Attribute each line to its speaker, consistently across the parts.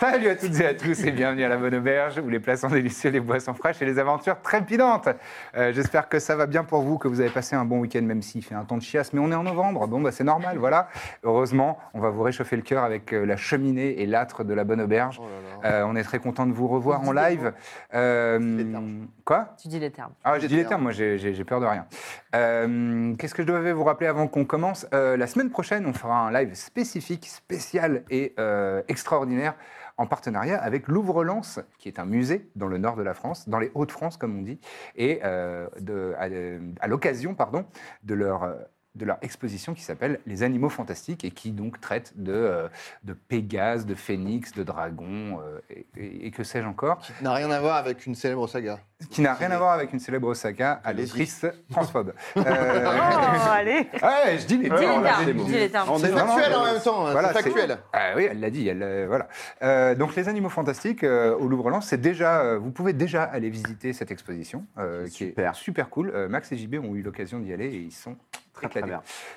Speaker 1: Salut à toutes et à tous et bienvenue à la Bonne Auberge où les plats sont délicieux, les boissons fraîches et les aventures trépidantes. Euh, J'espère que ça va bien pour vous, que vous avez passé un bon week-end même s'il fait un temps de chiasse, mais on est en novembre, bon bah c'est normal, voilà. Heureusement, on va vous réchauffer le cœur avec euh, la cheminée et l'âtre de la Bonne Auberge. Euh, on est très content de vous revoir en live. Euh, quoi
Speaker 2: Tu dis les termes.
Speaker 1: Ah, j'ai dit les termes, moi j'ai- j'ai j'ai peur de rien. Euh, Qu'est-ce que je devais vous rappeler avant qu'on commence Euh, La semaine prochaine, on fera un live spécifique, spécial et euh, extraordinaire en partenariat avec Louvre-Lens, qui est un musée dans le nord de la France, dans les Hauts-de-France comme on dit, et euh, de- à, à l'occasion pardon, de leur... euh, de leur exposition qui s'appelle Les animaux fantastiques et qui donc traite de, euh, de Pégase, de Phénix, de Dragon euh, et- et- et que sais-je encore
Speaker 3: n'a rien à voir avec une célèbre saga.
Speaker 1: qui n'a rien à voir avec une célèbre saga à l'autrice transphobe. Euh,
Speaker 2: Oh, allez
Speaker 1: ouais, je dis les
Speaker 2: Dis
Speaker 1: mots,
Speaker 2: les
Speaker 1: on a fait des
Speaker 2: termes,
Speaker 1: mots.
Speaker 2: dis les termes.
Speaker 3: C'est
Speaker 1: vraiment-
Speaker 3: factuel en même temps, hein,
Speaker 1: Voilà,
Speaker 3: c'est factuel.
Speaker 1: Ah oui, elle l'a dit. Elle, euh, voilà. Euh, donc les animaux fantastiques euh, au Louvre-Lens, c'est déjà, euh, vous pouvez déjà aller visiter cette exposition euh, qui est super cool. Euh, Max et JB ont eu l'occasion d'y aller et ils sont très éclatés.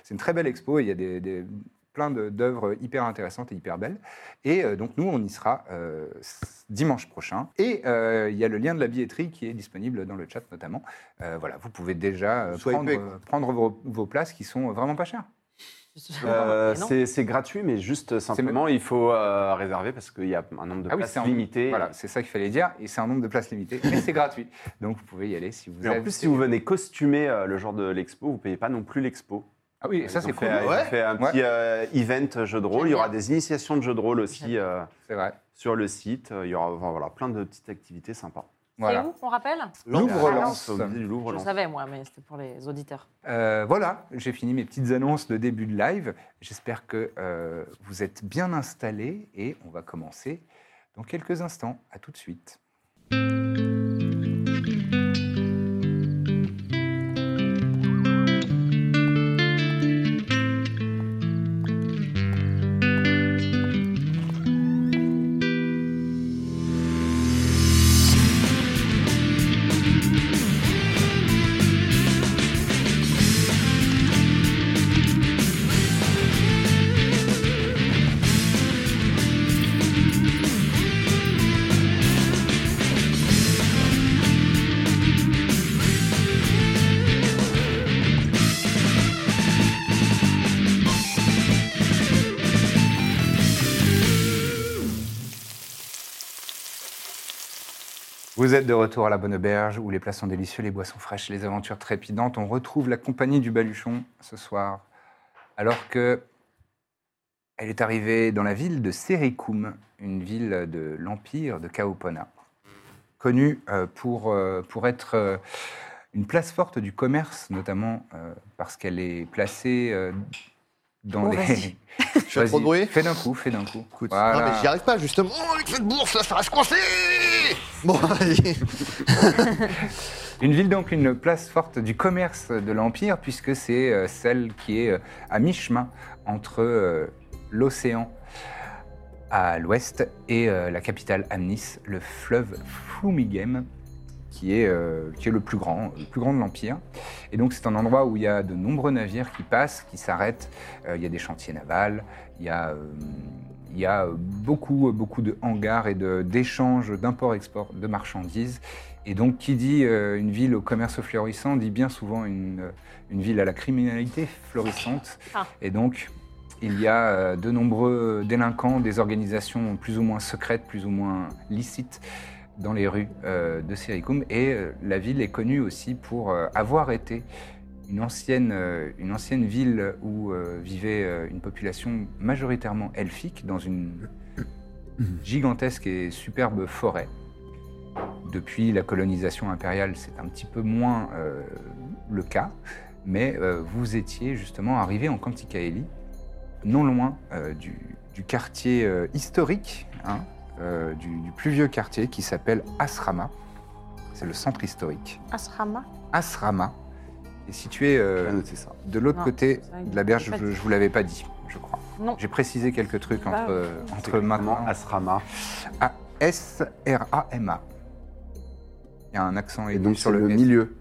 Speaker 1: C'est une très belle expo. et Il y a des, des- plein de- d'œuvres hyper intéressantes et hyper belles. Et euh, donc nous, on y sera euh, s- dimanche prochain. Et euh, il y a le lien de la billetterie qui est disponible dans le chat notamment. Euh, voilà, vous pouvez déjà euh,
Speaker 3: Swiper,
Speaker 1: prendre,
Speaker 3: quoi.
Speaker 1: prendre vos, vos places qui sont vraiment pas chères.
Speaker 4: Euh,
Speaker 2: Mais non.
Speaker 4: c'est c'est gratuit, mais juste euh, simplement, il faut euh, réserver parce qu'il y a un nombre de
Speaker 1: Ah oui,
Speaker 4: places
Speaker 1: c'est en-
Speaker 4: limitées.
Speaker 1: Voilà, c'est ça qu'il fallait dire. Et c'est un nombre de places limitées, mais c'est gratuit. Donc vous pouvez y aller si vous
Speaker 4: Et en plus, si vous venez costumer euh, le jour de l'expo, vous payez pas non plus l'expo.
Speaker 1: Ah oui, ça
Speaker 4: Ils ont
Speaker 1: c'est cool.
Speaker 4: fait, ils ont
Speaker 3: Ouais.
Speaker 4: fait un
Speaker 1: Ouais.
Speaker 4: petit euh, event jeu de rôle. Il y aura
Speaker 2: J'aime bien.
Speaker 4: des initiations de jeu de rôle aussi euh,
Speaker 1: C'est vrai.
Speaker 4: sur le site. Il y aura enfin, voilà, plein de petites activités sympas. Ah,
Speaker 2: C'est
Speaker 1: Voilà.
Speaker 2: où, on rappelle
Speaker 1: Louvre-Lens.
Speaker 4: Au musée du
Speaker 2: Je le
Speaker 4: Louvre-Lens.
Speaker 2: savais, moi, mais c'était pour les auditeurs.
Speaker 1: Euh, voilà, j'ai fini mes petites annonces de début de live. J'espère que euh, vous êtes bien installés et on va commencer dans quelques instants. À tout de suite. Vous êtes de retour à la Bonne Auberge où les plats sont délicieux, les boissons fraîches, les aventures trépidantes. On retrouve la compagnie du Baluchon ce soir, alors que elle est arrivée dans la ville de Sericum, une ville de l'empire de Kaopona, connue euh, pour, euh, pour être euh, une place forte du commerce, notamment euh, parce qu'elle est placée euh, dans
Speaker 2: Oh,
Speaker 1: les.
Speaker 2: vas-y.
Speaker 3: fais trop de bruit
Speaker 1: Fais d'un coup, fais d'un coup.
Speaker 3: Non, mais j'y arrive pas, justement. Oh, les clés de bourse, là, ça va se coincer Bon, vas-y.
Speaker 1: Une ville donc, une place forte du commerce de l'Empire, puisque c'est euh, celle qui est euh, à mi-chemin entre euh, l'océan à l'ouest et euh, la capitale Amnis, le fleuve Flumigem, qui est, euh, qui est le plus grand, le plus grand de l'Empire. Et donc c'est un endroit où il y a de nombreux navires qui passent, qui s'arrêtent, Euh, il y a des chantiers navals, il y a... euh, il y a euh, beaucoup, beaucoup de hangars et de- d'échanges d'import-export de marchandises. Et donc, qui dit euh, une ville au commerce florissant dit bien souvent une, euh, une ville à la criminalité florissante.
Speaker 2: Ah.
Speaker 1: Et donc, il y a euh, de nombreux délinquants, des organisations plus ou moins secrètes, plus ou moins licites dans les rues euh, de Siricum. Et euh, la ville est connue aussi pour euh, avoir été une ancienne, euh, une ancienne ville où euh, vivait euh, une population majoritairement elfique dans une gigantesque et superbe forêt. Depuis la colonisation impériale, c'est un petit peu moins euh, le cas, mais euh, vous étiez justement arrivé en Cantikaeli, non loin euh, du, du quartier euh, historique, hein, euh, du, du plus vieux quartier qui s'appelle Asrama. C'est le centre historique.
Speaker 2: Asrama
Speaker 1: Asrama est situé euh, de l'autre
Speaker 2: Non,
Speaker 1: côté
Speaker 2: c'est vrai que
Speaker 1: de la berge.
Speaker 2: je l'ai pas
Speaker 1: Je,
Speaker 2: dit.
Speaker 1: je vous l'avais pas dit, je crois.
Speaker 2: Non.
Speaker 1: J'ai précisé quelques trucs
Speaker 2: Bah,
Speaker 1: entre, entre maintenant.
Speaker 4: Asrama.
Speaker 1: A S R A M A. Il y a un accent
Speaker 4: Et
Speaker 1: aigu
Speaker 4: donc
Speaker 1: sur
Speaker 4: sur
Speaker 1: le,
Speaker 4: le
Speaker 1: S.
Speaker 4: milieu.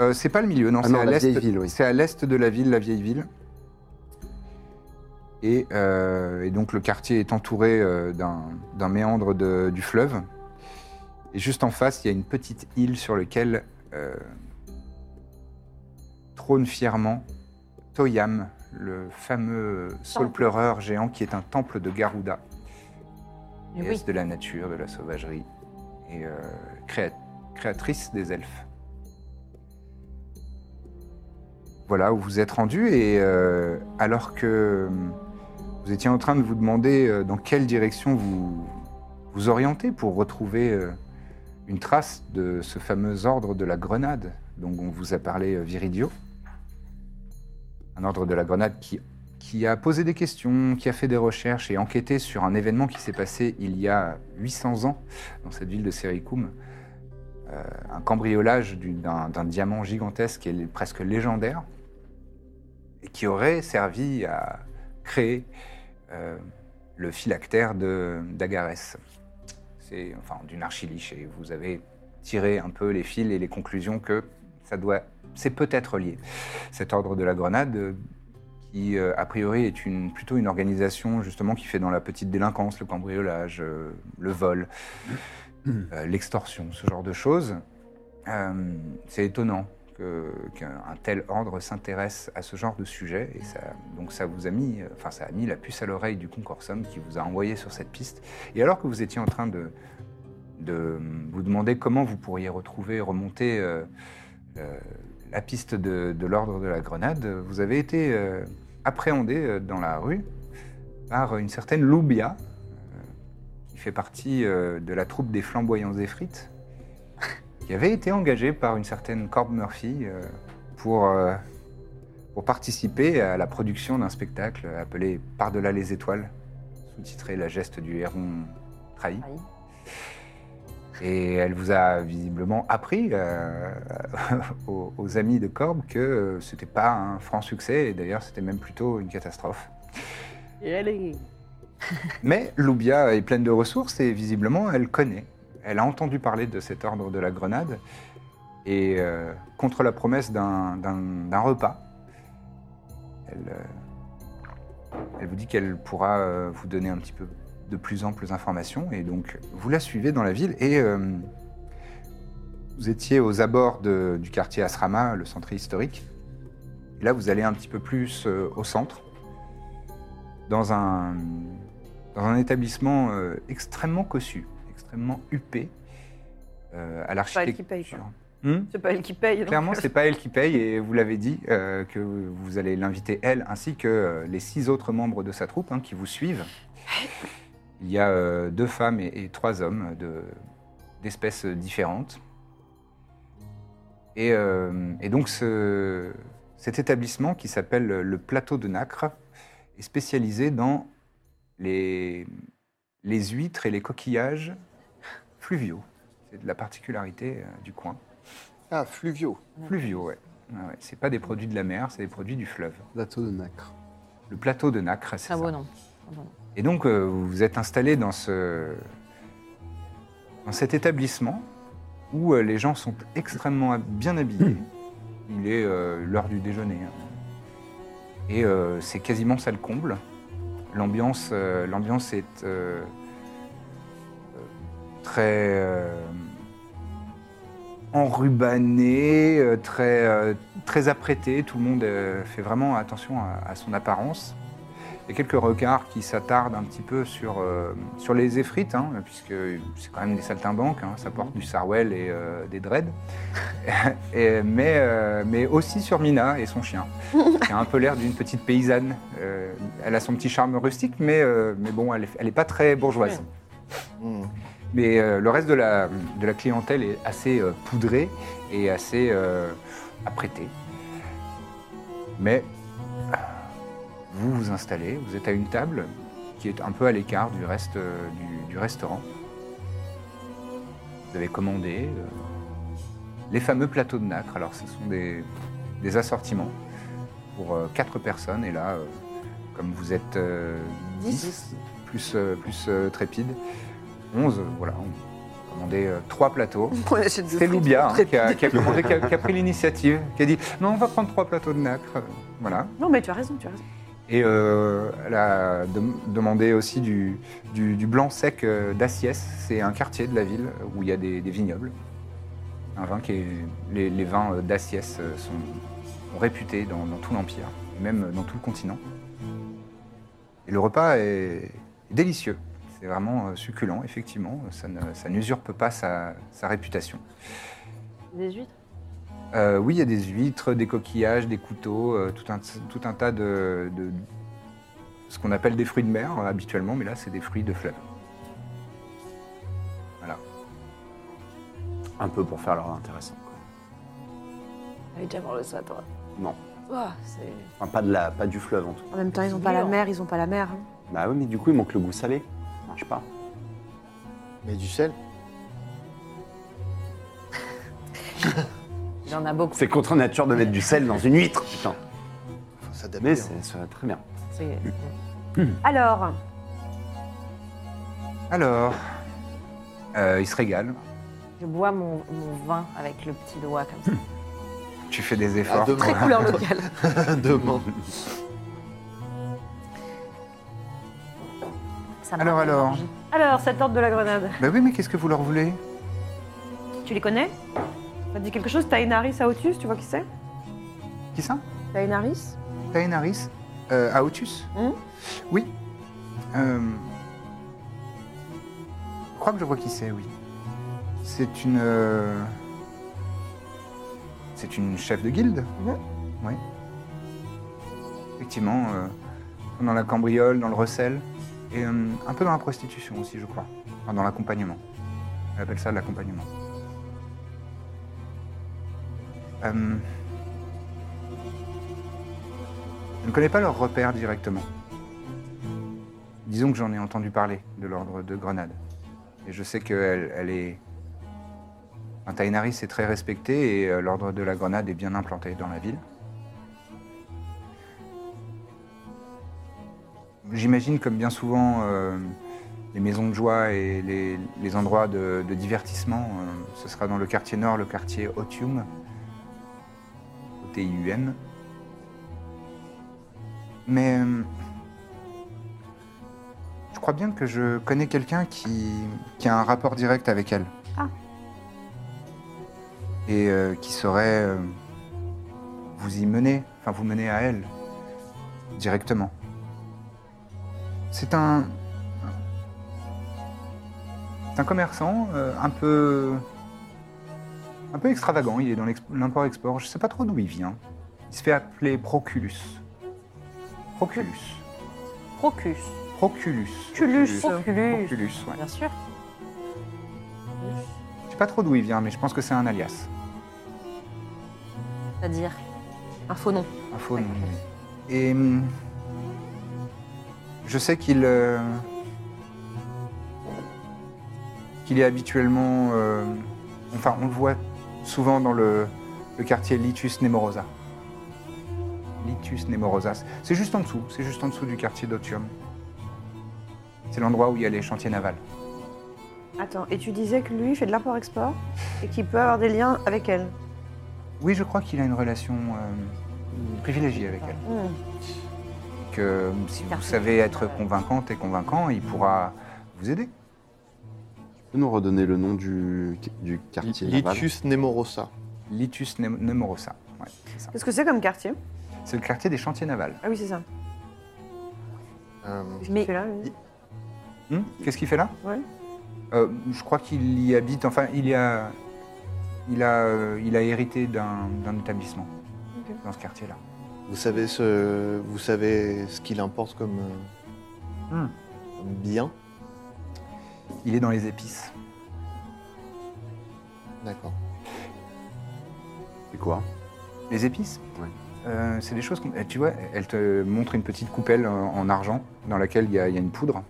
Speaker 1: Euh, c'est pas le milieu, non.
Speaker 4: Ah
Speaker 1: c'est
Speaker 4: non,
Speaker 1: à
Speaker 4: la
Speaker 1: l'est.
Speaker 4: vieille ville, oui.
Speaker 1: C'est à l'est de la ville, la vieille ville. Et, euh, et donc le quartier est entouré euh, d'un d'un méandre de- du fleuve. Et juste en face, il y a une petite île sur laquelle euh, trône fièrement Toyam, le fameux saule pleureur géant qui est un temple de Garuda,
Speaker 2: Mais
Speaker 1: déesse
Speaker 2: oui.
Speaker 1: de la nature, de la sauvagerie et euh, créa- créatrice des elfes. voilà où vous êtes rendu et euh, alors que hum, vous étiez en train de vous demander euh, dans quelle direction vous vous orientez pour retrouver euh, une trace de ce fameux ordre de la grenade dont on vous a parlé euh, Viridio. Un ordre de la grenade qui, qui a posé des questions, qui a fait des recherches et enquêté sur un événement qui s'est passé il y a 800 ans dans cette ville de Sericum. Euh, un cambriolage du- d'un d'un diamant gigantesque et l- presque légendaire et qui aurait servi à créer euh, le phylactère de- d'Agarès. C'est enfin d'une archiliche et vous avez tiré un peu les fils et les conclusions que ça doit, c'est peut-être lié. Cet ordre de la grenade, euh, qui euh, a priori est une, plutôt une organisation justement qui fait dans la petite délinquance, le cambriolage, euh, le vol, euh, l'extorsion, ce genre de choses. Euh, c'est étonnant que- qu'un un tel ordre s'intéresse à ce genre de sujet. Et ça, donc ça vous a mis, euh, enfin ça a mis la puce à l'oreille du concorsum qui vous a envoyé sur cette piste. Et alors que vous étiez en train de, de vous demander comment vous pourriez retrouver, remonter euh, euh, la piste de, de l'ordre de la grenade, vous avez été euh, appréhendé euh, dans la rue par une certaine Loubia, euh, qui fait partie euh, de la troupe des flamboyants effrites qui avait été engagé par une certaine Corb Murphy euh, pour, euh, pour participer à la production d'un spectacle appelé Par-delà les étoiles, sous-titré La geste du héron trahi.
Speaker 2: Trahi.
Speaker 1: Et elle vous a visiblement appris euh, aux, aux amis de Corb que euh, c'était pas un franc succès, et d'ailleurs c'était même plutôt une catastrophe.
Speaker 2: Et elle est.
Speaker 1: Mais Loubia est pleine de ressources et visiblement elle connaît. Elle a entendu parler de cet ordre de la grenade et euh, contre la promesse d'un- d'un d'un repas, elle, euh, elle vous dit qu'elle pourra euh, vous donner un petit peu de plus amples informations et donc vous la suivez dans la ville et euh, vous étiez aux abords de- du quartier Asrama, le centre historique. Et là vous allez un petit peu plus euh, au centre dans un, dans un établissement euh, extrêmement cossu, extrêmement huppé, euh, à
Speaker 2: elle qui
Speaker 1: l'architecture. Hum
Speaker 2: paye, quoi. C'est pas elle qui paye. donc.
Speaker 1: Clairement, c'est pas elle qui paye et vous l'avez dit euh, que vous allez l'inviter elle ainsi que euh, les six autres membres de sa troupe hein, qui vous suivent. Il y a euh, deux femmes et, et trois hommes de- d'espèces différentes. Et, euh, et donc ce- cet établissement qui s'appelle le Plateau de Nacre est spécialisé dans les, les huîtres et les coquillages fluviaux. C'est de la particularité euh, du coin.
Speaker 3: Ah, Fluvio,
Speaker 1: Pluviaux, ouais. Ah Ouais, ouais. C'est pas des produits de la mer, c'est des produits du fleuve.
Speaker 4: Plateau de Nacre.
Speaker 1: Le plateau de Nacre, c'est ça.
Speaker 2: Ah bon, non. Ah bon, non.
Speaker 1: Et donc, euh, vous vous êtes installé dans, ce... dans cet établissement où euh, les gens sont extrêmement hab- bien habillés. Il est euh, l'heure du déjeuner. hein. Et euh, c'est quasiment ça le comble. L'ambiance euh, l'ambiance est euh, euh, très euh, enrubannée, euh, très, euh, très apprêtée. Tout le monde euh, fait vraiment attention à- à son apparence. Il y a quelques regards qui s'attardent un petit peu sur, euh, sur les effrites, hein, puisque c'est quand même des saltimbanques, hein, ça porte du sarouel et euh, des dreads. Et- mais, euh, mais aussi sur Mina et son chien, qui a un peu l'air d'une petite paysanne. Euh, elle a son petit charme rustique, mais, euh, mais bon, elle n'est pas très bourgeoise.
Speaker 3: Hmm.
Speaker 1: Mais euh, le reste de la, de la clientèle est assez euh, poudré et assez euh, apprêté. Mais vous vous installez, vous êtes à une table qui est un peu à l'écart du reste euh, du, du restaurant. Vous avez commandé euh, les fameux plateaux de nacre. Alors, ce sont des, des assortiments pour euh, quatre personnes. Et là, euh, comme vous êtes euh,
Speaker 2: Dix.
Speaker 1: 10, plus, euh, plus euh, Trépide, 11, voilà, on commandé euh, trois plateaux.
Speaker 2: On achète deux
Speaker 1: C'est
Speaker 2: frites
Speaker 1: Loubia
Speaker 2: pour
Speaker 1: hein,
Speaker 2: très
Speaker 1: qui, a,
Speaker 2: peu.
Speaker 1: qui a commandé, qui a- qui a pris l'initiative, qui a dit non, on va prendre trois plateaux de nacre. euh, Voilà.
Speaker 2: Non, mais tu as raison, tu as raison.
Speaker 1: Et euh, elle a dem- demandé aussi du, du- du blanc sec euh, d'Assiès. C'est un quartier de la ville où il y a des, des vignobles. Un vin qui est, les, les vins euh, d'Assiès euh, sont, sont réputés dans, dans tout l'Empire, et même euh, dans tout le continent. Et le repas est délicieux. C'est vraiment euh, succulent, effectivement. Ça ne- ça n'usurpe pas sa- sa réputation.
Speaker 2: Des huîtres
Speaker 1: Euh, oui, il y a des huîtres, des coquillages, des couteaux, euh, tout, un, tout un tas de, de- ce qu'on appelle des fruits de mer euh, habituellement, mais là c'est des fruits de fleuve. Voilà.
Speaker 4: Un peu pour faire leur intéressant. quoi.
Speaker 2: T'avais déjà mangé ça, toi
Speaker 4: Non.
Speaker 2: Oh, c'est-
Speaker 4: Enfin, pas, de la, pas du fleuve en tout cas.
Speaker 5: En même temps, ils ont pas la
Speaker 2: Dur.
Speaker 5: mer, ils ont pas la mer. hein.
Speaker 4: Bah oui, mais du coup, il manque le goût salé. Ça marche pas.
Speaker 3: Mais du sel.
Speaker 5: Il y en a beaucoup.
Speaker 4: C'est contre nature de mettre du sel dans une huître, putain.
Speaker 3: Faut s'adapter.
Speaker 4: Mais
Speaker 3: hein.
Speaker 4: c'est c'est très bien.
Speaker 5: C'est-
Speaker 1: Hmm.
Speaker 5: Alors,
Speaker 1: Alors, euh, il se régale.
Speaker 5: je bois mon, mon vin avec le petit doigt comme ça.
Speaker 1: Tu fais des
Speaker 3: À
Speaker 1: efforts.
Speaker 3: demain.
Speaker 5: Très couleur locale.
Speaker 3: demain.
Speaker 5: Ça m'a
Speaker 1: Alors,
Speaker 5: fait
Speaker 1: alors.
Speaker 5: manger.
Speaker 2: Alors, ça tente de la grenade.
Speaker 1: Bah oui, mais qu'est-ce que vous leur voulez
Speaker 2: Tu les connais Ça te dit quelque chose T'as une Harris Aotus, tu vois qui c'est
Speaker 1: Qui ça
Speaker 5: T'as une Harris
Speaker 1: Taenaris euh, Aotus
Speaker 2: Hmm
Speaker 1: Oui. Euh, Je crois que je vois qui c'est, oui. C'est une. euh, C'est une chef de guilde Oui. Effectivement, euh, dans la cambriole, dans le recel, et euh, un peu dans la prostitution aussi, je crois. Enfin, dans l'accompagnement. Elle appelle ça de l'accompagnement. Euh, je ne connais pas leurs repères directement. Disons que j'en ai entendu parler de l'ordre de Grenade. Et je sais qu'elle elle est. Un Tainaris est très respecté et euh, l'ordre de la Grenade est bien implanté dans la ville. J'imagine, comme bien souvent, euh, les maisons de joie et les, les endroits de, de divertissement, euh, ce sera dans le quartier nord, le quartier Otium, O-T-I-U-M. Mais euh, je crois bien que je connais quelqu'un qui, qui a un rapport direct avec elle.
Speaker 2: Ah.
Speaker 1: Et euh, qui saurait euh, vous y mener, enfin vous mener à elle directement. C'est un c'est un commerçant euh, un peu un peu extravagant. Il est dans l'ex- l'import-export. Je sais pas trop d'où il vient. Il se fait appeler Proculus. Proculus.
Speaker 5: Procus.
Speaker 1: Proculus.
Speaker 2: Culus.
Speaker 5: Proculus.
Speaker 1: Proculus, ouais.
Speaker 5: Bien sûr.
Speaker 1: Je sais pas trop d'où il vient, mais je pense que c'est un alias.
Speaker 5: C'est-à-dire un faux nom.
Speaker 1: Un faux nom. Et hum, je sais qu'il euh, qu'il est habituellement, euh, enfin, on le voit souvent dans le, le quartier Litus Nemorosa. Litus Nemorosa, c'est juste en dessous, c'est juste en dessous du quartier d'Otium. C'est l'endroit où il y a les chantiers navals.
Speaker 2: Attends, et tu disais que lui fait de l'import-export et qu'il peut avoir des liens avec elle.
Speaker 1: Oui, je crois qu'il a une relation euh, privilégiée avec elle.
Speaker 2: Hmm.
Speaker 1: que euh, si vous savez être convaincante et convaincant, il pourra vous aider.
Speaker 6: Tu peux nous redonner le nom du, du quartier naval
Speaker 3: Litus Nemorosa.
Speaker 1: Litus Nem- Nemorosa. Ouais, c'est ça.
Speaker 2: Qu'est-ce que c'est comme quartier
Speaker 1: C'est le quartier des chantiers navals.
Speaker 2: Ah oui, c'est ça.
Speaker 3: Euh,
Speaker 5: Mais
Speaker 2: Celui-là, oui.
Speaker 1: Hum Qu'est-ce qu'il fait là
Speaker 2: Ouais.
Speaker 1: Euh, Je crois qu'il y habite, enfin, il y a. Il a, euh, il a hérité d'un d'un établissement
Speaker 2: Ok.
Speaker 1: dans ce quartier-là.
Speaker 3: vous savez ce, vous savez ce qu'il importe comme, euh,
Speaker 1: Hmm.
Speaker 3: comme bien.
Speaker 1: Il est dans les épices.
Speaker 3: D'accord.
Speaker 4: C'est quoi
Speaker 1: Les épices
Speaker 4: Ouais.
Speaker 1: euh, c'est des choses qu'on- eh, Tu vois, elle te montre une petite coupelle en, en argent dans laquelle il y, a il y a une poudre.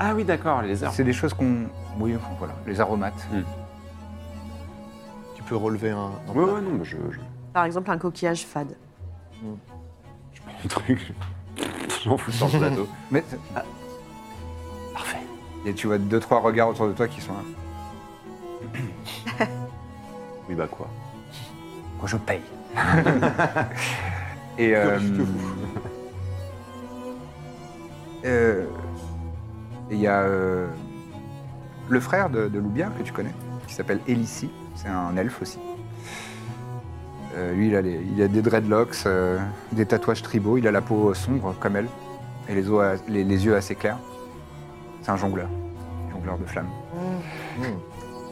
Speaker 4: Ah oui, d'accord, les lézards.
Speaker 1: C'est des choses qu'on. Oui, enfin, voilà, les aromates.
Speaker 3: Tu peux relever un. un
Speaker 4: Ouais,
Speaker 3: plat.
Speaker 4: ouais, non, mais je. je-
Speaker 5: Par exemple, un coquillage fade.
Speaker 4: Un truc. J'en fous sur le plateau.
Speaker 1: Mais. Parfait. Et tu vois deux, trois regards autour de toi qui sont là.
Speaker 4: Oui, bah quoi
Speaker 1: Moi, je paye. Et. euh, euh, et Il y a euh, le frère de, de Loubia que tu connais, qui s'appelle Elissi. C'est un elfe aussi. Euh, lui, il a, les- il a des dreadlocks, euh, des tatouages tribaux. Il a la peau sombre comme elle et les, os- les- les yeux assez clairs. C'est un jongleur, jongleur de flammes.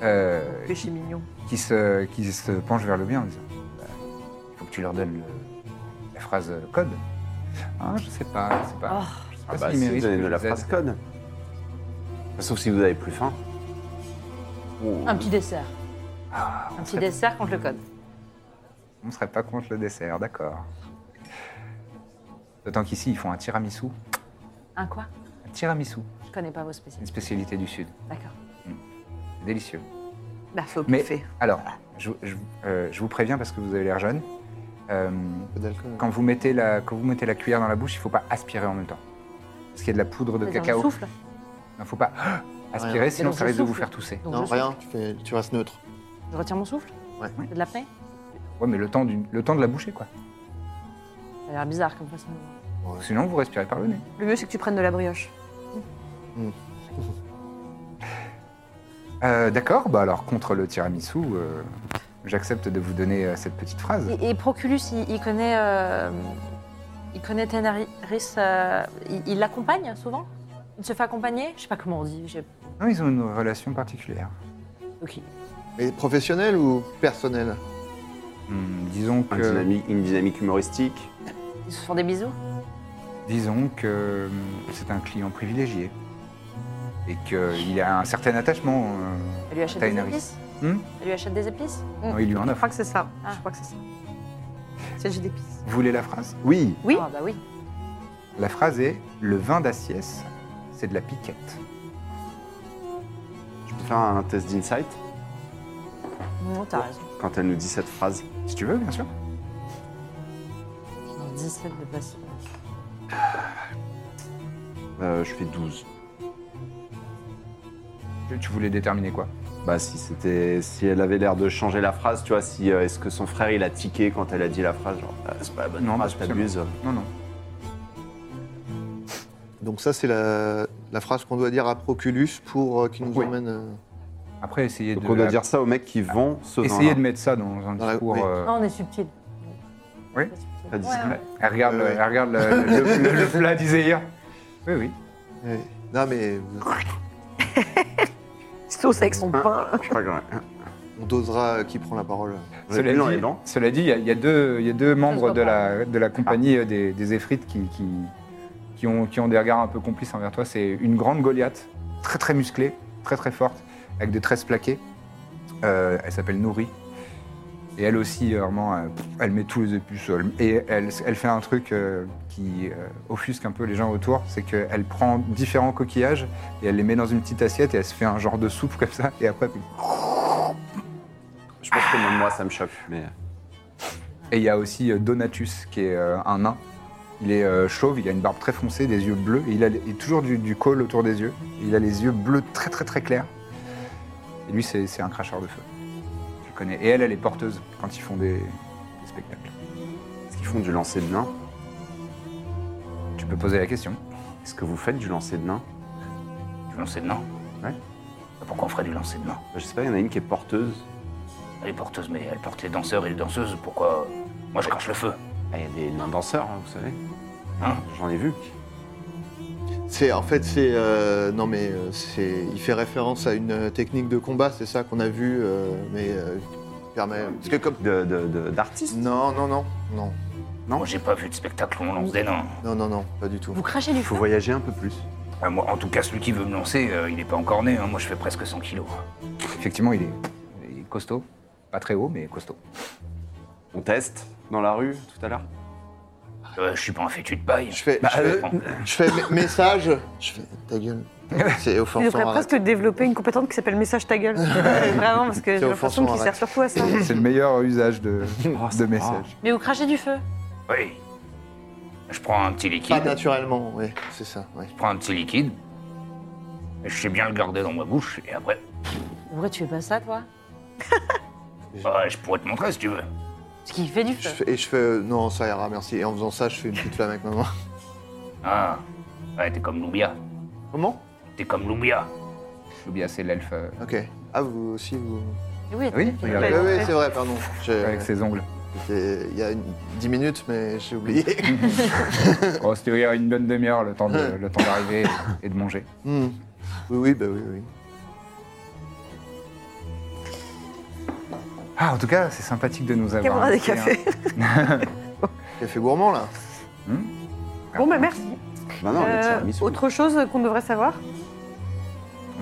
Speaker 1: Euh,
Speaker 2: Péché mignon.
Speaker 1: qui se, qui se penche vers le bien en disant Bah, Il faut que tu leur donnes le- la phrase code. Ah, je sais pas, je sais pas.
Speaker 5: Oh.
Speaker 1: Je sais pas
Speaker 4: Ah bah,
Speaker 1: s'ils
Speaker 4: si,
Speaker 1: méritent
Speaker 4: vous avez
Speaker 1: que
Speaker 4: de
Speaker 1: je
Speaker 4: la
Speaker 1: les aide.
Speaker 4: phrase code. Sauf si vous avez plus faim. Oh.
Speaker 1: Ah,
Speaker 5: Un petit dessert. Un petit dessert contre le code.
Speaker 1: On serait pas contre le dessert, d'accord. D'autant qu'ici, ils font un tiramisu.
Speaker 5: Un quoi
Speaker 1: Un tiramisu,
Speaker 5: Je connais pas vos
Speaker 1: une
Speaker 5: spécialités.
Speaker 1: spécialité du Sud.
Speaker 5: D'accord.
Speaker 1: C'est délicieux.
Speaker 2: Bah, faut
Speaker 1: Mais-
Speaker 2: fait.
Speaker 1: Alors, je, je- euh, je vous préviens parce que vous avez l'air jeune. euh,
Speaker 3: Un peu d'alcool.
Speaker 1: quand, vous mettez la, quand vous mettez la cuillère dans la bouche, il faut pas aspirer en même temps. Parce qu'il y a de la poudre de
Speaker 5: Mais dans le
Speaker 1: cacao.
Speaker 5: souffle.
Speaker 1: Il ne faut pas aspirer,
Speaker 3: Rien.
Speaker 1: sinon
Speaker 5: Mais
Speaker 1: ça
Speaker 5: donc,
Speaker 1: risque de vous
Speaker 5: souffle.
Speaker 1: faire tousser.
Speaker 5: Donc
Speaker 3: Non,
Speaker 5: je souffle.
Speaker 3: rien, tu, fais- tu restes neutre.
Speaker 5: Je retire mon souffle
Speaker 3: Ouais.
Speaker 5: C'est de la paix
Speaker 1: Ouais, mais le temps, du- le temps de la boucher, quoi.
Speaker 5: Ça a l'air bizarre comme façon.
Speaker 1: Sinon, vous respirez par le nez.
Speaker 2: Le mieux, c'est que tu prennes de la brioche.
Speaker 1: Euh, D'accord, bah alors, contre le tiramisu, euh, j'accepte de vous donner euh, cette petite phrase.
Speaker 5: Et, et Proculus, il, il connaît. euh, il connaît Tenaris. euh, il il l'accompagne souvent Il se fait accompagner Je sais pas comment on dit. j'ai-
Speaker 1: Non, ils ont une relation particulière.
Speaker 5: Ok.
Speaker 3: Mais professionnel ou personnel
Speaker 1: Hum, disons
Speaker 4: Hmm. Un
Speaker 1: que...
Speaker 4: dynamique- une dynamique humoristique.
Speaker 5: Ils se font des bisous
Speaker 1: Disons que hum, c'est un client privilégié. Et qu'il a un certain attachement. euh,
Speaker 5: Elle lui achète
Speaker 1: à
Speaker 5: des
Speaker 1: Daenerys.
Speaker 5: épices
Speaker 1: Hmm
Speaker 5: Elle lui achète des épices
Speaker 1: Non, il lui en
Speaker 2: Je
Speaker 1: offre.
Speaker 2: crois que c'est ça.
Speaker 5: Ah.
Speaker 2: Je crois que c'est ça. C'est j'ai des pistes.
Speaker 1: Vous voulez la phrase
Speaker 6: Oui
Speaker 2: Oui.
Speaker 5: Ah bah oui.
Speaker 1: La phrase est « Le vin d'Assiès, c'est de la piquette.
Speaker 4: Je peux faire un test d'insight
Speaker 5: Non, t'as raison.
Speaker 4: quand elle nous dit cette phrase. »
Speaker 1: Si tu veux, bien sûr.
Speaker 5: Dans 17 de passion.
Speaker 4: Euh, je fais 12.
Speaker 1: Tu- Tu voulais déterminer quoi
Speaker 4: Bah si c'était si elle avait l'air de changer la phrase, tu vois, si euh, est-ce que son frère il a tiqué quand elle a dit la phrase, genre Ah, c'est pas la bonne
Speaker 1: Non,
Speaker 4: phrase,
Speaker 1: pas
Speaker 4: t'abuses.
Speaker 1: Non, non.
Speaker 3: Donc ça, c'est la, la phrase qu'on doit dire à Proculus pour euh, qu'il nous
Speaker 1: Oui.
Speaker 3: emmène euh,
Speaker 1: Après, essayez
Speaker 4: Donc
Speaker 1: de...
Speaker 4: on doit
Speaker 1: la-
Speaker 4: dire ça aux mecs qui vend ce
Speaker 1: Essayez
Speaker 4: vin.
Speaker 1: de mettre ça dans un
Speaker 3: Dans la-
Speaker 1: discours.
Speaker 3: oui.
Speaker 1: euh,
Speaker 5: Non, on est subtil.
Speaker 1: Oui.
Speaker 4: Pas
Speaker 5: Ouais,
Speaker 4: discret.
Speaker 5: ouais.
Speaker 1: Elle regarde, le-
Speaker 3: Ouais.
Speaker 1: elle regarde le, le- le- le plat d'Iséir. Oui, oui.
Speaker 3: eh, Non, mais vous-
Speaker 2: Sauce avec son pain.
Speaker 4: Je crois que ouais.
Speaker 3: on dosera euh, qui prend la parole.
Speaker 4: On est plus dans les
Speaker 1: Cela dit,
Speaker 4: blancs.
Speaker 1: cela dit, il y, a- il y a deux, il y a deux membres
Speaker 5: se
Speaker 1: de la,
Speaker 5: comprend.
Speaker 1: de la compagnie euh, des, des Éphrites qui, qui, qui ont, qui ont des regards un peu complices envers toi. C'est une grande Goliath, très très musclée, très très forte, avec des tresses plaquées. Euh, elle s'appelle Nourri. Et elle aussi, euh, vraiment, euh, pff, elle met tous les épuces. Et elle, elle fait un truc euh, qui euh, offusque un peu les gens autour, c'est qu'elle prend différents coquillages et elle les met dans une petite assiette et elle se fait un genre de soupe comme ça. Et après, puis-
Speaker 4: Je pense que même moi ça me choque, mais
Speaker 1: Et il y a aussi euh, Donatus, qui est euh, un nain. Il est euh, chauve, il a une barbe très foncée, des yeux bleus, et il a les- et toujours du, du col autour des yeux. Et il a les yeux bleus très très très clairs. Et lui, c'est c'est un cracheur de feu. Je le connais. Et elle, elle est porteuse quand ils font des, des spectacles.
Speaker 4: est-ce qu'ils font du lancer de nain
Speaker 1: Tu peux poser la question.
Speaker 4: Est-ce que vous faites du lancer de nain
Speaker 1: Du lancer de nain
Speaker 4: Ouais.
Speaker 7: Ah,
Speaker 1: Pourquoi on ferait du lancer de nain
Speaker 4: Bah, Je sais pas, il y en a une qui est porteuse.
Speaker 1: Elle est porteuse, mais elle porte les danseurs et les danseuses. Pourquoi Moi, je crache le feu.
Speaker 4: Ah, Il y a des nains danseurs, hein, vous savez.
Speaker 1: Hein
Speaker 4: J'en ai vu.
Speaker 3: C'est en fait c'est euh, non mais euh, c'est il fait référence à une euh, technique de combat, c'est ça qu'on a vu, euh, mais euh, qui permet parce que comme
Speaker 4: De- de- de- D'artistes
Speaker 3: non non non non
Speaker 7: Moi, j'ai pas vu de spectacle où on lance des nains.
Speaker 3: non non non pas du tout.
Speaker 5: Vous crachez du
Speaker 4: Il faut
Speaker 5: feu
Speaker 4: voyager un peu plus.
Speaker 7: Euh, moi, en tout cas, celui qui veut me lancer, euh, il est pas encore né. hein. Moi, je fais presque 100 kilos.
Speaker 1: Effectivement, il est, il est costaud. Pas très haut, mais costaud.
Speaker 4: On teste. dans la rue tout à l'heure
Speaker 7: Euh, je suis pas un fétu de paille.
Speaker 3: Je fais,
Speaker 7: Bah,
Speaker 3: je fais,
Speaker 7: euh,
Speaker 3: je fais mé- message. Je fais ta gueule. C'est
Speaker 2: Il
Speaker 3: offensant.
Speaker 2: devrait
Speaker 3: arrête.
Speaker 2: presque développer une compétence qui s'appelle message ta gueule. Vraiment, parce que j'ai l'impression
Speaker 3: offensant,
Speaker 2: qu'il sert
Speaker 3: arrête.
Speaker 2: surtout à ça.
Speaker 1: C'est le meilleur usage de, de message.
Speaker 5: Mais vous crachez du feu.
Speaker 7: Oui. Je prends un petit
Speaker 3: Pas
Speaker 7: liquide.
Speaker 3: naturellement, oui, c'est ça. oui.
Speaker 7: Je prends un petit liquide. Et Je sais bien le garder dans ma bouche et après,
Speaker 5: Pourquoi tu fais pas ça, toi
Speaker 7: bah, je pourrais te montrer si tu veux.
Speaker 5: Parce qu'il fait du
Speaker 3: Je
Speaker 5: feu.
Speaker 3: fais- et je fais euh, non, ça ira, merci. Et en faisant ça, je fais une petite flamme avec ma main.
Speaker 7: Ah, ouais, t'es comme Lumbia.
Speaker 3: Comment
Speaker 7: T'es comme Lumbia.
Speaker 1: Oubien, c'est l'elfe euh,
Speaker 3: Ok. Ah, vous aussi, vous.
Speaker 5: Et Oui,
Speaker 1: Ah Oui,
Speaker 5: t'inquiète.
Speaker 1: regarde.
Speaker 3: Oui,
Speaker 2: Ouais,
Speaker 3: oui,
Speaker 2: ouais.
Speaker 3: c'est vrai, pardon. J'ai-
Speaker 1: avec ses ongles.
Speaker 3: j'ai- Il y a une- 10 minutes, mais j'ai oublié.
Speaker 1: Oh, C'était il y a une bonne demi-heure le temps de- le temps d'arriver et de manger.
Speaker 3: Hmm. Oui, oui, bah oui, oui.
Speaker 1: Ah, en tout cas, c'est sympathique de nous avoir.
Speaker 2: Caméra des
Speaker 1: invités,
Speaker 2: cafés.
Speaker 1: hein.
Speaker 3: Café gourmand, là.
Speaker 2: Bon, bah merci.
Speaker 4: Bah non, le
Speaker 2: Euh,
Speaker 4: tiramisu.
Speaker 2: autre chose qu'on devrait savoir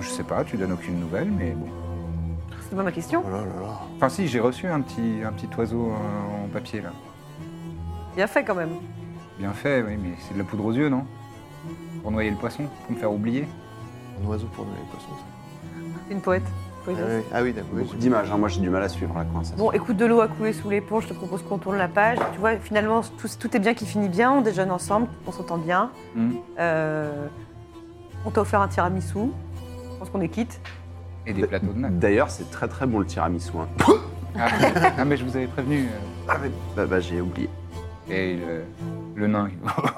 Speaker 1: Je sais pas, tu donnes aucune nouvelle, mais bon.
Speaker 2: C'est pas ma question.
Speaker 3: Oh là là là.
Speaker 1: Enfin, si, j'ai reçu un petit, un petit oiseau euh, en papier, là.
Speaker 2: Bien fait quand même.
Speaker 1: Bien fait, oui, mais c'est de la poudre aux yeux, non Pour noyer le poisson, pour me faire oublier.
Speaker 3: Un oiseau pour nous les poissons.
Speaker 2: Une poète.
Speaker 3: Ah oui, Ah oui, d'accord. oui,
Speaker 4: Beaucoup d'images, hein. moi j'ai du mal à suivre la coince.
Speaker 2: Bon, écoute, de l'eau a coulé sous les ponts, je te propose qu'on tourne la page. Tu vois, finalement, tout, tout est bien qui finit bien, on déjeune ensemble, on s'entend bien.
Speaker 1: Mm.
Speaker 2: Euh, on t'a offert un tiramisu, je pense qu'on est quitte.
Speaker 1: Et des plateaux de nappe.
Speaker 4: D'ailleurs, c'est très très bon le tiramisu. hein.
Speaker 1: Ah, ah, mais je vous avais prévenu. euh.
Speaker 4: Bah, bah j'ai oublié.
Speaker 1: Et le, le nain, il-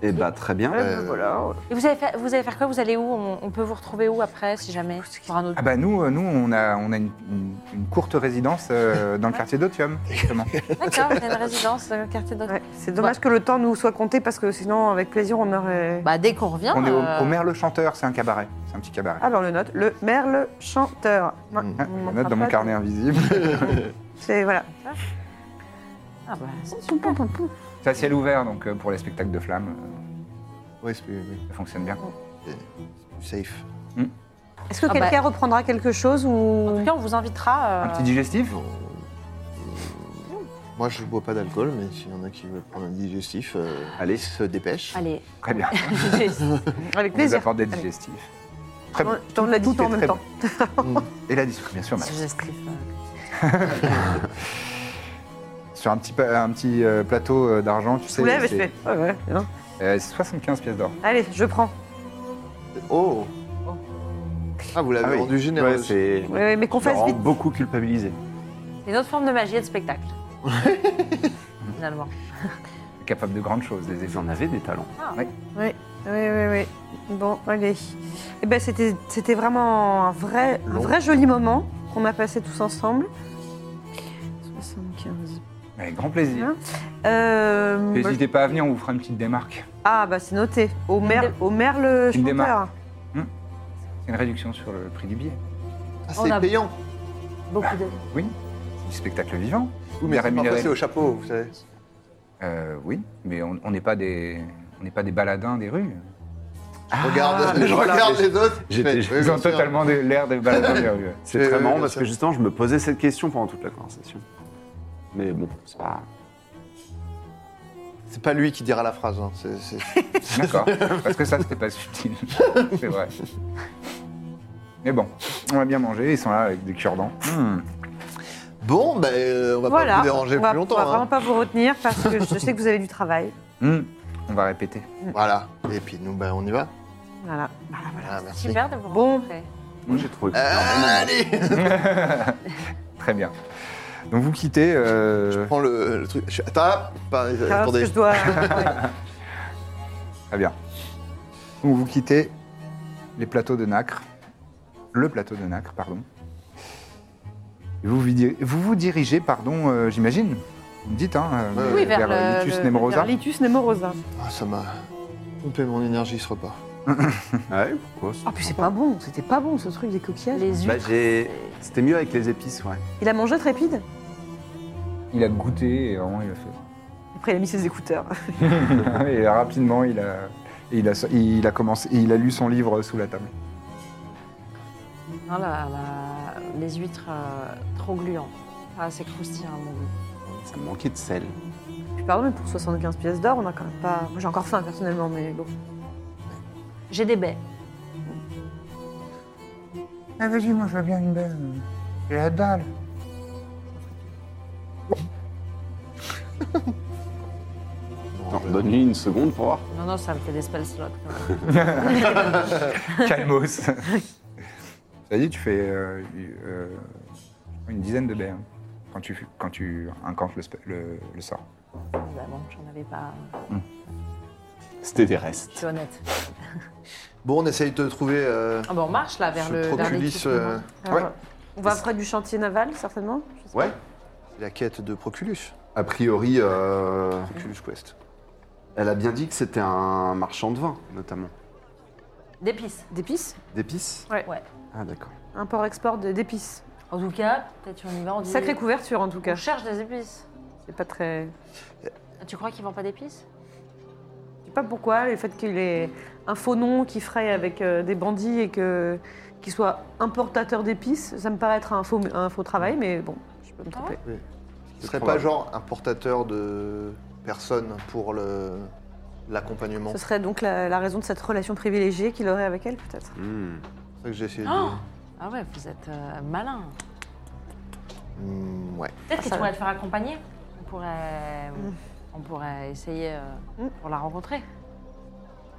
Speaker 4: Et bah très bien.
Speaker 3: bah, voilà,
Speaker 5: Et vous allez faire, vous allez faire quoi Vous allez où on, on peut vous retrouver où après, si jamais Pour un autre.
Speaker 1: Ah bah nous, euh, nous on a, on a une, une- une courte résidence euh, dans le quartier d'Otium, justement.
Speaker 5: D'accord, vous avez une résidence dans le quartier d'autre.
Speaker 2: Ouais, c'est dommage que le temps nous soit compté parce que sinon, avec plaisir, on aurait.
Speaker 5: Bah, dès qu'on revient.
Speaker 1: On est au,
Speaker 5: euh,
Speaker 1: au Merle Chanteur, c'est un cabaret, c'est un petit cabaret.
Speaker 5: Bah.
Speaker 2: Alors, le note, le merle chanteur. Non,
Speaker 3: Mm.
Speaker 1: Ah,
Speaker 2: on
Speaker 1: la
Speaker 2: manquera
Speaker 1: note dans
Speaker 2: pas
Speaker 1: mon
Speaker 2: de-
Speaker 1: carnet invisible.
Speaker 2: C'est voilà.
Speaker 5: Ah bah, c'est
Speaker 2: Poum, poum, poum, poum.
Speaker 1: c'est à ciel ouvert, donc euh, pour les spectacles de flammes,
Speaker 3: Oui, c'est plus, oui,
Speaker 1: euh, ça fonctionne bien.
Speaker 3: plus safe.
Speaker 2: Est-ce que
Speaker 5: Ah bah-
Speaker 2: quelqu'un reprendra quelque chose
Speaker 5: En
Speaker 2: ou
Speaker 5: tout cas, on vous invitera. euh,
Speaker 1: Un petit digestif
Speaker 3: Moi, je bois pas d'alcool, mais s'il y en a qui veulent prendre un digestif, euh,
Speaker 4: Allez.
Speaker 3: ils se dépêchent.
Speaker 5: euh, Allez.
Speaker 1: Très bien,
Speaker 2: avec
Speaker 1: on vous
Speaker 2: plaisir
Speaker 1: apporte des
Speaker 2: Allez.
Speaker 1: digestifs. Très
Speaker 2: On-
Speaker 1: bien.
Speaker 2: On l'a dit
Speaker 1: Tout est
Speaker 2: en même
Speaker 1: très
Speaker 2: temps.
Speaker 1: Et la distribution, bien sûr, madame.
Speaker 5: Suggestif.
Speaker 1: Sur un petit, pa- un petit euh, plateau euh, d'argent, tu
Speaker 2: Je
Speaker 1: sais.
Speaker 2: vous lève et je
Speaker 1: c'est-
Speaker 2: fais. Ouais, ouais, hein.
Speaker 1: euh, 75 pièces d'or.
Speaker 2: Allez, je prends.
Speaker 3: Oh Ah, vous l'avez
Speaker 4: Ah oui.
Speaker 3: rendu
Speaker 4: Ouais,
Speaker 3: généreux.
Speaker 4: c'est.
Speaker 2: Ouais, ouais, mais qu'on
Speaker 4: Ça
Speaker 2: fasse
Speaker 4: rend
Speaker 2: vite.
Speaker 4: beaucoup culpabilisé.
Speaker 5: C'est une autre forme de magie et de spectacle. Finalement.
Speaker 1: Capable de grandes choses, les
Speaker 4: Vous
Speaker 1: effets.
Speaker 4: en avez des talents.
Speaker 2: Oui, oui, oui, oui. Bon, allez. Eh ben, c'était, c'était vraiment un vrai, un
Speaker 3: Long.
Speaker 2: vrai joli moment qu'on a passé tous ensemble. 75.
Speaker 1: Avec grand plaisir.
Speaker 2: Hein Euh, bah,
Speaker 1: N'hésitez pas à venir, on vous fera une petite démarque.
Speaker 2: ah, bah c'est noté. Au merle, au merle
Speaker 1: Une
Speaker 2: chanteur.
Speaker 1: démarque. C'est une réduction sur le prix du billet.
Speaker 3: Ah,
Speaker 5: On
Speaker 3: c'est
Speaker 5: a-
Speaker 3: payant.
Speaker 5: Beaucoup de.
Speaker 1: Oui, c'est du spectacle vivant.
Speaker 3: Oui, mais
Speaker 1: bien
Speaker 3: c'est
Speaker 1: rémunéré.
Speaker 3: parfois, c'est au chapeau, vous savez.
Speaker 1: Euh, oui, mais on on n'est pas des on n'est pas des baladins des rues.
Speaker 3: Je Ah, regarde,
Speaker 4: mais
Speaker 3: je
Speaker 4: voilà,
Speaker 3: regarde
Speaker 4: mais-
Speaker 3: les autres.
Speaker 4: J'étais-
Speaker 3: mais-
Speaker 4: ils
Speaker 3: oui,
Speaker 1: Ils
Speaker 3: bien
Speaker 1: ont
Speaker 3: sûr.
Speaker 1: totalement des- l'air des baladins des rues.
Speaker 4: C'est
Speaker 3: Oui,
Speaker 4: très
Speaker 3: oui,
Speaker 4: marrant
Speaker 3: bien
Speaker 4: parce
Speaker 3: sûr.
Speaker 4: que justement, je me posais cette question pendant toute la conversation. Mais bon, c'est pas.
Speaker 3: C'est pas lui qui dira la phrase. hein, c'est- c'est-
Speaker 1: D'accord. Parce que ça, c'était pas subtil. C'est vrai. Mais bon, on a bien mangé, ils sont là avec des cure-dents. Hmm.
Speaker 3: Bon, ben, euh, on va
Speaker 2: Voilà.
Speaker 3: pas vous déranger
Speaker 2: on va,
Speaker 3: plus
Speaker 2: on va
Speaker 3: longtemps.
Speaker 2: vraiment
Speaker 3: hein.
Speaker 2: pas vous retenir parce que je sais que vous avez du travail.
Speaker 1: Hmm. On va répéter.
Speaker 3: Voilà. Et puis nous, ben, on y va.
Speaker 2: Voilà.
Speaker 3: Euh, Voilà, merci.
Speaker 5: Super de vous
Speaker 2: Bon.
Speaker 5: rencontrer.
Speaker 4: Moi j'ai trouvé. que c'était un bon moment.
Speaker 3: Ah, allez
Speaker 1: Très bien. Donc vous quittez.
Speaker 3: Je
Speaker 1: euh,
Speaker 3: prends le, le truc. Je- Attends, pas-
Speaker 2: Ah, parce
Speaker 3: attendez.
Speaker 2: que je dois. euh,
Speaker 1: Très ah, bien. Donc vous quittez les plateaux de Nacre, le plateau de Nacre, pardon. Et Vous vous di- vous, vous dirigez, pardon, euh, j'imagine, vous me dites, hein, euh,
Speaker 3: Oui,
Speaker 5: vers le-
Speaker 1: Litus
Speaker 5: le-
Speaker 3: hein.
Speaker 1: Nemorosa.
Speaker 2: Litus hein. Nemorosa.
Speaker 3: Ah, ça m'a pompé mon énergie ce repas.
Speaker 4: Ouais, pourquoi
Speaker 2: Ah, puis c'est pas bon, c'était pas bon ce truc des coquillages.
Speaker 5: Les
Speaker 4: Bah,
Speaker 5: huîtres.
Speaker 4: j'ai- C'était mieux avec les épices, ouais.
Speaker 2: Il a mangé trépide
Speaker 1: Il a goûté et vraiment il a fait.
Speaker 2: Après, il a mis ses écouteurs.
Speaker 1: et rapidement, il a, il a, il a commencé, il a lu son livre sous la table.
Speaker 5: Oh Non, la- la- les huîtres euh, trop gluantes. Ah, c'est croustillant à mon goût.
Speaker 6: Ça me manquait de sel.
Speaker 2: Puis pardon, mais pour 75 pièces d'or, on n'a quand même pas. Moi, j'ai encore faim personnellement, mais bon.
Speaker 5: J'ai des baies.
Speaker 1: Ah, vas-y, moi, je veux bien une belle. euh, J'ai la dalle.
Speaker 6: Attends, Donne-lui une seconde pour voir.
Speaker 5: Non, non, ça me fait des spell slots. quand même.
Speaker 1: Calmos. Ça dit, tu fais euh, euh, une dizaine de baies hein, quand, tu, quand tu incantes le, spe- le- le sort.
Speaker 5: Bah bon, j'en avais pas.
Speaker 6: Hmm. C'était des restes.
Speaker 5: Je suis honnête.
Speaker 3: Bon, on essaye de trouver euh,
Speaker 5: Ah bah on marche là vers
Speaker 3: ce
Speaker 5: le. vers
Speaker 3: Proculis.
Speaker 5: l'équipement.
Speaker 3: euh,
Speaker 2: Alors, On va près du chantier naval, certainement Je sais
Speaker 3: Ouais. C'est la quête de Proculus.
Speaker 6: A priori, euh,
Speaker 3: Proculus Quest.
Speaker 6: elle a bien dit que c'était un marchand de vin, notamment.
Speaker 5: D'épices.
Speaker 2: pas. D'épices
Speaker 6: D'épices
Speaker 5: Ouais.
Speaker 6: Ah, d'accord.
Speaker 2: Import-export de- d'épices.
Speaker 5: En tout cas, peut-être on y va, on dit.
Speaker 2: Sacrée couverture, en tout
Speaker 5: On
Speaker 2: cas.
Speaker 5: cherche des épices.
Speaker 2: C'est pas très.
Speaker 5: Tu crois qu'ils vendent pas d'épices
Speaker 2: Je sais pas pourquoi, le fait qu'il ait un faux nom qui fraye avec euh, des bandits et que qu'il soit importateur d'épices, ça me paraît être un faux, un faux travail, mais bon, je peux me
Speaker 5: Ah
Speaker 2: tromper.
Speaker 3: Ce serait pas
Speaker 6: probable.
Speaker 3: genre un portateur de personnes pour le l'accompagnement.
Speaker 2: Ce
Speaker 3: C'est
Speaker 2: serait donc la, la raison de cette relation privilégiée qu'il aurait avec elle, peut-être.
Speaker 6: Hmm.
Speaker 3: ça que j'ai essayé
Speaker 5: Oh
Speaker 3: de.
Speaker 5: Ah ouais, vous êtes euh, malin.
Speaker 3: Hmm, ouais.
Speaker 5: Peut-être que tu
Speaker 2: ça
Speaker 5: pourrais te faire accompagner. On pourrait, on pourrait essayer euh,
Speaker 2: Mm.
Speaker 5: pour la rencontrer.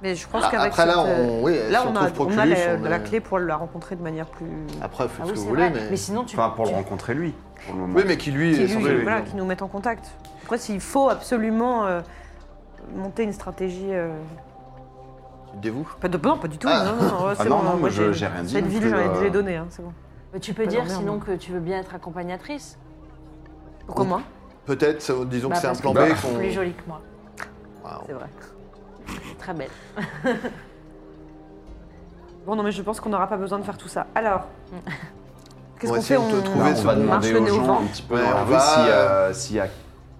Speaker 2: Mais je pense
Speaker 3: Ah,
Speaker 2: qu'avec
Speaker 3: Après
Speaker 2: cette...
Speaker 3: là,
Speaker 2: euh,
Speaker 3: on, oui,
Speaker 2: là,
Speaker 3: si on,
Speaker 2: on, a,
Speaker 3: trouve Proculus,
Speaker 2: on a la,
Speaker 3: on
Speaker 2: la
Speaker 3: a-
Speaker 2: clé pour la rencontrer de manière plus...
Speaker 3: Après, faites ce
Speaker 5: Ah oui,
Speaker 3: que
Speaker 5: c'est
Speaker 3: vous
Speaker 5: vrai.
Speaker 3: voulez, mais.
Speaker 5: Mais sinon, tu.
Speaker 6: Enfin, pour le
Speaker 5: tu-
Speaker 6: rencontrer lui, pour le moment.
Speaker 3: Oui, mais qui lui.
Speaker 2: qui,
Speaker 3: est
Speaker 2: lui-
Speaker 3: censé-
Speaker 2: voilà, qui nous mette en contact. Après, s'il faut absolument euh, monter une stratégie... euh,
Speaker 3: Tu te dévoues.
Speaker 2: Pas de... Non, pas du tout,
Speaker 3: Ah.
Speaker 2: non, non, ouais,
Speaker 6: Ah
Speaker 2: c'est
Speaker 6: non,
Speaker 2: bon.
Speaker 6: non,
Speaker 2: moi,
Speaker 6: moi, je-
Speaker 2: j'ai
Speaker 6: j'ai rien dit
Speaker 2: Cette
Speaker 6: non
Speaker 2: ville,
Speaker 6: plus,
Speaker 2: j'en ai
Speaker 6: euh.
Speaker 2: j'ai donné, hein, c'est bon.
Speaker 5: Mais tu peux
Speaker 2: Pas
Speaker 5: dire
Speaker 2: d'emmerde,
Speaker 5: sinon
Speaker 2: non.
Speaker 5: que tu veux bien être accompagnatrice.
Speaker 2: Pourquoi moi
Speaker 3: Peut-être, ça- disons
Speaker 5: Bah,
Speaker 3: que c'est un
Speaker 5: parce
Speaker 3: plan
Speaker 5: que
Speaker 3: B
Speaker 5: tu es
Speaker 3: qu'on.
Speaker 5: plus jolie que moi.
Speaker 3: Waouh.
Speaker 2: C'est vrai.
Speaker 5: Très belle.
Speaker 2: Bon, non, mais je pense qu'on n'aura pas besoin de faire tout ça. Alors, qu'est-ce
Speaker 3: On va
Speaker 2: qu'on
Speaker 3: essayer
Speaker 2: fait
Speaker 3: de
Speaker 6: Là,
Speaker 3: te trouver
Speaker 6: on
Speaker 3: ce
Speaker 6: va
Speaker 3: bon.
Speaker 2: Marche
Speaker 6: demander
Speaker 2: le
Speaker 6: aux
Speaker 2: nez au
Speaker 6: gens
Speaker 2: vent.
Speaker 6: un petit peu
Speaker 3: Ouais,
Speaker 6: dans la
Speaker 3: on
Speaker 6: rue
Speaker 3: va,
Speaker 6: si, euh,
Speaker 3: euh,
Speaker 6: s'il y a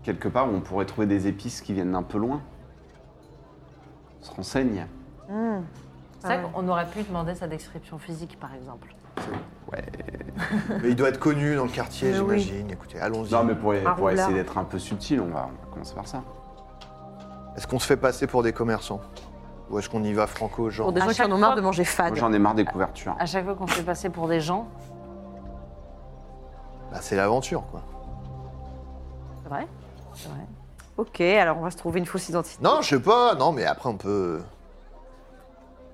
Speaker 6: quelque part où on pourrait trouver des épices qui viennent d'un peu loin. On se renseigne.
Speaker 2: Hmm.
Speaker 5: C'est
Speaker 2: Ah
Speaker 5: vrai
Speaker 2: ouais.
Speaker 5: qu'on aurait pu demander sa description physique, par exemple.
Speaker 3: Mais il doit être connu dans le quartier,
Speaker 2: Mais oui.
Speaker 3: j'imagine. Écoutez, allons-y.
Speaker 6: Non, mais pour, pour
Speaker 2: roublard.
Speaker 6: essayer d'être un peu subtil, on va, on va commencer par ça.
Speaker 3: Est-ce qu'on se fait passer pour des commerçants Ou est-ce qu'on y va franco, genre
Speaker 2: Pour des
Speaker 5: À
Speaker 2: gens qui
Speaker 5: chaque
Speaker 2: en ont marre
Speaker 5: fois-
Speaker 2: de manger fade.
Speaker 6: Moi, j'en ai marre des couvertures.
Speaker 5: À chaque fois qu'on se fait passer pour des gens,
Speaker 3: Bah, C'est l'aventure, quoi.
Speaker 5: c'est vrai C'est vrai.
Speaker 2: Ok, alors on va se trouver une fausse identité.
Speaker 3: Non, je sais pas. Non, mais après, on peut.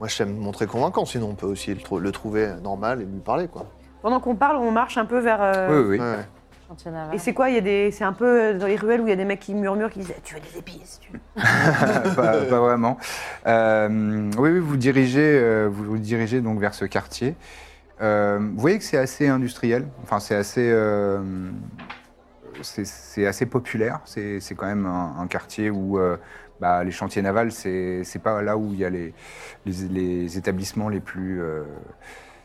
Speaker 3: Moi, je sais me montrer convaincant, sinon on peut aussi le, trou- le trouver normal et lui parler, quoi.
Speaker 2: Pendant qu'on parle, on marche un peu vers. euh,
Speaker 1: Oui, oui.
Speaker 3: Ouais.
Speaker 5: Chantier naval.
Speaker 2: Et c'est quoi Il y a des, c'est un peu euh, dans les ruelles où il y a des mecs qui murmurent, qui disent Eh, "Tu veux des épices tu veux
Speaker 1: pas, pas vraiment. Euh, oui, oui, vous dirigez, euh, vous vous dirigez donc vers ce quartier. Euh, vous voyez que c'est assez industriel. Enfin, c'est assez, euh, c'est- c'est assez populaire. C'est c'est quand même un, un quartier où euh, bah, les chantiers navals, c'est c'est pas là où il y a les, les, les établissements les plus, euh,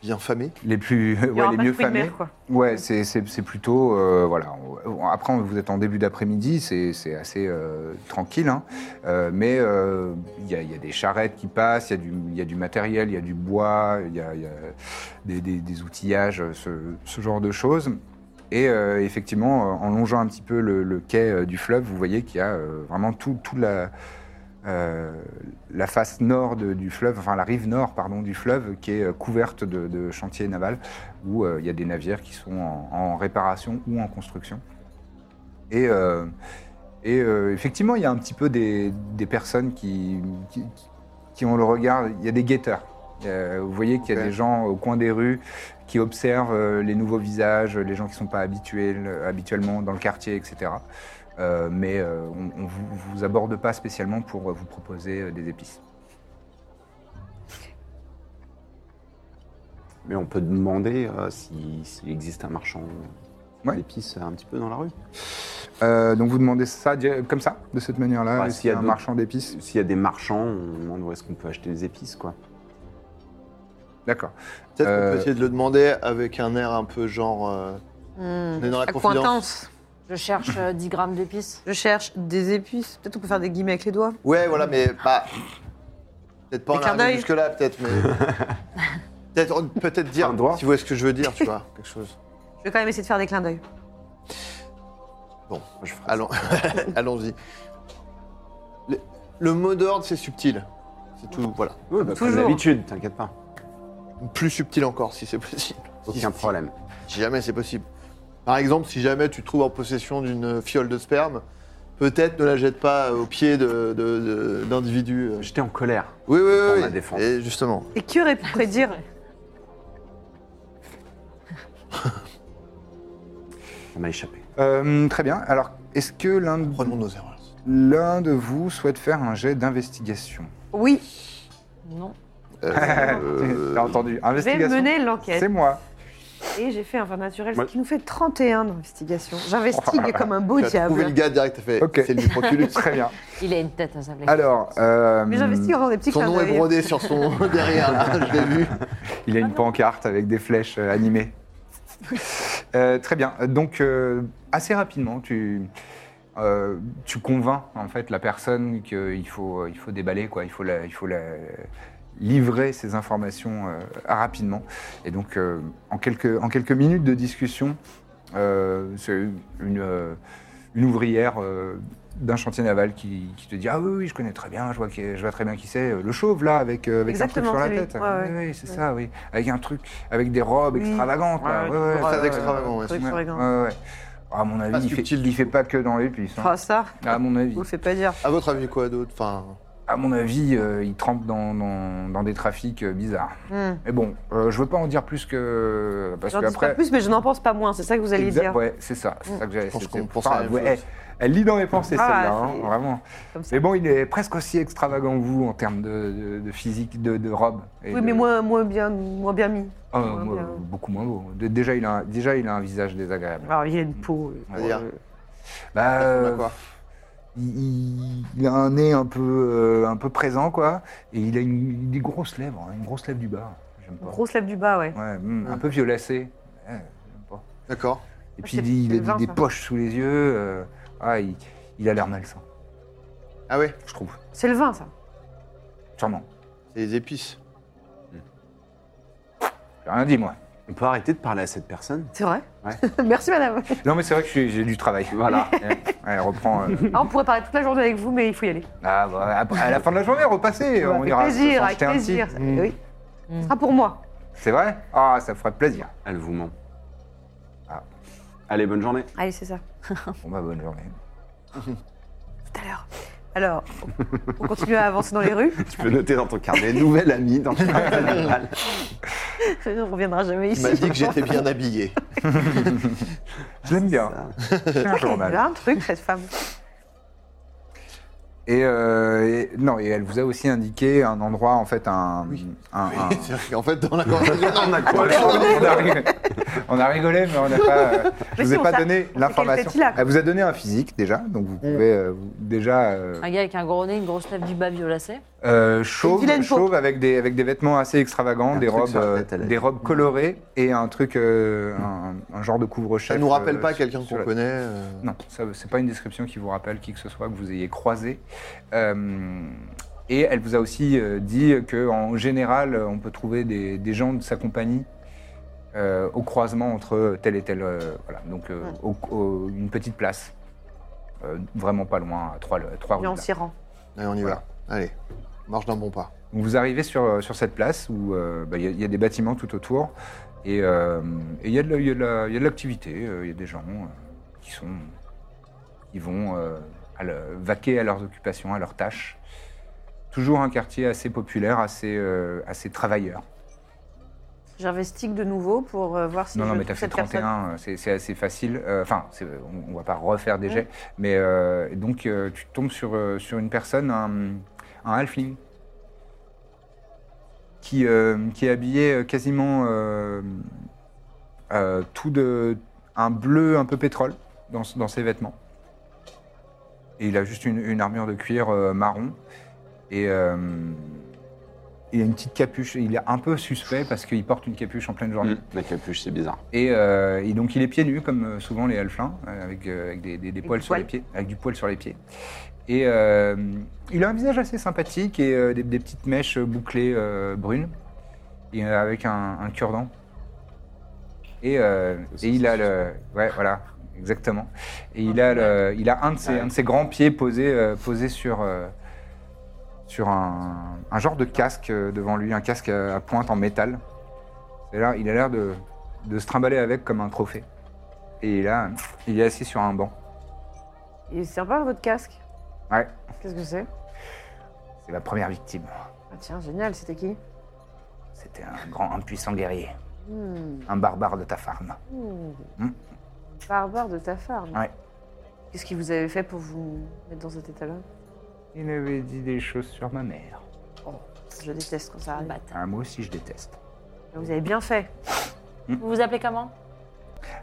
Speaker 3: Bien famé.
Speaker 1: les plus,
Speaker 2: Il y
Speaker 1: ouais,
Speaker 2: aura
Speaker 1: les
Speaker 2: pas de
Speaker 1: mieux
Speaker 2: fruits de
Speaker 1: famés.
Speaker 2: mer, quoi.
Speaker 1: Ouais, c'est- c'est c'est plutôt. euh, voilà. On- Après, vous êtes en début d'après-midi, c'est c'est assez euh, tranquille. hein. Euh, mais euh, il y, a- il y a des charrettes qui passent, il y, a du- il y a du matériel, il y a du bois, il y a, il y a des, des- des outillages, ce, ce genre de choses. Et euh, effectivement, euh, en longeant un petit peu le, le quai euh, du fleuve, vous voyez qu'il y a euh, vraiment tout, tout la, euh, la face nord de- du fleuve, enfin la rive nord pardon, du fleuve, qui est euh, couverte de, de chantiers navals, où euh, il y a des navires qui sont en, en réparation ou en construction. Et, euh, et euh, effectivement, il y a un petit peu des, des personnes qui, qui, qui ont le regard, il y a des guetteurs. Euh, vous voyez qu'il y a
Speaker 3: Ok.
Speaker 1: des gens au coin des rues qui observent euh, les nouveaux visages, les gens qui ne sont pas habituels, euh, habituellement dans le quartier, etc. Euh, mais euh, on ne vous, vous aborde pas spécialement pour euh, vous proposer euh, des épices.
Speaker 6: Mais on peut demander euh, si- s'il existe un marchand
Speaker 1: Ouais.
Speaker 6: d'épices euh, un petit peu dans la rue.
Speaker 1: Euh, donc vous demandez ça di- comme ça, de cette manière-là,
Speaker 6: Bah, s'il
Speaker 1: est-ce
Speaker 6: y
Speaker 1: qu'il y
Speaker 6: a
Speaker 1: a un
Speaker 6: d'autres-
Speaker 1: marchand d'épices
Speaker 6: S'il y a des marchands, on demande où est-ce qu'on peut acheter des épices, quoi.
Speaker 1: D'accord.
Speaker 3: Peut-être qu'on
Speaker 1: Euh.
Speaker 3: peut essayer de le demander avec un air un peu genre. euh,
Speaker 2: Hmm.
Speaker 3: On est dans la confidence.
Speaker 2: Accointance.
Speaker 5: Je cherche euh, 10 grammes d'épices.
Speaker 2: Je cherche des épices. Peut-être on peut faire des guillemets avec les doigts.
Speaker 3: Ouais, voilà, mais pas. Peut-être pas
Speaker 2: Des
Speaker 3: en
Speaker 2: clins
Speaker 3: arriver
Speaker 2: d'œil.
Speaker 3: jusque-là, peut-être, mais. peut-être peut dire,
Speaker 6: Un doigt.
Speaker 3: si vous voyez ce que je veux dire, tu vois, quelque chose.
Speaker 2: Je vais quand même essayer de faire des clins d'œil.
Speaker 4: Je ferai
Speaker 3: Allons- Allons-y. le, le mot d'ordre, c'est subtil. C'est tout, voilà.
Speaker 4: ça. Oui, bah, comme
Speaker 2: Toujours.
Speaker 4: d'habitude, t'inquiète pas.
Speaker 3: Plus subtil encore, si c'est possible.
Speaker 4: Aucun
Speaker 3: Si-
Speaker 4: problème.
Speaker 3: Si jamais c'est possible. Par exemple, si jamais tu te trouves en possession d'une fiole de sperme, peut-être ne la jette pas au pied de- de- de- d'individus. euh.
Speaker 4: J'étais en colère.
Speaker 3: Oui, oui, oui.
Speaker 4: Pour
Speaker 3: oui.
Speaker 4: la défense.
Speaker 3: Et justement.
Speaker 2: Et qui aurait pu prédire
Speaker 4: On m'a échappé.
Speaker 1: Euh, très bien. Alors, est-ce que l'un de,
Speaker 3: Prenons nos erreurs.
Speaker 1: l'un de vous souhaite faire un jet d'investigation
Speaker 2: Oui,
Speaker 5: Non.
Speaker 1: T'as entendu
Speaker 2: Euh, je vais
Speaker 1: Investigation.
Speaker 2: mener
Speaker 1: C'est
Speaker 2: l'enquête.
Speaker 1: moi.
Speaker 2: Et j'ai fait un vin naturel,
Speaker 4: Ouais.
Speaker 2: ce qui nous fait 31 d'investigation. J'investigue comme un beau
Speaker 3: Tu as trouvé le
Speaker 2: diable.
Speaker 3: gars direct, t'as fait.
Speaker 1: Ok.
Speaker 3: C'est le microculus.
Speaker 1: Très bien.
Speaker 5: Il a une tête à sa blague.
Speaker 1: Alors, euh,
Speaker 2: Mais j'investigue en faisant des petits
Speaker 3: Son
Speaker 2: clins
Speaker 3: nom est
Speaker 2: d'œil.
Speaker 3: brodé sur son derrière, là, je l'ai vu.
Speaker 1: il a une pancarte avec des flèches euh, animées. Euh, très bien. Donc, euh, assez rapidement, tu, euh, tu convaincs en fait la personne qu'il faut, il faut déballer, quoi. Il faut la, il faut la livrer ces informations euh, rapidement. Et donc, euh, en, quelques, en quelques minutes de discussion, euh, c'est une, euh, une ouvrière euh, d'un chantier naval qui, qui te dit Ah oui, oui, je connais très bien, je vois, qui- je vois très bien qui c'est, le chauve là, avec, euh, avec un truc
Speaker 2: Exactement,
Speaker 1: sur la
Speaker 2: c'est lui.
Speaker 1: tête.
Speaker 2: Ouais, ouais.
Speaker 1: Oui, oui, c'est ça, oui. Avec un truc, avec des robes
Speaker 2: Oui.
Speaker 1: extravagantes. là. Ouais,
Speaker 2: Ouais, des
Speaker 1: ouais,
Speaker 2: robes,
Speaker 1: ça,
Speaker 2: euh,
Speaker 1: ouais,
Speaker 3: extravagant, ouais.
Speaker 1: ouais,
Speaker 2: Truc sur les gants.
Speaker 1: ouais, ouais. À mon avis, il fait,
Speaker 3: subtil du
Speaker 1: il fait pas que dans les puces. hein.
Speaker 2: Ah, ça,
Speaker 1: À mon avis.
Speaker 2: vous le faites pas dire.
Speaker 3: À votre avis, quoi d'autre Enfin,
Speaker 1: À mon avis, euh, il trempe dans, dans- dans des trafics euh, bizarres.
Speaker 2: Hmm.
Speaker 1: Mais bon, euh, je veux pas en dire plus que. Parce
Speaker 2: J'en
Speaker 1: que
Speaker 2: dis pas
Speaker 1: après.
Speaker 2: plus, mais je n'en pense pas moins, c'est ça que vous alliez
Speaker 1: Exact-
Speaker 2: dire.
Speaker 1: ouais, c'est ça. C'est ça que j'avais
Speaker 3: je pense
Speaker 1: c'était-
Speaker 3: qu'on pense à la
Speaker 1: Ah,
Speaker 3: même
Speaker 1: ouais,
Speaker 3: chose.
Speaker 1: elle, elle lit dans les pensées,
Speaker 2: Ah,
Speaker 1: celle-là,
Speaker 2: c'est-
Speaker 1: hein, vraiment.
Speaker 2: Comme ça.
Speaker 1: Mais bon, il est presque aussi extravagant que vous en termes de, de- de physique, de, de robe. et
Speaker 2: Oui,
Speaker 1: de-
Speaker 2: mais moins, moins, bien, moins bien mis.
Speaker 1: Ah,
Speaker 2: moins
Speaker 1: moi,
Speaker 2: bien.
Speaker 1: beaucoup moins beau. De- déjà, il a, un- déjà, il a un visage désagréable.
Speaker 2: Alors, il y a une peau. euh,
Speaker 3: C'est-à-dire
Speaker 2: euh,
Speaker 1: Bah,
Speaker 3: on a
Speaker 1: euh,
Speaker 3: quoi
Speaker 1: il, il a un nez un peu, euh, un peu présent, quoi. Et il a une, des grosses lèvres, hein, une grosse lèvre du bas. J'aime pas.
Speaker 2: Grosse lèvre du bas, ouais.
Speaker 1: Ouais, hum, un
Speaker 3: Ouais.
Speaker 1: peu violacé. Ouais, j'aime pas.
Speaker 3: D'accord.
Speaker 1: Et
Speaker 2: Ah,
Speaker 1: puis
Speaker 2: c'est-
Speaker 1: il, il a
Speaker 2: c'est le
Speaker 1: des,
Speaker 2: vin,
Speaker 1: des
Speaker 2: ça.
Speaker 1: poches sous les yeux. euh, ah, il, il a l'air malsain,
Speaker 3: Ah ouais,
Speaker 1: je trouve.
Speaker 2: C'est le vin, ça.
Speaker 1: Sûrement.
Speaker 3: c'est les épices.
Speaker 1: J'ai rien dit, moi.
Speaker 4: On peut arrêter de parler à cette personne
Speaker 2: C'est vrai
Speaker 4: Ouais.
Speaker 2: Merci, madame.
Speaker 1: Non, mais c'est vrai que je suis- j'ai du travail.
Speaker 4: Voilà.
Speaker 1: Elle reprend. euh,
Speaker 2: Ah, on pourrait parler toute la journée avec vous, mais il faut y aller.
Speaker 1: ah, bah, après- à la fin de la journée, repasser.
Speaker 2: Ouais,
Speaker 1: on
Speaker 2: avec
Speaker 1: ira se-
Speaker 2: plaisir,
Speaker 1: s'en
Speaker 2: avec
Speaker 1: jeter un petit.
Speaker 2: plaisir. ça-
Speaker 3: Mm.
Speaker 2: Oui.
Speaker 5: Mm.
Speaker 2: Ce sera pour moi.
Speaker 1: C'est vrai Ah, ça ferait plaisir.
Speaker 4: Elle vous ment.
Speaker 1: Ah.
Speaker 4: Allez, bonne journée.
Speaker 2: Allez, c'est ça.
Speaker 1: Bon, bah, bonne journée.
Speaker 2: Tout à l'heure. Alors, on continue à avancer dans les rues.
Speaker 4: Tu peux noter dans ton carnet, nouvelle amie dans le carnet général.
Speaker 2: on reviendra jamais ici.
Speaker 3: Il m'a dit que j'étais bien habillé.
Speaker 1: Je l'aime bien. C'est un
Speaker 2: Elle
Speaker 1: journal.
Speaker 2: a un truc, cette femme.
Speaker 1: Et, euh, et- non, et elle vous a aussi indiqué un endroit, en fait, un. un- un-
Speaker 3: C'est vrai qu'en fait, dans la conversation,
Speaker 4: Ah,
Speaker 3: on a quoi
Speaker 1: on, a rigolé, on a rigolé, mais on n'a pas. euh, je
Speaker 2: Mais
Speaker 1: vous
Speaker 2: si,
Speaker 1: ai
Speaker 2: on
Speaker 1: pas
Speaker 2: s'a-
Speaker 1: donné
Speaker 2: on sait quelle
Speaker 1: l'information.
Speaker 2: tête il a. Mm.
Speaker 1: Elle vous a donné un physique déjà, donc vous pouvez euh, vous- déjà euh,
Speaker 5: Un gars avec un gros nez, une grosse lèvre du bas violacée.
Speaker 1: euh, chauve,
Speaker 2: Une vilaine peau.
Speaker 1: chauve avec des avec des vêtements assez extravagants,
Speaker 4: Un
Speaker 1: des
Speaker 4: truc
Speaker 1: robes,
Speaker 4: sur la
Speaker 1: euh,
Speaker 4: tête, elle a
Speaker 1: des
Speaker 4: dit. Mm.
Speaker 1: robes colorées et un truc, euh, un, un genre de couvre-chef.
Speaker 3: Ça nous rappelle
Speaker 1: euh,
Speaker 3: pas
Speaker 1: sur-
Speaker 3: quelqu'un
Speaker 1: sur
Speaker 3: qu'on
Speaker 1: la-
Speaker 3: connaît. euh,
Speaker 1: Non, ça c'est pas une description qui vous rappelle qui que ce soit que vous ayez croisé. Euh, et elle vous a aussi euh, dit que en général, on peut trouver des, des gens de sa compagnie euh, au croisement entre tel et tel. euh, voilà, donc euh, au- au- une petite place, Euh, vraiment pas loin, à trois, trois rues.
Speaker 2: Et on
Speaker 1: là.
Speaker 2: s'y rend.
Speaker 3: Allez, on y
Speaker 1: Voilà.
Speaker 3: va. Allez, marche d'un bon pas.
Speaker 1: Donc vous arrivez sur, euh, sur cette place où euh, bah, il y, a- il y a des bâtiments tout autour et euh, et il y a de la- il y a de la- il y a de l'activité, euh, il y a des gens euh, qui sont qui vont euh, à le- vaquer à leurs occupations, à leurs tâches. Toujours un quartier assez populaire, assez, euh, assez travailleur.
Speaker 2: J'investigue de nouveau pour euh, voir si
Speaker 1: non, non,
Speaker 2: je
Speaker 1: mais t'as
Speaker 2: trouve
Speaker 1: fait
Speaker 2: cette personne.
Speaker 1: 31, euh, c'est c'est assez facile. Euh, Enfin, c'est- on, on va pas refaire des jets, mais euh, donc euh, tu tombes sur, euh, sur une personne, un, un halfling, qui, euh, qui est habillé euh, quasiment euh, euh, tout de un bleu un peu pétrole dans, s- dans ses vêtements. Et il a juste une, une armure de cuir euh, marron et euh, il a une petite capuche. Il est un peu suspect parce qu'il porte une capuche en pleine journée.
Speaker 4: Hum, La capuche, c'est bizarre.
Speaker 1: Et, euh, et donc il est pieds nus, comme euh, souvent les halflins, euh, avec, euh, avec des, des- des poils
Speaker 2: du
Speaker 1: sur
Speaker 2: poil.
Speaker 1: les pieds, avec du poil sur les pieds. Et euh, il a un visage assez sympathique et euh, des, des petites mèches bouclées euh, brunes, et euh, avec un, un cure-dent. Et, euh, et il a le, ouais, voilà, exactement. Et il a, le- il a un, de ses, un de ses grands pieds posé, euh, posé sur, euh, sur un, un genre de casque euh, devant lui, un casque euh, à à pointe en métal. Et là, il a l'air de, de se trimballer avec comme un trophée. Et là, il est assis sur un banc.
Speaker 2: Il est sympa votre casque.
Speaker 1: Ouais,
Speaker 2: Qu'est-ce que c'est
Speaker 1: c'est la première victime.
Speaker 2: Ah tiens, génial, c'était qui
Speaker 1: C'était un grand, un puissant guerrier,
Speaker 2: Hmm,
Speaker 1: un barbare de ta farme.
Speaker 2: hmm.
Speaker 1: Hmm.
Speaker 2: Barbare de ta farme.
Speaker 1: Ouais.
Speaker 2: Qu'est-ce qu'il vous avait fait pour vous mettre dans cet état-là
Speaker 1: Il avait dit des choses sur ma mère.
Speaker 2: Je déteste quand ça arrive.
Speaker 1: Un mot aussi, je déteste.
Speaker 2: Vous avez bien fait.
Speaker 1: Hmm.
Speaker 5: Vous vous appelez comment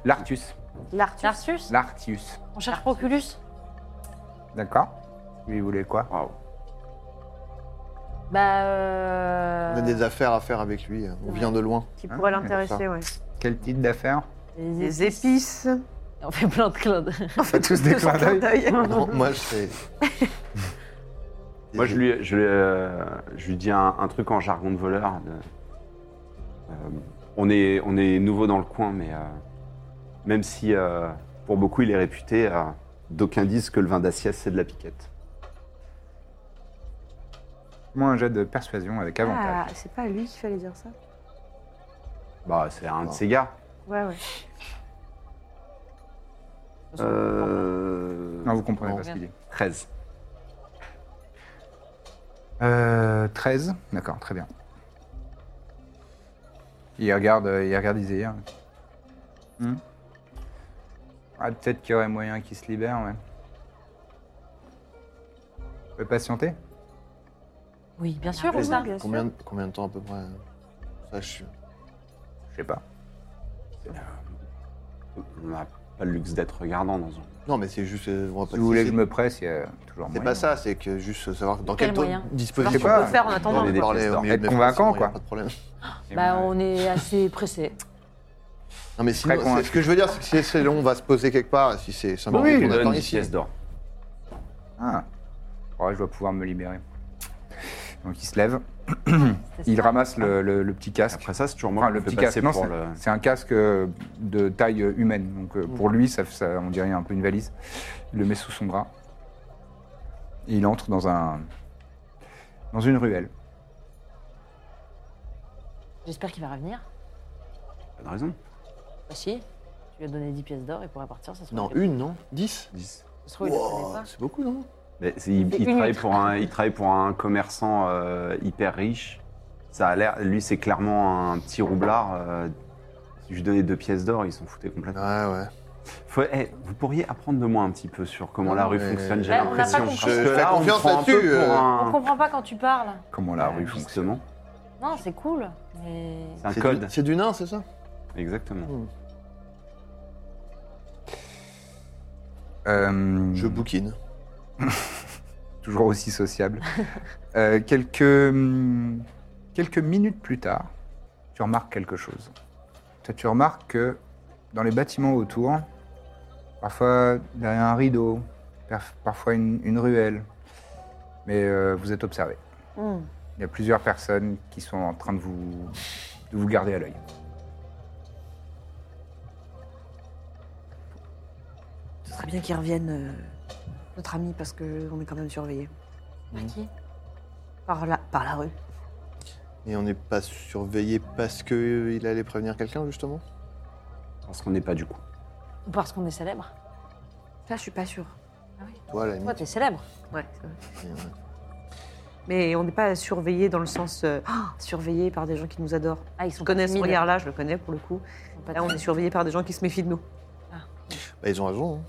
Speaker 1: L'artus.
Speaker 2: L'Arthur.
Speaker 5: Narcius
Speaker 1: L'artius.
Speaker 5: On cherche Proculus
Speaker 1: D'accord Lui, il voulait quoi
Speaker 4: Waouh.
Speaker 5: Bah.
Speaker 3: On
Speaker 5: Euh...
Speaker 3: a des affaires à faire avec lui. On vient de loin.
Speaker 2: Qui
Speaker 1: Hein,
Speaker 2: pourrait
Speaker 1: comme
Speaker 2: l'intéresser, ouais.
Speaker 1: Quel type d'affaires
Speaker 5: des
Speaker 2: Les épices.
Speaker 5: On fait plein de clins d'œil.
Speaker 2: On fait
Speaker 1: tous des clins d'œil.
Speaker 3: Non, moi, je sais.
Speaker 4: Moi, je lui, je, lui, euh, je lui dis un, un truc en jargon de voleur. de- euh, on, est, on est nouveau dans le coin, mais euh, même si euh, pour beaucoup il est réputé, euh, d'aucuns disent que le vin d'Assias c'est de la piquette.
Speaker 1: Moi, un jet de persuasion avec
Speaker 2: Ah,
Speaker 1: avantage.
Speaker 2: c'est pas lui qu'il fallait dire ça.
Speaker 4: Bah, c'est un de ces gars.
Speaker 2: Ouais, ouais.
Speaker 4: Euh,
Speaker 1: Non, vous comprenez
Speaker 3: Bon.
Speaker 1: pas ce qu'il dit.
Speaker 4: 13.
Speaker 1: Euh, 13. D'accord, très bien. Il regarde, euh, il regarde Iséir. Hmm. ah, peut-être qu'il y aurait moyen qu'il se libère, ouais. On peut patienter
Speaker 5: Oui, bien sûr,
Speaker 2: Ouais,
Speaker 5: ça.
Speaker 2: bien sûr.
Speaker 3: Combien, combien de temps à peu près euh, Ça, je suis-
Speaker 1: Je sais pas.
Speaker 4: On n'a pas le luxe d'être regardant dans un.
Speaker 3: Non, mais c'est juste. euh, on va pas-
Speaker 1: Si vous voulez
Speaker 3: c'est-
Speaker 1: que je me presse, il y a toujours
Speaker 3: C'est
Speaker 1: moyen.
Speaker 3: pas ça, c'est que juste savoir dans
Speaker 5: Quel
Speaker 3: quel,
Speaker 5: moyen
Speaker 1: Je sais
Speaker 3: dispositif
Speaker 1: pas.
Speaker 5: On peut faire en attendant.
Speaker 4: On est des
Speaker 3: parler au milieu
Speaker 1: Être
Speaker 3: de mes
Speaker 1: convaincant,
Speaker 3: forces,
Speaker 1: quoi.
Speaker 3: y a Pas de problème.
Speaker 5: Bah, on est assez pressé.
Speaker 3: Non, mais sinon,
Speaker 1: Très
Speaker 3: c'est-
Speaker 1: convaincu.
Speaker 3: ce que je veux dire, c'est que si c'est long, on va se poser quelque part. Si c'est ça
Speaker 4: Bon,
Speaker 3: m'arrive,
Speaker 4: oui,
Speaker 3: Ah bah on attend
Speaker 4: donne une
Speaker 3: ici.
Speaker 4: pièce d'or.
Speaker 1: Ah. Ouais, je dois pouvoir me libérer. Donc il se lève, il ramasse le, le- le petit casque.
Speaker 4: Après ça, c'est toujours moi
Speaker 1: Enfin,
Speaker 4: qui
Speaker 1: le
Speaker 4: me
Speaker 1: petit
Speaker 4: fais
Speaker 1: casque,
Speaker 4: passer
Speaker 1: non,
Speaker 4: pour
Speaker 1: c'est
Speaker 4: le-
Speaker 1: c'est un casque euh, de taille euh, humaine. Donc euh, pour lui, ça, ça- on dirait un peu une valise. Il le met sous son bras. Et il entre dans un dans une ruelle.
Speaker 5: J'espère qu'il va revenir.
Speaker 4: Pas de raison.
Speaker 5: Bah, si. Tu lui as donné 10 pièces d'or, il pourrait partir, ça se trouve.
Speaker 3: Non,
Speaker 5: il-
Speaker 3: une, non 10
Speaker 4: Dix.
Speaker 5: Ça se trouve, il le connaît pas.
Speaker 3: C'est beaucoup, non
Speaker 4: Mais c'est- il, il
Speaker 5: une
Speaker 4: travaille
Speaker 5: huître.
Speaker 4: pour un, il travaille pour un commerçant euh, hyper riche. Ça a l'air, lui, c'est clairement un petit roublard. euh, si je lui donnais deux pièces d'or, ils s'en foutaient complètement.
Speaker 3: Ouais, ouais.
Speaker 4: Faut- eh, vous pourriez apprendre de moi un petit peu sur comment la rue
Speaker 3: Mais-
Speaker 4: fonctionne. J'ai
Speaker 5: Bah, on n'a pas
Speaker 4: l'impression.
Speaker 5: compris.
Speaker 4: Parce
Speaker 3: Je
Speaker 4: que
Speaker 3: fais
Speaker 4: là, on me
Speaker 3: confiance
Speaker 4: prend un peu
Speaker 3: là-dessus,
Speaker 4: pour
Speaker 3: euh.
Speaker 5: On
Speaker 4: un-
Speaker 5: comprend pas quand tu parles.
Speaker 1: Comment la
Speaker 4: Euh,
Speaker 1: rue fonctionne
Speaker 4: justement.
Speaker 5: Non, c'est cool, mais.
Speaker 4: C'est un
Speaker 3: C'est
Speaker 4: code.
Speaker 3: du- C'est du nain, c'est ça
Speaker 4: Exactement.
Speaker 1: Euh,
Speaker 3: Je bouquine.
Speaker 1: toujours aussi sociable. Euh, quelques, hum, quelques minutes plus tard, tu remarques quelque chose. Tu- Tu remarques que dans les bâtiments autour, parfois derrière un rideau, perf- parfois une, une ruelle, mais euh, vous êtes observé.
Speaker 2: Hmm.
Speaker 1: Il y a plusieurs personnes qui sont en train de vous, de vous garder à l'œil.
Speaker 2: Ce serait bien qu'il revienne, euh, notre ami, parce qu'on est quand même surveillé.
Speaker 5: Par qui
Speaker 2: Par la, par la rue.
Speaker 3: Et on n'est pas surveillé parce qu'il allait prévenir quelqu'un, justement
Speaker 4: Parce qu'on n'est pas du coup.
Speaker 5: Ou parce qu'on est célèbre
Speaker 2: Ça, je suis pas sûre.
Speaker 3: Toi, la
Speaker 5: Toi,
Speaker 3: limite.
Speaker 5: t'es célèbre.
Speaker 2: Ouais, c'est vrai.
Speaker 3: Ouais.
Speaker 2: Mais on n'est pas surveillé dans le sens euh, Ah, surveillé par des gens qui nous adorent.
Speaker 5: Ah, ils sont
Speaker 2: Je connais ce
Speaker 5: timides.
Speaker 2: regard-là, je le connais pour le coup.
Speaker 5: Ils sont pas
Speaker 2: Là, on est
Speaker 5: timides.
Speaker 2: surveillé par des gens qui se méfient de nous.
Speaker 3: Bah, ils ont raison.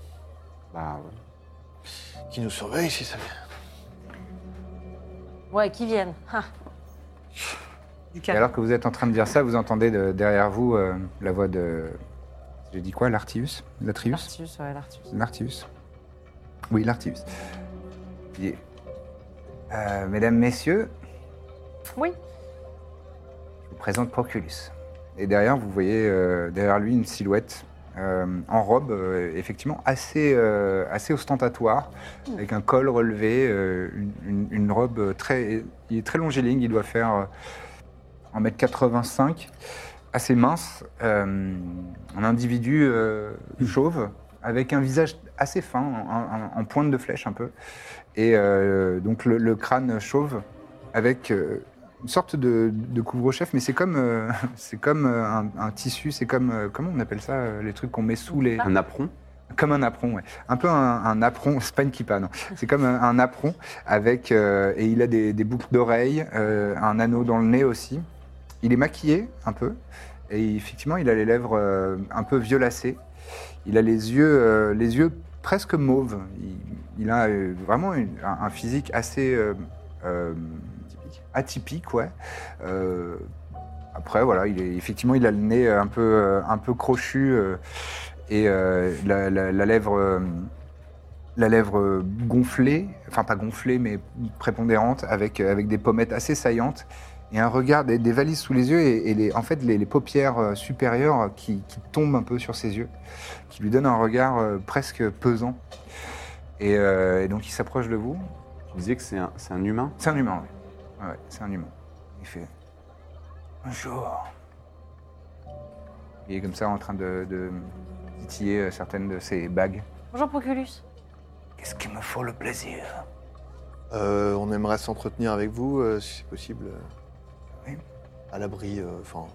Speaker 4: Bah, ouais.
Speaker 3: hein. Qui nous surveille, si ça
Speaker 5: Ouais, qui viennent. Ah,
Speaker 2: Du
Speaker 1: Et
Speaker 2: calme.
Speaker 1: alors que vous êtes en train de dire ça, vous entendez de- derrière vous euh, la voix de. J'ai dit quoi L'Artius L'Atrius
Speaker 5: L'artus, ouais, l'artus.
Speaker 1: L'Artius. Oui, l'Artius. Il est- Euh, mesdames, messieurs,
Speaker 5: Oui.
Speaker 1: je vous présente Proculus. Et derrière, vous voyez euh, derrière lui une silhouette euh, en robe, euh, effectivement assez, euh, assez ostentatoire, avec un col relevé, euh, une, une- une robe euh, très, il est très longiligne, il doit faire euh, 1m85, assez mince, euh, un individu euh, chauve, avec un visage assez fin, en, en- en pointe de flèche un peu. Et euh, donc le, le crâne chauve, avec euh, une sorte de, de couvre-chef, mais c'est comme, euh, c'est comme euh, un, un tissu, c'est comme, euh, comment on appelle ça, euh, les trucs qu'on met sous les...
Speaker 4: Un apron
Speaker 1: Comme un apron, ouais. Un peu un, un apron, c'est pas une kippa, non. C'est comme un, un apron avec. euh, et il a des, des boucles d'oreilles, euh, un anneau dans le nez aussi. Il est maquillé un peu. Et effectivement, il a les lèvres euh, un peu violacées. Il a les yeux, euh, les yeux presque mauves. Il, il a euh, vraiment une- un, un physique assez. euh, euh, atypique, ouais. Euh, après, voilà, il est, effectivement, il a le nez un peu, euh, un peu crochu. euh, et euh, la, la- la lèvre euh, la lèvre euh, gonflée, enfin pas gonflée mais prépondérante avec, euh, avec des pommettes assez saillantes et un regard des, des valises sous les yeux et, et les, en fait les, les paupières euh, supérieures qui, qui tombent un peu sur ses yeux qui lui donnent un regard euh, presque pesant et, euh, et donc il s'approche de vous
Speaker 4: Vous disiez que c'est un, c'est un humain
Speaker 1: c'est un humain ouais, Ouais, c'est un humain il fait bonjour il est comme ça en train de, de titiller euh, certaines de ses bagues
Speaker 5: Bonjour Proculus.
Speaker 7: Qu'est-ce qu'il me faut le plaisir
Speaker 3: Euh, on aimerait s'entretenir avec vous, euh, si c'est possible. euh,
Speaker 1: Oui.
Speaker 3: À l'abri, euh, enfin,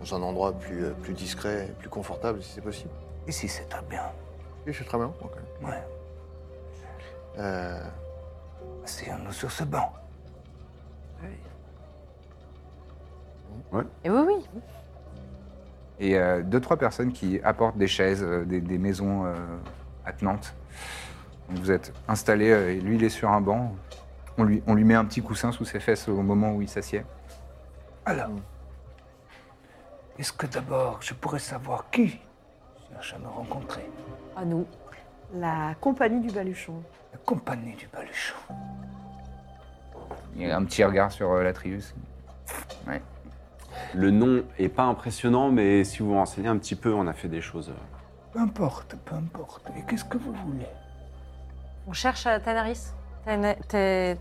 Speaker 3: dans un endroit plus, euh, plus discret, et plus confortable, si c'est possible.
Speaker 7: Ici, c'est très bien.
Speaker 3: Oui, c'est très bien. ok.
Speaker 7: Ouais.
Speaker 3: Euh,
Speaker 7: Asseyons-nous sur ce banc.
Speaker 5: Et Eh oui, oui.
Speaker 1: et euh, deux trois personnes qui apportent des chaises, euh, des, des maisons euh, attenantes. Donc vous êtes installé et lui il est sur un banc. On lui, on lui met un petit coussin sous ses fesses au moment où il s'assied.
Speaker 7: Alors, est-ce que d'abord je pourrais savoir qui cherche à me rencontrer
Speaker 5: À nous.
Speaker 2: La compagnie du baluchon.
Speaker 7: La compagnie du baluchon.
Speaker 1: Il y a un petit regard sur euh, l'Atrius.
Speaker 4: Le nom est pas impressionnant, mais si vous vous renseignez un petit peu, on a fait des choses. euh,
Speaker 7: Peu importe, peu importe. Et qu'est-ce que vous voulez
Speaker 5: On cherche euh, Tanaris. Tana- Té-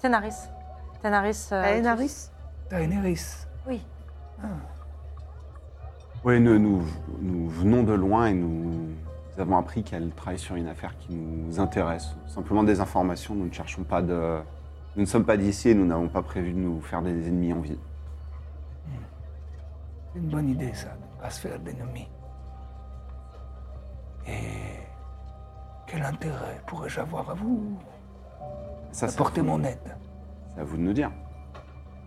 Speaker 5: Tanaris. Tanaris.
Speaker 2: Ah,
Speaker 5: euh,
Speaker 2: Aenaris
Speaker 7: Daenerys.
Speaker 5: Oui.
Speaker 4: Oui, nous, nous, nous venons de loin et nous, nous avons appris qu'elle travaille sur une affaire qui nous intéresse. Simplement des informations, nous ne cherchons pas de... Nous ne sommes pas d'ici et nous n'avons pas prévu de nous faire des ennemis en ville.
Speaker 7: C'est une bonne idée, ça, de ne pas se faire d'ennemis. Et quel intérêt pourrais-je avoir à vous
Speaker 3: Ah,
Speaker 4: Ça, c'est à,
Speaker 7: apporter
Speaker 4: vous,
Speaker 7: mon aide
Speaker 4: c'est à vous de nous dire.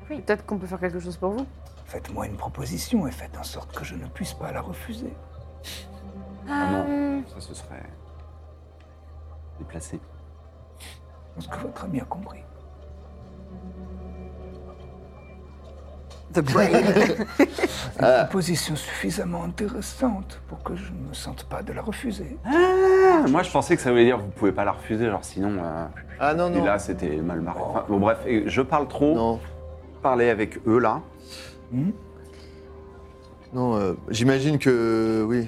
Speaker 2: Peut-être qu'on peut faire quelque chose pour vous.
Speaker 7: Faites-moi une proposition et faites en sorte que je ne puisse pas la refuser.
Speaker 4: Ah
Speaker 5: Euh,
Speaker 4: non, ça, ce serait déplacé.
Speaker 7: Je pense que votre ami a compris. Une proposition suffisamment intéressante pour que je ne me sente pas de la refuser.
Speaker 4: Ah, moi, je pensais que ça voulait dire vous pouvez pas la refuser, genre sinon... euh,
Speaker 3: Ah non,
Speaker 4: Et
Speaker 3: non.
Speaker 4: là, c'était mal marqué. Enfin, bon, bref, et je parle trop.
Speaker 3: Non,
Speaker 4: Parler avec eux, là.
Speaker 3: non euh, j'imagine que euh, oui.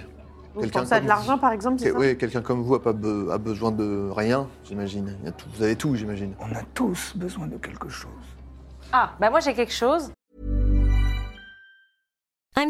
Speaker 2: Vous
Speaker 3: Quelqu'un
Speaker 2: pensez à de
Speaker 3: comme-
Speaker 2: l'argent par exemple, c'est
Speaker 3: que-
Speaker 2: ça
Speaker 3: oui, quelqu'un comme vous a, pas be- a besoin de rien, j'imagine. Il y a tout- Vous avez tout, j'imagine.
Speaker 7: On a tous besoin de quelque chose.
Speaker 5: Ah, bah moi j'ai quelque chose.
Speaker 8: I'm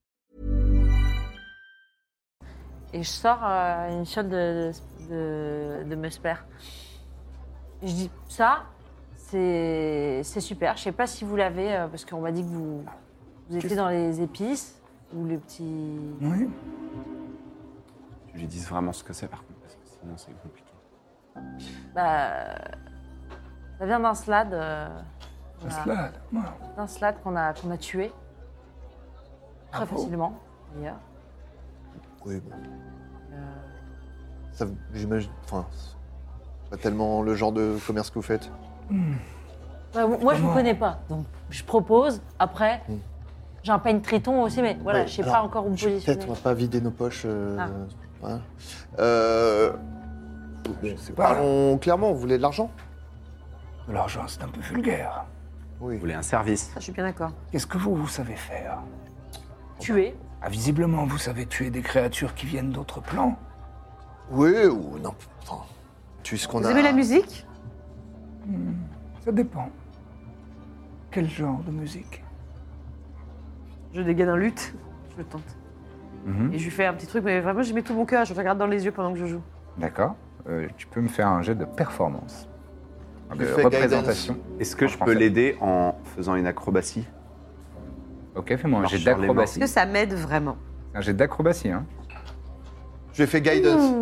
Speaker 5: Et je sors euh, une shot de, de, de Musper. Je dis, ça, c'est c'est super. Je sais pas si vous l'avez, euh, parce qu'on m'a dit que vous, vous étiez dans les épices ou les petits.
Speaker 7: Oui,
Speaker 4: Je lui dis vraiment ce que c'est, par contre, parce que sinon, c'est compliqué.
Speaker 5: Bah, ça vient d'un slade. euh, qu'on
Speaker 7: un
Speaker 5: a-
Speaker 7: slade. Ouais.
Speaker 5: d'un slade qu'on a, qu'on a tué. Très
Speaker 7: Ah bon
Speaker 5: facilement, d'ailleurs.
Speaker 3: Oui, bon.
Speaker 5: Euh,
Speaker 3: Ça, j'imagine. Enfin, c'est pas tellement le genre de commerce que vous faites.
Speaker 7: Ah,
Speaker 5: Bah, moi, je vous
Speaker 7: Comment
Speaker 5: connais pas, donc je propose. Après,
Speaker 3: Mm.
Speaker 5: j'ai un peigne triton aussi, mais voilà,
Speaker 3: Ouais,
Speaker 5: je sais
Speaker 3: alors,
Speaker 5: pas encore où me
Speaker 3: je-
Speaker 5: positionner.
Speaker 3: Peut-être on va pas vider nos poches. euh,
Speaker 5: Ah.
Speaker 3: Voilà. Euh,
Speaker 9: Je sais pas.
Speaker 3: parlons clairement, vous voulez de l'argent
Speaker 1: De l'argent, c'est un peu vulgaire.
Speaker 3: Oui.
Speaker 4: Vous voulez un service
Speaker 5: Ça, je suis bien d'accord.
Speaker 1: Qu'est-ce que vous, vous savez faire
Speaker 5: Tuer.
Speaker 1: ah, Visiblement, vous savez tuer des créatures qui viennent d'autres plans.
Speaker 3: Oui ou non Enfin, tu sais ce qu'on
Speaker 2: Vous
Speaker 3: a.
Speaker 2: aimez la musique
Speaker 1: Ça dépend. Quel genre de musique
Speaker 2: Je dégaine un luth, je le tente.
Speaker 9: Mhm.
Speaker 2: Et je lui fais un petit truc, mais vraiment, j'y mets tout mon cœur, je le regarde dans les yeux pendant que je joue.
Speaker 9: D'accord. Euh, tu peux me faire un jet de performance.
Speaker 3: lui
Speaker 9: De
Speaker 3: fais
Speaker 9: représentation.
Speaker 4: Est-ce que
Speaker 9: En
Speaker 4: je peux
Speaker 9: français.
Speaker 4: l'aider en faisant une acrobatie
Speaker 9: Ok, fais-moi un
Speaker 4: Marche
Speaker 9: jet
Speaker 4: sur les mains.
Speaker 2: Est-ce
Speaker 9: d'acrobatie.
Speaker 2: que ça m'aide vraiment
Speaker 9: Un jet d'acrobatie, hein.
Speaker 3: Je fais guidance.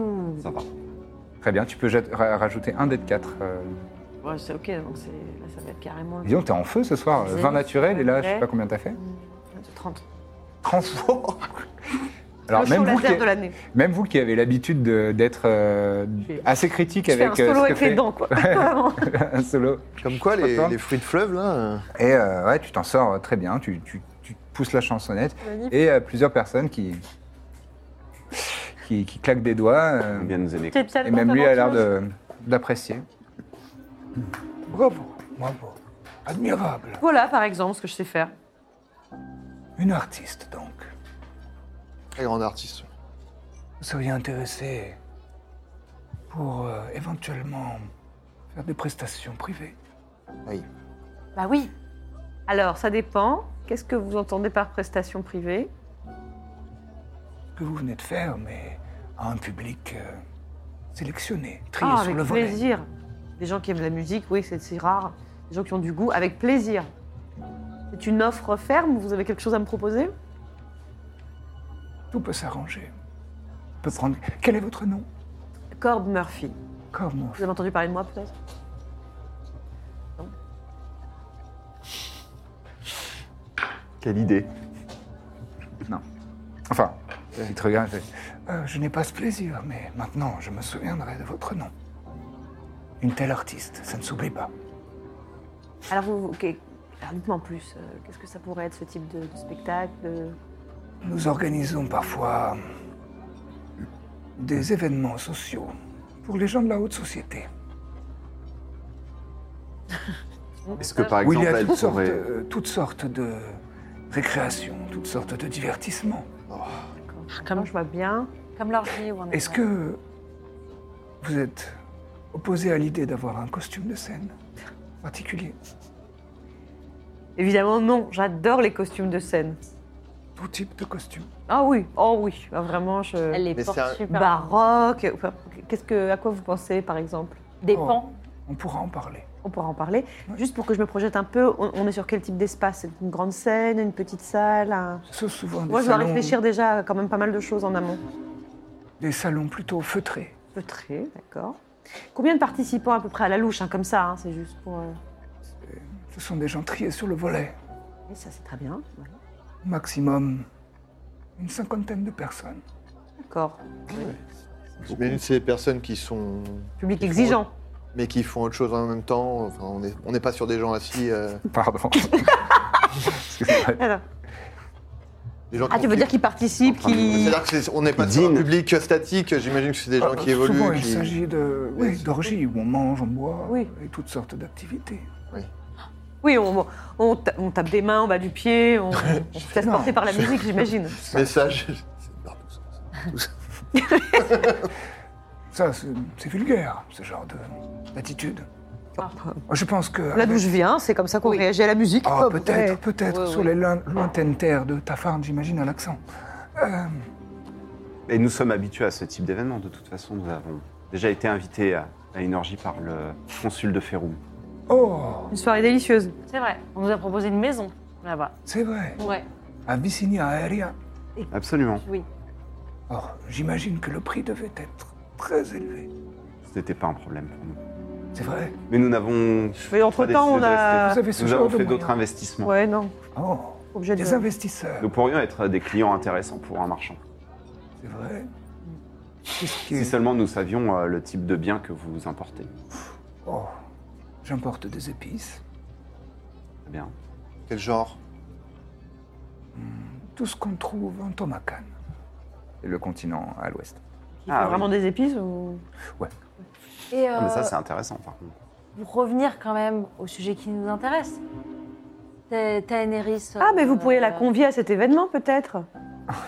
Speaker 4: Ça va.
Speaker 9: Très bien, tu peux jet- ra- rajouter un dé de 4.
Speaker 5: Ouais, c'est ok, donc c'est- là, ça va être carrément le
Speaker 9: Disons, t'es en feu ce soir.
Speaker 5: Zéro.
Speaker 9: 20 naturel, et là, je sais
Speaker 5: Ouais.
Speaker 9: pas combien t'as fait.
Speaker 5: 30.
Speaker 9: 30 Alors,
Speaker 2: Le show
Speaker 9: même vous,
Speaker 2: laser
Speaker 9: qui,
Speaker 2: de l'année.
Speaker 9: même vous qui avez l'habitude de- d'être euh,
Speaker 2: J'ai-
Speaker 9: assez critique
Speaker 2: Je fais
Speaker 9: avec
Speaker 2: un
Speaker 9: euh, ce
Speaker 2: solo
Speaker 9: que
Speaker 2: avec
Speaker 9: fait
Speaker 2: les dents, quoi. Vraiment.
Speaker 9: un solo.
Speaker 3: Comme quoi, les,
Speaker 9: D'accord.
Speaker 3: les fruits de fleuve, là. euh,
Speaker 9: Et euh, ouais, tu t'en sors euh, très bien, tu, tu- tu pousses la chansonnette. Et euh, plusieurs personnes qui, qui, qui claquent des doigts. euh,
Speaker 4: Il vient nous aider.
Speaker 5: C'est le seul
Speaker 9: et même lui a l'air
Speaker 5: porte-aventure.
Speaker 9: de- d'apprécier.
Speaker 1: Bravo, bravo. Admirable.
Speaker 2: Voilà, par exemple, ce que je sais faire.
Speaker 1: Une artiste, donc.
Speaker 3: Très grand artiste.
Speaker 1: Vous seriez intéressé pour euh, éventuellement faire des prestations privées
Speaker 5: Bah oui.
Speaker 2: Alors, ça dépend. Qu'est-ce que vous entendez par prestation privée
Speaker 1: Ce que vous venez de faire, mais à un public euh, sélectionné, trié
Speaker 2: Ah,
Speaker 1: sur
Speaker 2: avec
Speaker 1: le volet.
Speaker 2: plaisir. Des gens qui aiment la musique, oui, c'est c'est rare. Des gens qui ont du goût, avec plaisir. C'est une offre ferme, vous avez quelque chose à me proposer
Speaker 1: Tout peut s'arranger. On peut prendre. Quel est votre nom
Speaker 2: Corb Murphy.
Speaker 1: Comment
Speaker 2: Vous avez entendu parler de moi, peut-être
Speaker 4: Quelle idée.
Speaker 9: Enfin, il te regarde. il fait,
Speaker 1: Euh, Je n'ai pas ce plaisir, mais maintenant je me souviendrai de votre nom. Une telle artiste, ça ne s'oublie pas.
Speaker 2: Alors, vous, vous- ok, alors dites-moi en plus, euh, qu'est-ce que ça pourrait être ce type de, de spectacle euh,
Speaker 1: Nous organisons parfois des événements sociaux pour les gens de la haute société.
Speaker 4: Est-ce
Speaker 2: Euh,
Speaker 4: que par
Speaker 1: où il y
Speaker 4: exemple
Speaker 1: a
Speaker 4: elle
Speaker 1: toutes sortes,
Speaker 4: pourrait.
Speaker 1: euh, toutes sortes de récréations, toutes sortes de divertissements.
Speaker 2: Comment je vois bien
Speaker 5: Comme l'orgie où on
Speaker 1: Est-ce que vous êtes opposé à l'idée d'avoir un costume de scène particulier
Speaker 2: Évidemment, non, j'adore les costumes de scène.
Speaker 1: Tout type de costume
Speaker 2: Ah oui, oh oui, ah, vraiment, je.
Speaker 5: Elle les
Speaker 3: Mais
Speaker 5: porte
Speaker 3: c'est un-
Speaker 5: super.
Speaker 2: Baroque, enfin, qu'est-ce que, à quoi vous pensez, par exemple
Speaker 5: Des
Speaker 1: Oh.
Speaker 5: pans.
Speaker 1: On pourra en parler.
Speaker 2: On pourra en parler.
Speaker 1: Ouais.
Speaker 2: Juste pour que je me projette un peu, on, on est sur quel type d'espace C'est une grande scène, une petite salle un-
Speaker 1: Ce sont souvent des,
Speaker 2: Moi, je dois
Speaker 1: salons,
Speaker 2: réfléchir déjà à quand même pas mal de choses en amont.
Speaker 1: des salons plutôt feutrés.
Speaker 2: Feutré, d'accord. Combien de participants à peu près à la louche, hein, comme ça hein, C'est juste pour. euh,
Speaker 1: Ce sont des gens triés sur le volet.
Speaker 2: et ça, c'est très bien. voilà.
Speaker 1: Maximum une cinquantaine de personnes.
Speaker 2: D'accord.
Speaker 3: J'imagine que c'est des personnes qui sont.
Speaker 2: Public
Speaker 3: Ils font-
Speaker 2: exigeant.
Speaker 3: Mais qui font autre chose en même temps. Enfin, on n'est on n'est pas sur des gens assis. euh,
Speaker 9: Pardon. Excuse-moi.
Speaker 2: Alors.
Speaker 3: des gens
Speaker 2: Ah,
Speaker 3: qui
Speaker 2: tu
Speaker 3: ont
Speaker 2: veux
Speaker 3: fait-
Speaker 2: dire qu'ils participent, qu'ils.
Speaker 3: C'est-à-dire que c'est- on n'est pas sur un
Speaker 4: dînent.
Speaker 3: public statique. J'imagine que c'est des gens qui
Speaker 1: Ah, Souvent,
Speaker 3: évoluent.
Speaker 1: il
Speaker 3: qui-
Speaker 1: s'agit de,
Speaker 3: Oui,
Speaker 1: oui, d'orgies où on mange, on boit,
Speaker 2: Oui.
Speaker 1: et toutes sortes d'activités.
Speaker 2: Oui, on, on ta- on tape des mains en bas du pied, on, on se laisse
Speaker 1: Non.
Speaker 2: porter par la musique, j'imagine.
Speaker 3: Mais ça, je- c'est partout, ça.
Speaker 1: Ça, c'est c'est vulgaire, ce genre de- d'attitude.
Speaker 2: Ah,
Speaker 1: Je pense que...
Speaker 2: Là
Speaker 1: avec-
Speaker 2: d'où je viens, c'est comme ça qu'on réagit à la musique.
Speaker 1: Ah,
Speaker 2: Hop,
Speaker 1: peut-être,
Speaker 2: ouais.
Speaker 1: peut-être,
Speaker 2: Oh, Ouais,
Speaker 1: sur les loin- lointaines terres de Tafarn, j'imagine, à l'accent.
Speaker 4: Et nous sommes habitués à ce type d'événement. De toute façon, nous avons déjà été invités à, à une orgie par le consul de Ferrum.
Speaker 1: Oh,
Speaker 2: Une soirée délicieuse.
Speaker 5: C'est vrai. On nous a proposé une maison là-bas.
Speaker 1: c'est vrai,
Speaker 5: Ouais.
Speaker 1: à Vicinia Aéria.
Speaker 4: Absolument.
Speaker 5: Oui.
Speaker 1: Or, j'imagine que le prix devait être très élevé.
Speaker 4: Ce n'était pas un problème pour nous.
Speaker 1: C'est vrai
Speaker 4: Mais nous n'avons.
Speaker 2: Mais entre temps, on
Speaker 4: décidé de
Speaker 2: a.
Speaker 1: Vous avez ce
Speaker 4: Nous
Speaker 1: genre
Speaker 4: avons
Speaker 1: de
Speaker 4: fait d'autres
Speaker 1: moyens.
Speaker 4: investissements.
Speaker 2: Ouais, non.
Speaker 1: Oh,
Speaker 2: Objet de.
Speaker 1: des investisseurs,
Speaker 4: Nous pourrions être des clients intéressants pour un marchand.
Speaker 1: c'est vrai.
Speaker 2: Mm.
Speaker 1: Qu'est-ce qui
Speaker 4: Si
Speaker 1: est-
Speaker 4: seulement nous savions euh, le type de bien que vous importez.
Speaker 1: Oh, j'importe des épices,
Speaker 4: Très bien.
Speaker 3: Quel genre
Speaker 1: tout ce qu'on trouve en Tomacan.
Speaker 9: Et le continent à l'ouest.
Speaker 2: Qui
Speaker 4: Ah,
Speaker 2: fait
Speaker 4: oui.
Speaker 2: vraiment des épices ou...
Speaker 5: Et
Speaker 4: Ah, mais ça,
Speaker 5: euh,
Speaker 4: c'est intéressant, par contre.
Speaker 5: pour revenir quand même au sujet qui nous intéresse, Ta- Taenerys.
Speaker 2: Ah, mais vous
Speaker 5: euh,
Speaker 2: pourriez la convier à cet événement peut-être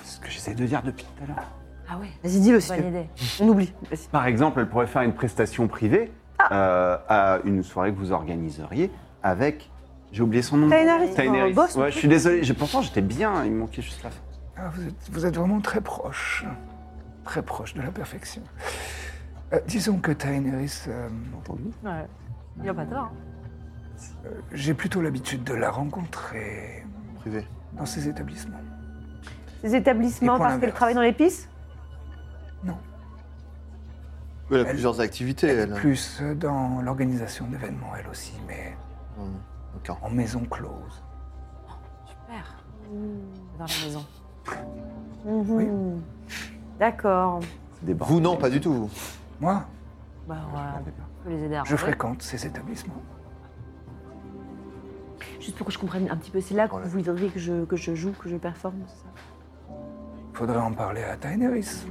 Speaker 4: C'est ce que j'essaie de dire depuis tout à l'heure.
Speaker 5: Ah oui,
Speaker 2: Vas-y, dis-le si tu
Speaker 5: bonne
Speaker 2: veux.
Speaker 5: idée.
Speaker 2: On oublie.
Speaker 4: Par exemple, elle pourrait faire une prestation privée
Speaker 2: Ah.
Speaker 4: euh, à une soirée que vous organiseriez avec. J'ai oublié son nom.
Speaker 2: Taenerys,
Speaker 4: Taenerys.
Speaker 2: euh, boss,
Speaker 4: Ouais, je suis désolé. j'ai- Pourtant, j'étais bien. Il me manquait juste la fin.
Speaker 1: Ah, vous, êtes, vous êtes vraiment très proche. Très proche de la perfection. Euh, disons que Taenerys, euh,
Speaker 5: Ouais. Il a pas tort. hein.
Speaker 1: j'ai plutôt l'habitude de la rencontrer
Speaker 3: Privé.
Speaker 1: dans ses établissements.
Speaker 2: Ces
Speaker 1: Et
Speaker 2: établissements
Speaker 1: pour
Speaker 2: parce qu'elle
Speaker 1: l'inverse.
Speaker 2: travaille dans l'épice
Speaker 3: Elle a plusieurs activités, elle. hein.
Speaker 1: Plus euh, dans l'organisation d'événements, elle aussi, mais
Speaker 3: Hmm, ok.
Speaker 1: en maison close.
Speaker 5: Super. Dans la maison.
Speaker 2: Mhm. D'accord.
Speaker 4: C'est des bras.
Speaker 3: Vous, non, pas du tout, vous.
Speaker 1: Moi,
Speaker 5: Bah, voilà, on peut les aider à
Speaker 1: je
Speaker 5: rentrer.
Speaker 1: fréquente ces établissements.
Speaker 2: Juste pour que je comprenne un petit peu, c'est là que
Speaker 3: Voilà.
Speaker 2: vous voudriez que je, que je joue, que je performe c'est ça
Speaker 1: Faudrait en parler à Taenerys.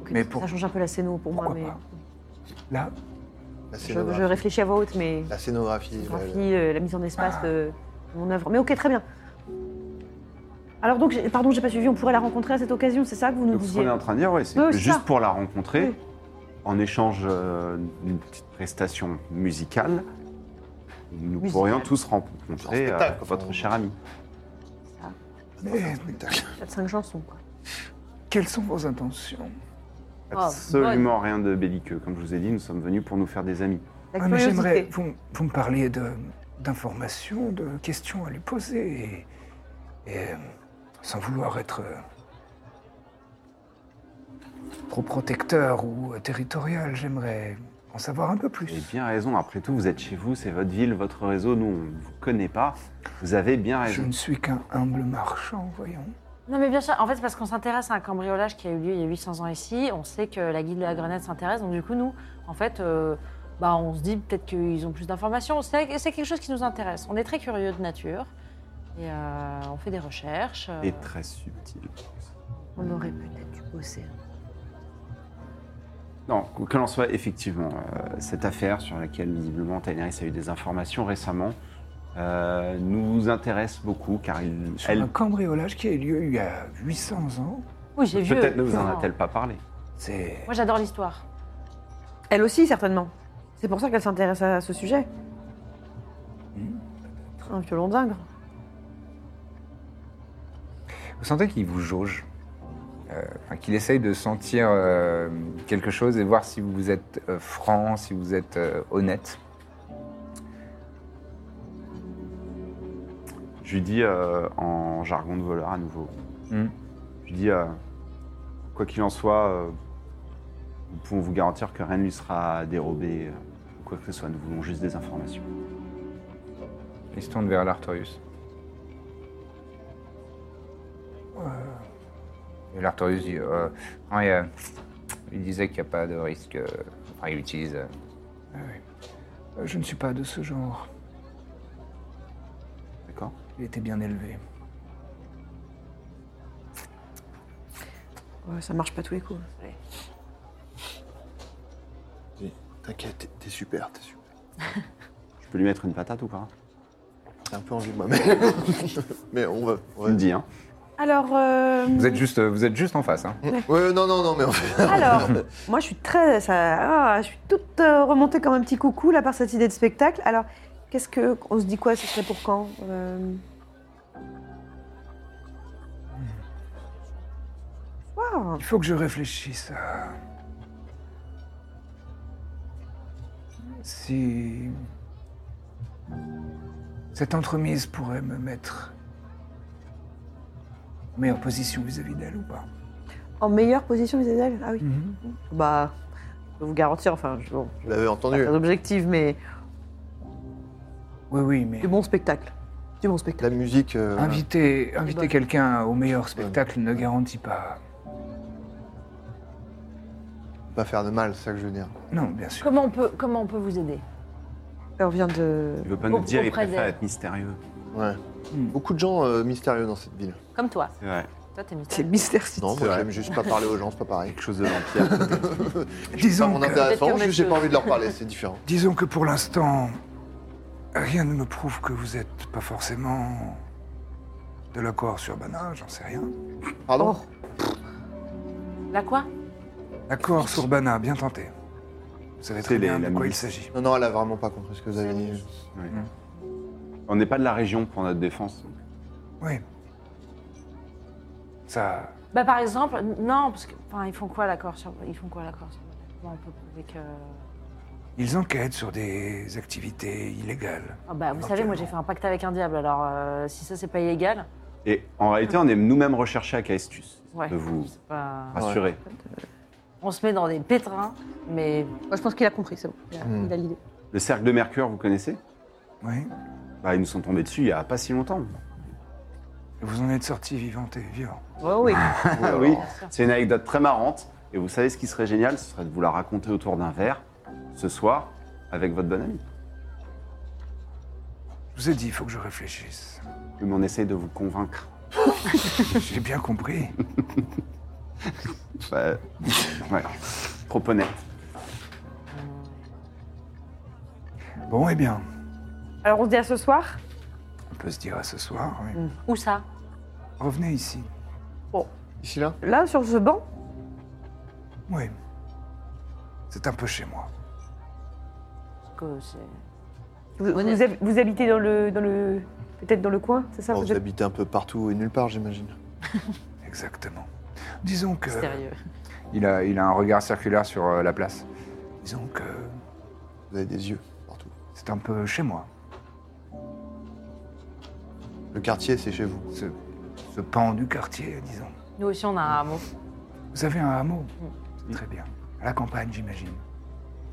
Speaker 2: Ok,
Speaker 1: Mais pour-
Speaker 2: Ça change un peu la scéno pour moi,
Speaker 1: Pourquoi
Speaker 2: mais
Speaker 1: pas Là,
Speaker 3: La
Speaker 2: je, je
Speaker 3: scénographie.
Speaker 2: réfléchis à voix haute, mais
Speaker 1: Ah,
Speaker 3: La scénographie.
Speaker 2: la
Speaker 3: ouais.
Speaker 2: graphie, euh, la mise en espace de mon œuvre. Mais ok, très bien. Alors donc, j'ai- pardon, j'ai pas suivi, on pourrait la rencontrer à cette occasion, c'est ça que vous nous
Speaker 4: Donc, ce qu'on
Speaker 2: disiez
Speaker 4: est en train de dire, ouais, c'est
Speaker 2: Oui,
Speaker 4: que
Speaker 2: c'est
Speaker 4: juste
Speaker 2: ça.
Speaker 4: pour la rencontrer,
Speaker 2: Oui.
Speaker 4: en échange euh, d'une petite prestation musicale, nous
Speaker 2: Musicale.
Speaker 4: pourrions tous
Speaker 3: Genre
Speaker 4: rencontrer euh,
Speaker 3: spectacle,
Speaker 4: votre
Speaker 3: enfin.
Speaker 4: cher ami.
Speaker 1: mais
Speaker 2: Quatre, cinq chansons, quoi.
Speaker 1: quelles sont vos intentions
Speaker 5: Oh,
Speaker 4: Absolument rien de belliqueux. Comme je vous ai dit, nous sommes venus pour nous faire des amis.
Speaker 2: La
Speaker 1: Ah, mais j'aimerais.
Speaker 2: curiosité.
Speaker 1: Vous, m- vous me parliez de- d'informations, de, questions à lui poser. Et, et, euh, sans vouloir être euh, trop protecteur ou euh, territorial, j'aimerais en savoir un peu
Speaker 4: Vous avez
Speaker 1: plus.
Speaker 4: bien raison. Après tout, vous êtes chez vous, c'est votre ville, votre réseau. Nous, on ne vous connaît pas. Vous avez bien
Speaker 1: Je
Speaker 4: raison.
Speaker 1: ne suis qu'un humble marchand, voyons.
Speaker 5: Non, mais bien sûr, en fait, c'est parce qu'on s'intéresse à un cambriolage qui a eu lieu il y a 800 ans ici. On sait que la guide de la grenade s'intéresse, donc du coup, nous, en fait, euh, bah, on se dit peut-être qu'ils ont plus d'informations. C'est c'est quelque chose qui nous intéresse. On est très curieux de nature et euh, on fait des recherches. euh,
Speaker 4: Et très subtil.
Speaker 2: On aurait peut-être dû bosser.
Speaker 4: Non, que l'on soit, effectivement, euh, cette affaire sur laquelle visiblement Taïneris a eu des informations récemment euh, nous intéresse beaucoup car il,
Speaker 1: Sur
Speaker 4: elle
Speaker 1: un cambriolage qui a eu lieu il y a 800 ans,
Speaker 5: Oui, j'ai vu.
Speaker 4: peut-être ne vous en
Speaker 5: effectivement.
Speaker 4: a-t-elle pas parlé.
Speaker 1: c'est.
Speaker 5: Moi, j'adore l'histoire.
Speaker 2: Elle aussi, certainement. C'est pour ça qu'elle s'intéresse à ce sujet.
Speaker 4: Hmm,
Speaker 2: Un violon dingue.
Speaker 1: Vous sentez qu'il vous jauge, Euh, enfin, qu'il essaye de sentir euh, quelque chose et voir si vous êtes euh, franc, si vous êtes euh, honnête.
Speaker 4: Je lui dis euh, en jargon de voleur à nouveau.
Speaker 1: Hmm.
Speaker 4: Je lui dis, euh, quoi qu'il en soit, euh, nous pouvons vous garantir que rien ne lui sera dérobé euh, ou quoi que ce soit. Nous voulons juste des informations.
Speaker 1: Il se tourne vers l'Artorius. Et l'Artorius dit euh, Ouais, euh, Il disait qu'il n'y a pas de risque. euh, Enfin, il utilise. euh,
Speaker 7: Euh, Je ne suis pas de ce genre.
Speaker 4: D'accord
Speaker 1: il était bien élevé.
Speaker 2: Ouais, ça marche pas tous les coups.
Speaker 3: T'inquiète, t'es- t'es super, t'es super.
Speaker 4: Je peux lui mettre une patate ou pas
Speaker 3: T'as un peu envie de moi, mais, mais on va. on va-
Speaker 4: Il me dit, hein.
Speaker 2: Alors, euh,
Speaker 1: Vous êtes juste, vous êtes juste en face. Hein.
Speaker 3: Ouais, non, non, non, mais on fait.
Speaker 2: alors, moi je suis très, ça, ah, je suis toute euh, remontée comme un petit coucou là par cette idée de spectacle. Alors, qu'est-ce que, on se dit quoi Ce serait pour quand Euh, Soir.
Speaker 1: Il faut que je réfléchisse à. Si. Cette entremise pourrait me mettre. en meilleure position vis-à-vis d'elle ou pas.
Speaker 2: En meilleure position vis-à-vis d'elle Ah oui. Bah, je peux vous garantir, enfin, je, bon,
Speaker 3: Je l'avais
Speaker 2: pas
Speaker 3: entendu.
Speaker 2: très objective, mais
Speaker 1: Oui, oui, mais.
Speaker 2: du bon spectacle. Du bon spectacle.
Speaker 3: La musique. euh,
Speaker 1: Ah, Inviter, inviter quelqu'un au meilleur spectacle ne garantit pas.
Speaker 3: Pas faire de mal, c'est ça que je veux dire.
Speaker 1: Non, bien sûr.
Speaker 5: Comment on peut, comment on peut vous aider
Speaker 2: On vient de.
Speaker 4: Il veut pas
Speaker 5: Au-
Speaker 4: nous le dire, il
Speaker 5: auprès
Speaker 4: préfère
Speaker 5: d'elle.
Speaker 4: être mystérieux.
Speaker 3: Ouais.
Speaker 1: Hmm.
Speaker 3: Beaucoup de gens euh, mystérieux dans cette ville.
Speaker 5: Comme toi.
Speaker 4: C'est vrai.
Speaker 5: Toi, t'es
Speaker 2: C'est
Speaker 5: mystère.
Speaker 2: mystère si
Speaker 3: Non, moi j'aime juste pas parler aux gens, c'est pas pareil.
Speaker 4: Quelque chose de l'Empire.
Speaker 3: Ça
Speaker 7: Disons
Speaker 3: mon
Speaker 7: que,
Speaker 3: intéressant,
Speaker 5: Peut-être que
Speaker 3: juste j'ai pas
Speaker 5: monsieur-
Speaker 3: envie de leur parler, c'est différent.
Speaker 7: disons que pour l'instant, rien ne me prouve que vous êtes pas forcément de l'accord sur Bana, j'en sais rien.
Speaker 3: Pardon
Speaker 2: Oh.
Speaker 5: La quoi
Speaker 7: Accord sur Bana, bien tenté. Vous savez très
Speaker 4: C'est les-
Speaker 7: bien de
Speaker 4: la
Speaker 7: quoi il
Speaker 4: milice.
Speaker 7: s'agit.
Speaker 3: Non, non, elle a vraiment pas compris ce que vous avez dit.
Speaker 4: on n'est pas de la région pour notre défense.
Speaker 7: Oui. Ça.
Speaker 5: Bah, par exemple, non, parce que. Enfin, ils font quoi l'accord sur. Ils font quoi l'accord sur. Comment on peut prouver que.
Speaker 7: Ils enquêtent sur des activités illégales.
Speaker 5: Ah, bah, vous savez, moi, j'ai fait un pacte avec un diable, alors euh, si ça, c'est pas illégal.
Speaker 4: Et en réalité, on est nous-mêmes recherchés à Caestus.
Speaker 5: Ouais.
Speaker 4: De vous
Speaker 5: c'est pas-
Speaker 4: rassurer.
Speaker 5: On se met dans des pétrins, mais
Speaker 2: Moi, je pense qu'il a compris, c'est bon. Il a, il a l'idée.
Speaker 4: Le cercle de Mercure, vous connaissez
Speaker 7: Oui.
Speaker 4: bah, Ils nous sont tombés dessus il n'y a pas si longtemps.
Speaker 7: Vous en êtes sortis vivante et vivant.
Speaker 2: Oh oui.
Speaker 4: Ah oui, c'est une anecdote très marrante. Et vous savez ce qui serait génial Ce serait de vous la raconter autour d'un verre, ce soir, avec votre bonne amie.
Speaker 7: Je vous ai dit, il faut que je réfléchisse.
Speaker 4: Oui, Mais on essaye de vous convaincre.
Speaker 7: J'ai bien compris.
Speaker 4: Bah, ouais, trop honnête.
Speaker 7: Bon, eh bien,
Speaker 2: Alors, on se dit à ce soir Mm.
Speaker 7: on peut se dire à ce soir. oui.
Speaker 5: où ça
Speaker 7: Revenez ici.
Speaker 3: Ici là
Speaker 2: Là, sur ce banc
Speaker 7: Oui. C'est un peu chez moi.
Speaker 5: Parce que c'est-
Speaker 2: Vous, vous hab- vous habitez dans le, dans le, peut-être dans le coin, c'est ça
Speaker 3: Bon,
Speaker 2: vous
Speaker 3: Oh, Vous
Speaker 2: êtes-
Speaker 3: habitez un peu partout et nulle part, j'imagine.
Speaker 7: Exactement. Disons que.
Speaker 5: Mystérieux.
Speaker 1: Il a, il a un regard circulaire sur euh, la place.
Speaker 7: Disons que
Speaker 3: Vous avez des yeux partout.
Speaker 7: c'est un peu chez moi.
Speaker 3: Le quartier, c'est chez vous.
Speaker 7: Ce, ce pan du quartier, disons.
Speaker 5: Nous aussi, on a un hameau.
Speaker 7: Vous avez un hameau C'est très bien. À la campagne, j'imagine.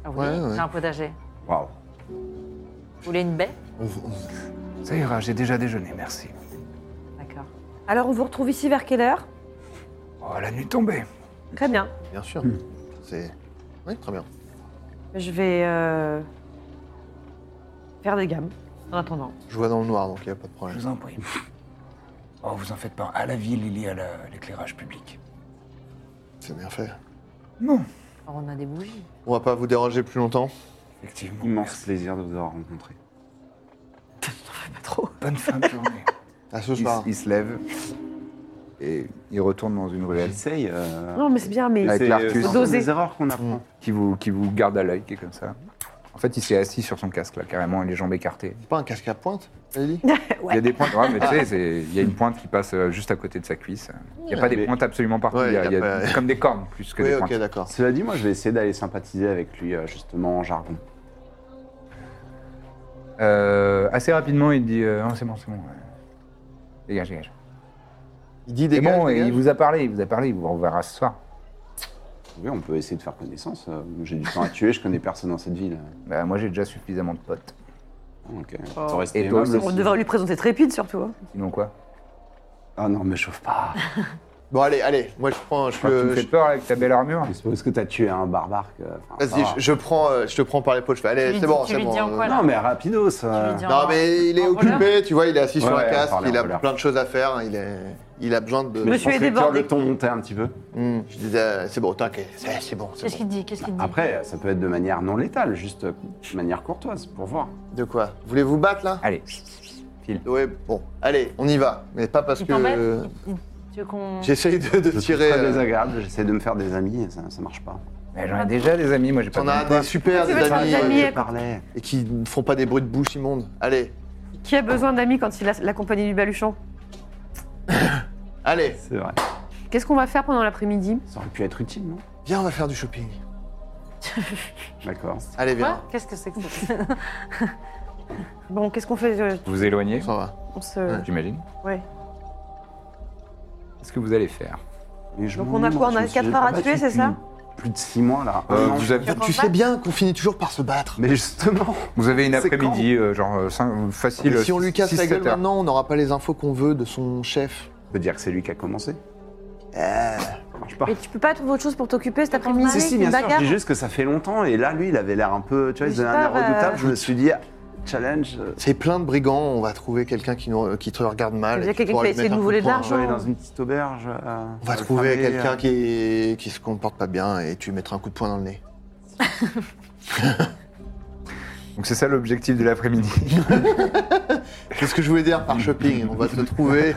Speaker 5: Ah oui,
Speaker 3: Ouais, ouais.
Speaker 5: j'ai un potager.
Speaker 4: Waouh.
Speaker 5: Vous voulez une baie
Speaker 7: Ça ira, j'ai déjà déjeuné, merci.
Speaker 5: D'accord.
Speaker 2: Alors, on vous retrouve ici vers quelle heure
Speaker 7: Oh, la nuit tombée.
Speaker 2: Très bien.
Speaker 3: Bien sûr. C'est. Oui, très bien.
Speaker 2: Je vais euh, faire des gammes en attendant.
Speaker 3: Je vois dans le noir, donc il n'y a pas de
Speaker 7: Je
Speaker 3: problème.
Speaker 7: vous en prie. Oh, vous en faites pas. À la ville, il y a la- l'éclairage public.
Speaker 3: C'est bien fait.
Speaker 7: Non.
Speaker 5: Alors, on a des bougies.
Speaker 3: On va pas vous déranger plus longtemps.
Speaker 7: Effectivement.
Speaker 4: Immense plaisir de vous avoir rencontré.
Speaker 7: Bonne fin de journée.
Speaker 3: À ce
Speaker 1: Il,
Speaker 3: soir.
Speaker 1: il se lève et il retourne dans une ruelle
Speaker 4: Essaye. euh,
Speaker 2: Non, mais c'est bien, mais
Speaker 1: Avec
Speaker 4: c'est-
Speaker 1: l'arcus.
Speaker 4: c'est un peu
Speaker 2: Doser.
Speaker 4: des erreurs qu'on apprend.
Speaker 1: qui vous, qui vous garde à l'œil, qui est comme ça. En fait, il s'est assis sur son casque, là, carrément, et les jambes écartées.
Speaker 3: C'est pas un casque à pointe, Lily
Speaker 1: Il y a des pointes, ouais, mais tu sais, c'est- il y a une pointe qui passe euh, juste à côté de sa cuisse. Il n'y a pas des
Speaker 4: mais-
Speaker 1: pointes absolument partout,
Speaker 3: Ouais,
Speaker 1: il y a,
Speaker 3: il y a
Speaker 1: il y a
Speaker 3: pas-
Speaker 1: comme des cornes plus que
Speaker 3: Oui,
Speaker 1: des
Speaker 3: ok,
Speaker 1: pointes.
Speaker 3: d'accord.
Speaker 4: Cela dit, moi, je vais essayer d'aller sympathiser avec lui, euh, justement, en jargon.
Speaker 1: Euh, assez rapidement, il dit euh, Non, c'est bon, c'est bon. ouais. Dégage, dégage.
Speaker 3: Il dit
Speaker 1: C'est
Speaker 3: des
Speaker 1: bon, et il vous a parlé, il vous a parlé, il vous reverra ce soir.
Speaker 4: Oui, on peut essayer de faire connaissance. euh, J'ai du temps à tuer, je connais personne dans cette ville.
Speaker 1: Bah, moi, j'ai déjà suffisamment de potes.
Speaker 4: Oh, ok. Faut rester
Speaker 1: Et toi
Speaker 4: aimable
Speaker 2: on
Speaker 4: aussi.
Speaker 2: devrait lui présenter Trépide surtout. hein.
Speaker 1: Sinon, quoi
Speaker 4: Ah non, me chauffe pas.
Speaker 3: Bon, allez, allez, moi je prends. Je,
Speaker 1: Toi, Tu me fais
Speaker 3: je-
Speaker 1: peur là, avec ta belle armure
Speaker 4: Mais C'est pas parce que t'as tué un barbare que. enfin, ça
Speaker 3: Vas-y,
Speaker 4: va.
Speaker 3: je, je prends, euh, je te prends par l'épaule, je fais
Speaker 5: Tu
Speaker 3: allez,
Speaker 5: lui
Speaker 3: c'est
Speaker 5: dis-
Speaker 3: bon,
Speaker 5: tu
Speaker 3: c'est
Speaker 5: lui
Speaker 3: bon.
Speaker 5: dis en quoi,
Speaker 3: euh,
Speaker 5: là
Speaker 4: Non, mais rapidos. euh,
Speaker 5: lui dis en-
Speaker 3: Non, mais il est
Speaker 5: En voleur
Speaker 3: occupé, tu vois, il est assis sur
Speaker 4: Ouais,
Speaker 3: un
Speaker 4: on
Speaker 3: casque,
Speaker 4: parle en
Speaker 3: il a
Speaker 4: voleur.
Speaker 3: plein de choses à faire, hein, il, est, il a besoin de.
Speaker 2: Monsieur est
Speaker 4: fait peur
Speaker 2: débordé.
Speaker 4: le ton monter un petit peu.
Speaker 3: Hmm, je disais, euh, c'est bon, t'inquiète, c'est c'est bon, c'est
Speaker 5: Qu'est-ce
Speaker 3: bon.
Speaker 5: qu'il dit Qu'est-ce qu'il dit
Speaker 4: Après, ça peut être de manière non létale, juste euh, de manière courtoise, pour voir.
Speaker 3: De quoi Vous voulez vous battre là
Speaker 1: Allez, file.
Speaker 3: Ouais, bon, allez, on y va, mais pas parce
Speaker 5: Il
Speaker 3: que.
Speaker 5: t'embête
Speaker 3: euh,
Speaker 5: Il- il- Tu veux qu'on.
Speaker 3: J'essaye de, de
Speaker 4: Je suis
Speaker 3: tirer.
Speaker 4: très
Speaker 3: euh,
Speaker 4: désagréable, j'essaie de me faire des amis et ça, ça marche pas.
Speaker 1: Mais Bah, j'en ai déjà des amis, moi, j'ai pas
Speaker 3: T'en as
Speaker 1: besoin de toi.
Speaker 3: des super, des
Speaker 2: veux te faire
Speaker 3: amis,
Speaker 2: des amis
Speaker 3: euh,
Speaker 4: Je parlais.
Speaker 3: et qui ne font pas des bruits de bouche immondes. Allez,
Speaker 2: Qui a besoin d'amis quand il a la compagnie du baluchon
Speaker 3: allez,
Speaker 4: C'est vrai.
Speaker 2: Qu'est-ce qu'on va faire pendant l'après-midi
Speaker 4: Ça aurait pu être utile, non
Speaker 3: viens, on va faire du shopping.
Speaker 4: D'accord.
Speaker 3: Allez,
Speaker 5: Quoi
Speaker 3: viens,
Speaker 5: Qu'est-ce que c'est que ça
Speaker 2: Bon, qu'est-ce qu'on fait euh,
Speaker 1: Vous vous éloignez,
Speaker 3: on s'en va.
Speaker 2: On se.
Speaker 1: j'imagine.
Speaker 2: Ouais.
Speaker 1: Qu'est-ce que vous allez faire
Speaker 4: Mais je
Speaker 2: Donc
Speaker 4: m'en
Speaker 2: on a quoi
Speaker 4: moque,
Speaker 2: On a
Speaker 4: je me
Speaker 2: quatre
Speaker 4: suis pas
Speaker 2: rats à
Speaker 4: battu
Speaker 2: tuer, c'est
Speaker 4: depuis
Speaker 2: ça
Speaker 4: Plus de six mois là.
Speaker 1: Euh,
Speaker 4: Un an.
Speaker 1: vous, avez,
Speaker 3: Tu sais bien qu'on finit toujours par se battre.
Speaker 4: Mais justement.
Speaker 1: vous avez une
Speaker 4: C'est
Speaker 1: après-midi, euh, genre euh, cinq- facile.
Speaker 3: Mais si on lui casse la gueule
Speaker 1: 6-7 heures.
Speaker 3: maintenant, on n'aura pas les infos qu'on veut de son chef.
Speaker 4: On peut dire que c'est lui qui a commencé. Euh, Ça marche pas.
Speaker 2: Mais tu peux pas trouver autre chose pour t'occuper cet
Speaker 5: Ah
Speaker 2: après-midi
Speaker 4: Si, si,
Speaker 2: une
Speaker 4: bien sûr. Je
Speaker 2: bagarre
Speaker 4: dis juste que ça fait longtemps et là, lui, il avait l'air un peu. Tu vois,
Speaker 2: Mais
Speaker 4: il
Speaker 2: je sais
Speaker 4: avait un air
Speaker 2: pas, bah,
Speaker 4: redoutable. Je me suis dit, ah, challenge. euh,
Speaker 3: C'est plein de brigands, on va trouver quelqu'un qui, nous- qui te regarde mal.
Speaker 2: Il y
Speaker 3: et
Speaker 2: a
Speaker 3: qui
Speaker 2: quelqu'un
Speaker 3: pourra
Speaker 2: qui
Speaker 3: lui
Speaker 2: va
Speaker 3: mettre
Speaker 2: essayer de
Speaker 3: un
Speaker 2: nous
Speaker 3: coup
Speaker 2: voler de
Speaker 3: poing.
Speaker 2: l'argent.
Speaker 4: Je vais aller dans une petite auberge. euh,
Speaker 3: On va
Speaker 4: euh,
Speaker 3: trouver
Speaker 4: cramer,
Speaker 3: quelqu'un
Speaker 4: euh,
Speaker 3: qui, qui se comporte pas bien et tu lui mettras un coup de poing dans le nez.
Speaker 1: Donc c'est ça l'objectif de l'après-midi.
Speaker 3: Qu'est-ce que je voulais dire par shopping On va te trouver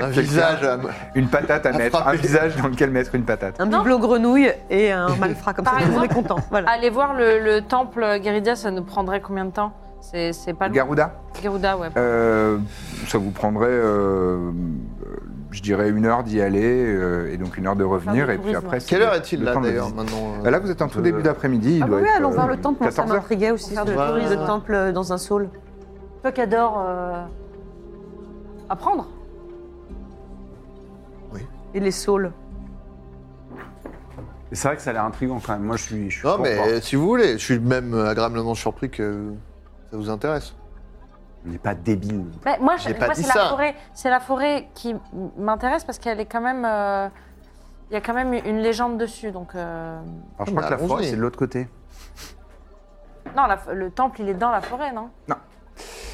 Speaker 3: un visage. à-
Speaker 1: Une patate à
Speaker 3: À
Speaker 1: mettre, un
Speaker 3: frapper.
Speaker 1: visage dans lequel mettre une patate.
Speaker 2: Un bibelot grenouille et un malfrat comme ça,
Speaker 5: Par
Speaker 2: on est
Speaker 5: exemple. Ah,
Speaker 2: content. Voilà.
Speaker 5: Aller voir le, le temple Guérida, ça nous prendrait combien de temps C'est c'est pas loin.
Speaker 1: Garuda,
Speaker 5: Garuda, ouais.
Speaker 1: euh, ça vous prendrait, euh, je dirais, une heure d'y aller euh, et donc une heure de revenir.
Speaker 5: Faire
Speaker 2: Ah
Speaker 5: du
Speaker 1: Et puis
Speaker 5: tourisme.
Speaker 1: après, c'est
Speaker 3: Quelle
Speaker 1: le-
Speaker 3: heure est-il
Speaker 1: le
Speaker 3: là
Speaker 1: temps de
Speaker 3: d'ailleurs
Speaker 1: visite. Bah
Speaker 3: maintenant euh
Speaker 1: Là, vous êtes en tout début d'après-midi. il
Speaker 2: Ah bah
Speaker 1: doit
Speaker 2: oui,
Speaker 1: être,
Speaker 2: allons voir
Speaker 1: euh,
Speaker 2: le temple, moi, ça
Speaker 1: 14 heures.
Speaker 2: m'intriguait aussi,
Speaker 5: Faire
Speaker 2: ce
Speaker 5: du
Speaker 2: tourisme de
Speaker 3: tourisme.
Speaker 2: temple euh, dans un saule.
Speaker 5: Toi qui adore euh, apprendre.
Speaker 2: Et les saules.
Speaker 4: C'est vrai que ça a l'air intriguant quand même. Moi, je suis. Je suis
Speaker 3: Non
Speaker 4: pour,
Speaker 3: mais
Speaker 4: quoi.
Speaker 3: euh, si vous voulez, je suis même euh, agréablement surpris que ça vous intéresse.
Speaker 4: On n'est pas débile.
Speaker 5: Mais moi, je-
Speaker 3: J'ai pas
Speaker 5: moi,
Speaker 3: dit
Speaker 5: c'est la
Speaker 3: ça.
Speaker 5: forêt. C'est la forêt qui m- m'intéresse parce qu'elle est quand même. euh, Il y a quand même une légende dessus, donc. euh,
Speaker 4: Alors, je crois
Speaker 3: Bah,
Speaker 4: que la forêt,
Speaker 3: allons-y.
Speaker 4: c'est de l'autre côté.
Speaker 5: Non, la f- le temple, il est dans la forêt, non
Speaker 1: Non.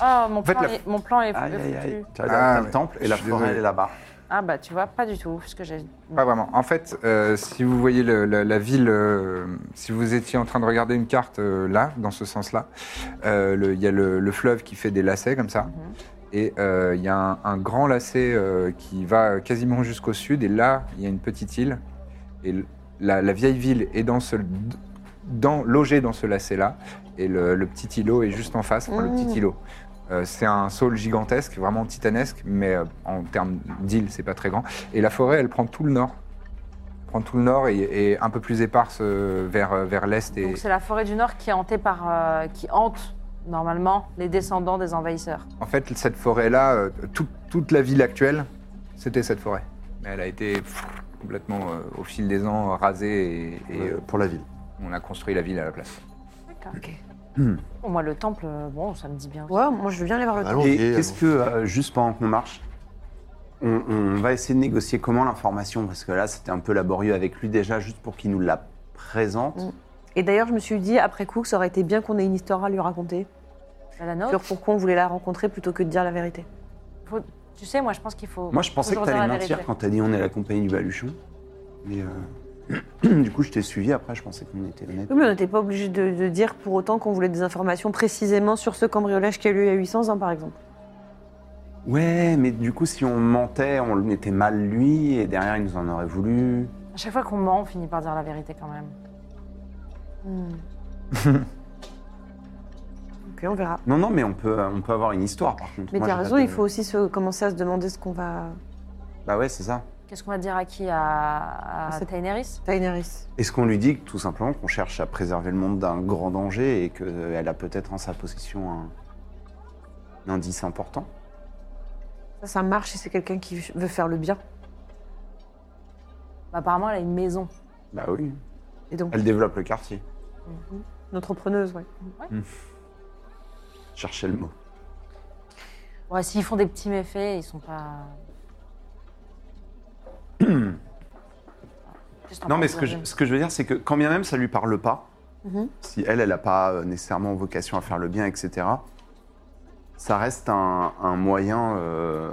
Speaker 5: Oh, mon,
Speaker 1: En fait,
Speaker 5: plan,
Speaker 1: la-
Speaker 5: est, mon plan est
Speaker 4: Aïe,
Speaker 5: est
Speaker 4: aïe,
Speaker 5: foutu.
Speaker 4: aïe. T'as
Speaker 1: Ah,
Speaker 4: t'as
Speaker 1: ouais.
Speaker 4: le temple et la
Speaker 1: Je suis désolé.
Speaker 4: forêt, elle est là-bas.
Speaker 5: Ah bah tu vois, pas du tout, ce que j'ai...
Speaker 4: Ah,
Speaker 1: Pas vraiment. En fait, euh, si vous voyez le- la, la ville, euh, si vous étiez en train de regarder une carte euh, là, dans ce sens-là, euh, le- il y a le, le fleuve qui fait des lacets comme ça. Et euh, il y a un, un grand lacet euh, qui va quasiment jusqu'au sud. Et là, il y a une petite île. Et l- la, la vieille ville est dans ce, dans, logée dans ce lacet-là. Et le, le petit îlot est juste en face. Enfin, le petit îlot. Euh, c'est un saule gigantesque, vraiment titanesque, mais euh, en termes d'île, c'est pas très grand. Et la forêt, elle prend tout le nord. Elle prend tout le nord et, et un peu plus éparse euh, vers, euh, vers l'est. Et...
Speaker 5: Donc c'est la forêt du Nord qui est hantée par... euh, qui hante, normalement, les descendants des envahisseurs.
Speaker 1: En fait, cette forêt-là, euh, tout- toute la ville actuelle, c'était cette forêt. Mais elle a été pff, complètement, euh, au fil des ans, rasée et, et,
Speaker 4: euh,
Speaker 1: euh,
Speaker 4: pour la ville.
Speaker 1: on a construit la ville à la place.
Speaker 5: D'accord. Bon, moi, le temple, euh, bon, ça me dit bien.
Speaker 2: Ouais, moi je veux bien aller voir le temple.
Speaker 3: Allons-y.
Speaker 4: Et qu'est-ce que, euh, juste pendant qu'on marche, on, on va essayer de négocier comment l'information Parce que là, c'était un peu laborieux avec lui déjà, juste pour qu'il nous la présente.
Speaker 2: Et d'ailleurs, je me suis dit, après coup, que ça aurait été bien qu'on ait une histoire à lui raconter
Speaker 5: Bah, la nôtre,
Speaker 2: sur pourquoi on voulait la rencontrer plutôt que de dire la vérité.
Speaker 5: faut- tu sais, moi, je pense qu'il faut...
Speaker 4: Moi, je pensais que
Speaker 5: toujours
Speaker 4: t'allais
Speaker 5: dire la vérité.
Speaker 4: mentir quand t'as dit on est la compagnie du baluchon. Mais euh, du coup, je t'ai suivi après, je pensais qu'on était honnête.
Speaker 2: Oui, mais on n'était pas obligé de, de dire pour autant qu'on voulait des informations précisément sur ce cambriolage qui a eu lieu il y a 800 ans, par exemple.
Speaker 4: Ouais, mais du coup, si on mentait, on le mettait mal lui, et derrière, il nous en aurait voulu.
Speaker 5: À chaque fois qu'on ment, on finit par dire la vérité quand même.
Speaker 2: Ok, on verra.
Speaker 4: Non, non, mais on peut, on peut avoir une histoire, par contre.
Speaker 2: Mais
Speaker 4: Moi,
Speaker 2: t'as
Speaker 4: j'ai
Speaker 2: raison,
Speaker 4: pas
Speaker 2: il
Speaker 4: de-
Speaker 2: faut aussi se, commencer à se demander ce qu'on va.
Speaker 4: Bah ouais, c'est ça.
Speaker 5: Qu'est-ce qu'on va dire à qui À, à
Speaker 2: Ah, c'est-
Speaker 5: Taenerys
Speaker 2: Taineris.
Speaker 4: Est-ce qu'on lui dit que, tout simplement qu'on cherche à préserver le monde d'un grand danger et qu'elle a peut-être en sa possession un, un indice important
Speaker 2: Ça, ça marche si c'est quelqu'un qui veut faire le bien.
Speaker 5: Bah, Apparemment, elle a une maison.
Speaker 4: Bah oui.
Speaker 2: Et donc,
Speaker 4: Elle développe le quartier.
Speaker 2: entrepreneuse, ouais.
Speaker 4: Cherchez le mot.
Speaker 5: Ouais, s'ils font des petits méfaits, ils sont pas... Qu'est-ce t'en
Speaker 4: Non, mais
Speaker 5: penses,
Speaker 4: ce que, je,
Speaker 5: Virgile
Speaker 4: ce que je veux dire, c'est que quand bien même ça lui parle pas, si elle, elle n'a pas euh, nécessairement vocation à faire le bien, etc., ça reste un, un moyen. euh,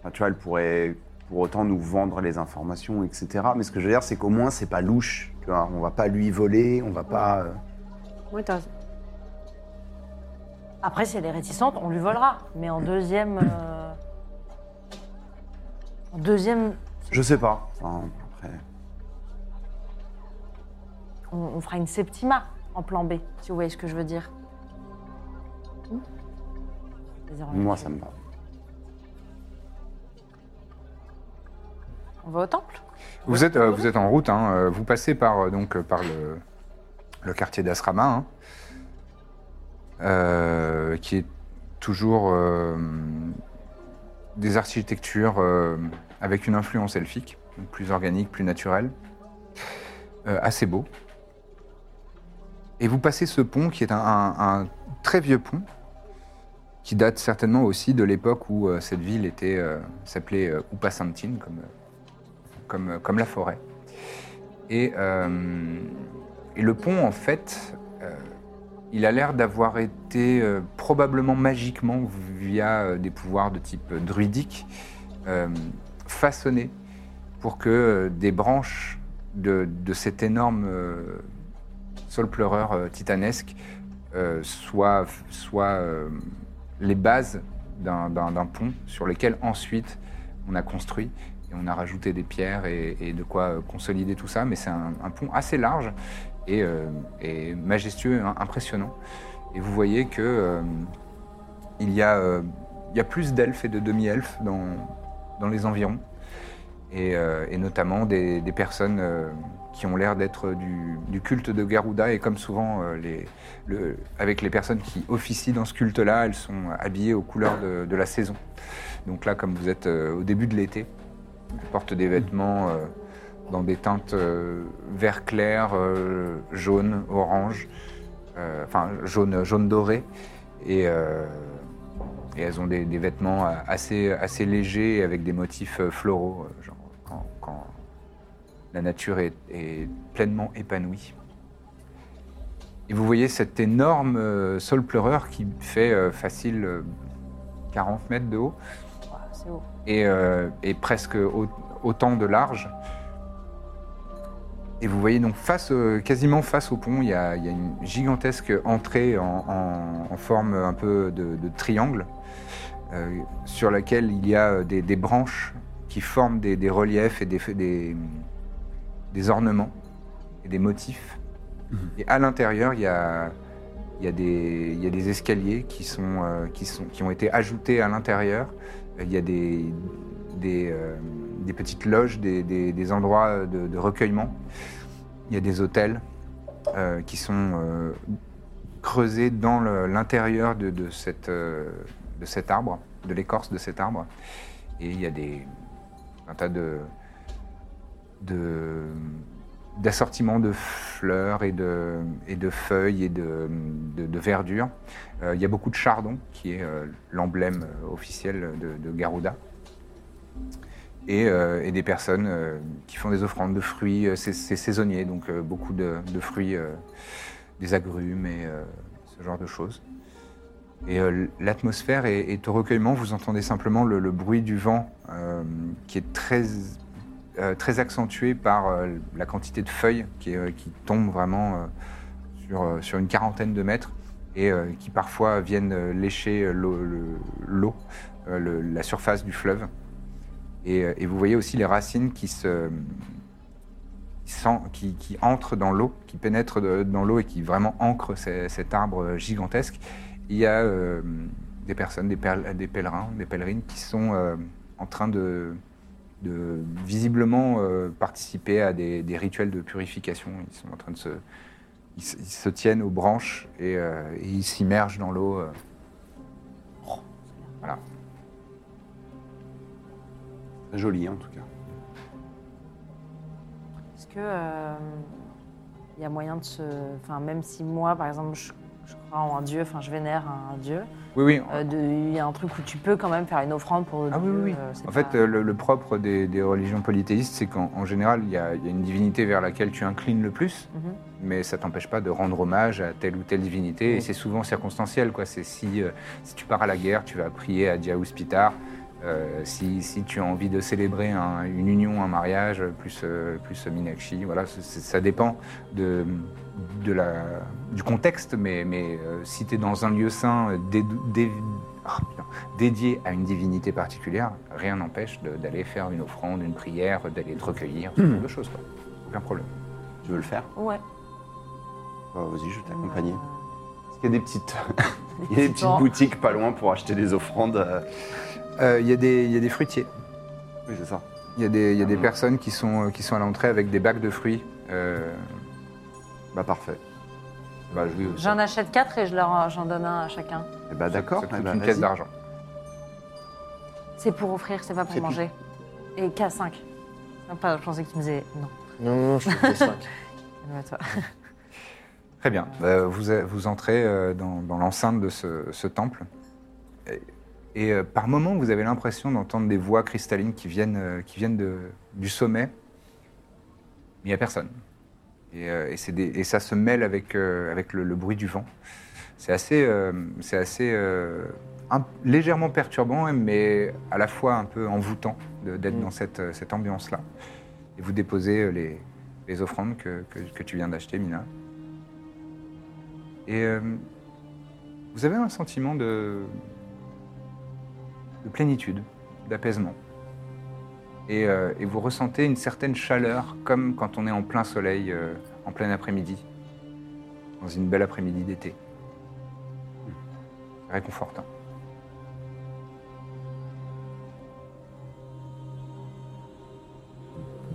Speaker 4: enfin, tu vois, elle pourrait pour autant nous vendre les informations, etc. Mais ce que je veux dire, c'est qu'au moins, c'est pas louche. Tu vois, on va pas lui voler, on va pas. euh,
Speaker 2: Ouais, t'as raison.
Speaker 5: Après, si elle est réticente, on lui volera. Mais en deuxième. euh, En deuxième,
Speaker 4: je sais pas. Enfin, après,
Speaker 5: on, on fera une septima en plan B, si vous voyez ce que je veux dire. C'est-à-dire, on-
Speaker 4: Hmm. moi, ça me va.
Speaker 5: On va au temple
Speaker 1: Vous êtes, euh, vous êtes en route, hein, euh, vous passez par, euh, donc, euh, par le, le quartier d'Asrama, hein, euh, qui est toujours euh, des architectures euh, avec une influence elfique, donc plus organique, plus naturelle, euh, assez beau. Et vous passez ce pont qui est un, un- un très vieux pont, qui date certainement aussi de l'époque où euh, cette ville était euh, s'appelait euh, Upasantine, comme, euh, comme, comme la forêt. Et, euh, et le pont, en fait, euh, Il a l'air d'avoir été euh, probablement magiquement, via euh, des pouvoirs de type euh, druidique, euh, façonné pour que euh, des branches de, de cet énorme euh, sol pleureur euh, titanesque euh, soient, soient, euh, les bases d'un- d'un d'un pont sur lequel ensuite on a construit et on a rajouté des pierres et, et de quoi euh, consolider tout ça. Mais c'est un, un pont assez large et, euh, et majestueux, hein, impressionnant. Et vous voyez que euh, il, y a, euh, il y a plus d'elfes et de demi-elfes dans, dans les environs, et, euh, et notamment des, des personnes euh, qui ont l'air d'être du, du culte de Garuda. Et comme souvent euh, les, le- avec les personnes qui officient dans ce culte-là, elles sont habillées aux couleurs de, de la saison. Donc là, comme vous êtes euh, au début de l'été, elles portent des vêtements euh, dans des teintes euh, vert clair, euh, jaune, orange, euh, enfin jaune, jaune doré. Et, euh, et elles ont des, des vêtements euh, assez, assez légers avec des motifs euh, floraux, euh, genre quand, quand la nature est, est pleinement épanouie. Et vous voyez cet énorme euh, sol pleureur qui fait euh, facile euh, 40 mètres de haut
Speaker 5: Ouah, C'est haut.
Speaker 1: et, euh, et presque au- autant de large. Et vous voyez donc face, euh, quasiment face au pont, il y a, il y a une gigantesque entrée en, en- en forme un peu de, de triangle, euh, sur laquelle il y a euh, des, des branches qui forment des, des reliefs et des, des- des ornements et des motifs. Et à l'intérieur, il y a, il y a des, il y a des escaliers qui, sont, euh, qui, sont, qui ont été ajoutés à l'intérieur. Il y a des, des, euh, des petites loges, des, des- des endroits de, de recueillement. Il y a des hôtels euh, qui sont euh, creusés dans le- l'intérieur de, de cette, euh, de cet arbre, de l'écorce de cet arbre. Et il y a des, un tas de, de d'assortiment de fleurs et de, et de feuilles et de, de, de verdure. Euh, il y a beaucoup de chardon, qui est euh, l'emblème euh, officiel de, de Garuda. Et, euh, et des personnes euh, qui font des offrandes de fruits, euh, c'est c'est saisonnier, donc euh, beaucoup de, de fruits, euh, des agrumes et euh, ce genre de choses. Et euh, l'atmosphère est, est au recueillement, vous entendez simplement le, le bruit du vent euh, qui est très, euh, très accentué par euh, la quantité de feuilles qui, est, euh, qui tombent vraiment euh, sur, euh, sur une quarantaine de mètres et euh, qui parfois viennent euh, lécher euh, l'eau, le- l'eau, euh, le- la surface du fleuve. Et, euh, et vous voyez aussi les racines qui, se, qui, s'en- qui- qui entrent dans l'eau, qui pénètrent de- dans l'eau et qui vraiment ancrent ce- cet arbre gigantesque. Il y a euh, des personnes, des, perl- des pèlerins, des pèlerines qui sont euh, en train de, de visiblement euh, participer à des, des rituels de purification. Ils sont en train de se, ils, se- ils se tiennent aux branches et, euh, et ils s'immergent dans l'eau. euh. Voilà.
Speaker 4: Très joli en tout cas.
Speaker 5: Est-ce que euh, il y a moyen de se, enfin même si moi par exemple je, je crois en un dieu, enfin je vénère un dieu,
Speaker 1: Oui, oui.
Speaker 5: euh, de- il y a un truc où tu peux quand même faire une offrande pour.
Speaker 1: Ah oui,
Speaker 5: Dieu,
Speaker 1: oui, oui.
Speaker 5: euh, c'est
Speaker 1: En
Speaker 5: pas-
Speaker 1: fait, euh, le, le propre des, des religions polythéistes, c'est qu'en en général, il y, a il y a une divinité vers laquelle tu inclines le plus,
Speaker 5: Mhm.
Speaker 1: mais ça t'empêche pas de rendre hommage à telle ou telle divinité. Et c'est souvent circonstanciel, quoi. C'est si, euh, si tu pars à la guerre, tu vas prier à Diaus Pitar. Euh, si, si tu as envie de célébrer un- une union, un mariage, plus, euh, plus Minakshi, voilà, c'est- c'est- ça dépend de, de la, du contexte, mais, mais euh, si tu es dans un lieu saint euh, dé- dé- ah, putain, dédié à une divinité particulière, rien n'empêche de- d'aller faire une offrande, une prière, d'aller te recueillir, ce genre de choses. quoi. Aucun problème.
Speaker 4: Tu veux le faire
Speaker 5: Ouais.
Speaker 4: Bah, Vas-y, je vais t'accompagner.
Speaker 5: accompagné.
Speaker 4: Est-ce qu'il y a des petites, il y a des petites boutiques pas loin pour acheter des offrandes euh,
Speaker 1: Euh, Il y, a des- il y a des fruitiers.
Speaker 4: Oui, c'est ça.
Speaker 1: Il y a des, il y
Speaker 4: Ah.
Speaker 1: a des personnes qui sont, euh, qui sont à l'entrée avec des bacs de fruits. Euh,
Speaker 4: Bah parfait.
Speaker 1: bah, je-
Speaker 5: J'en achète quatre et je leur, euh, j'en donne un à chacun.
Speaker 4: Eh bah
Speaker 1: ça
Speaker 4: d'accord.
Speaker 1: coûte
Speaker 4: eh bah,
Speaker 1: une pièce
Speaker 4: vas-y.
Speaker 1: d'argent.
Speaker 5: C'est pour offrir, c'est pas pour
Speaker 3: C'est plus-
Speaker 5: manger. Et K5. Sympa, je pensais que tu me disais non,
Speaker 3: Non, non, je fais 5.
Speaker 5: calme-toi.
Speaker 1: Très bien. Euh, vous, vous entrez euh, dans, dans l'enceinte de ce, ce temple. Et, et, euh, par moments, vous avez l'impression d'entendre des voix cristallines qui viennent, euh, qui viennent de, du sommet. Mais il n'y a personne. Et, euh, et c'est des- et ça se mêle avec, euh, avec le, le bruit du vent. C'est assez, euh, c'est assez euh, un- légèrement perturbant, mais à la fois un peu envoûtant de- d'être dans cette, euh, cette ambiance-là. Et vous déposez euh, les, les offrandes que, que- que tu viens d'acheter, Mina. Et euh, vous avez un sentiment de, de plénitude, d'apaisement. Et, euh, et vous ressentez une certaine chaleur, comme quand on est en plein soleil, euh, en plein après-midi, dans une belle après-midi d'été. Réconfortant.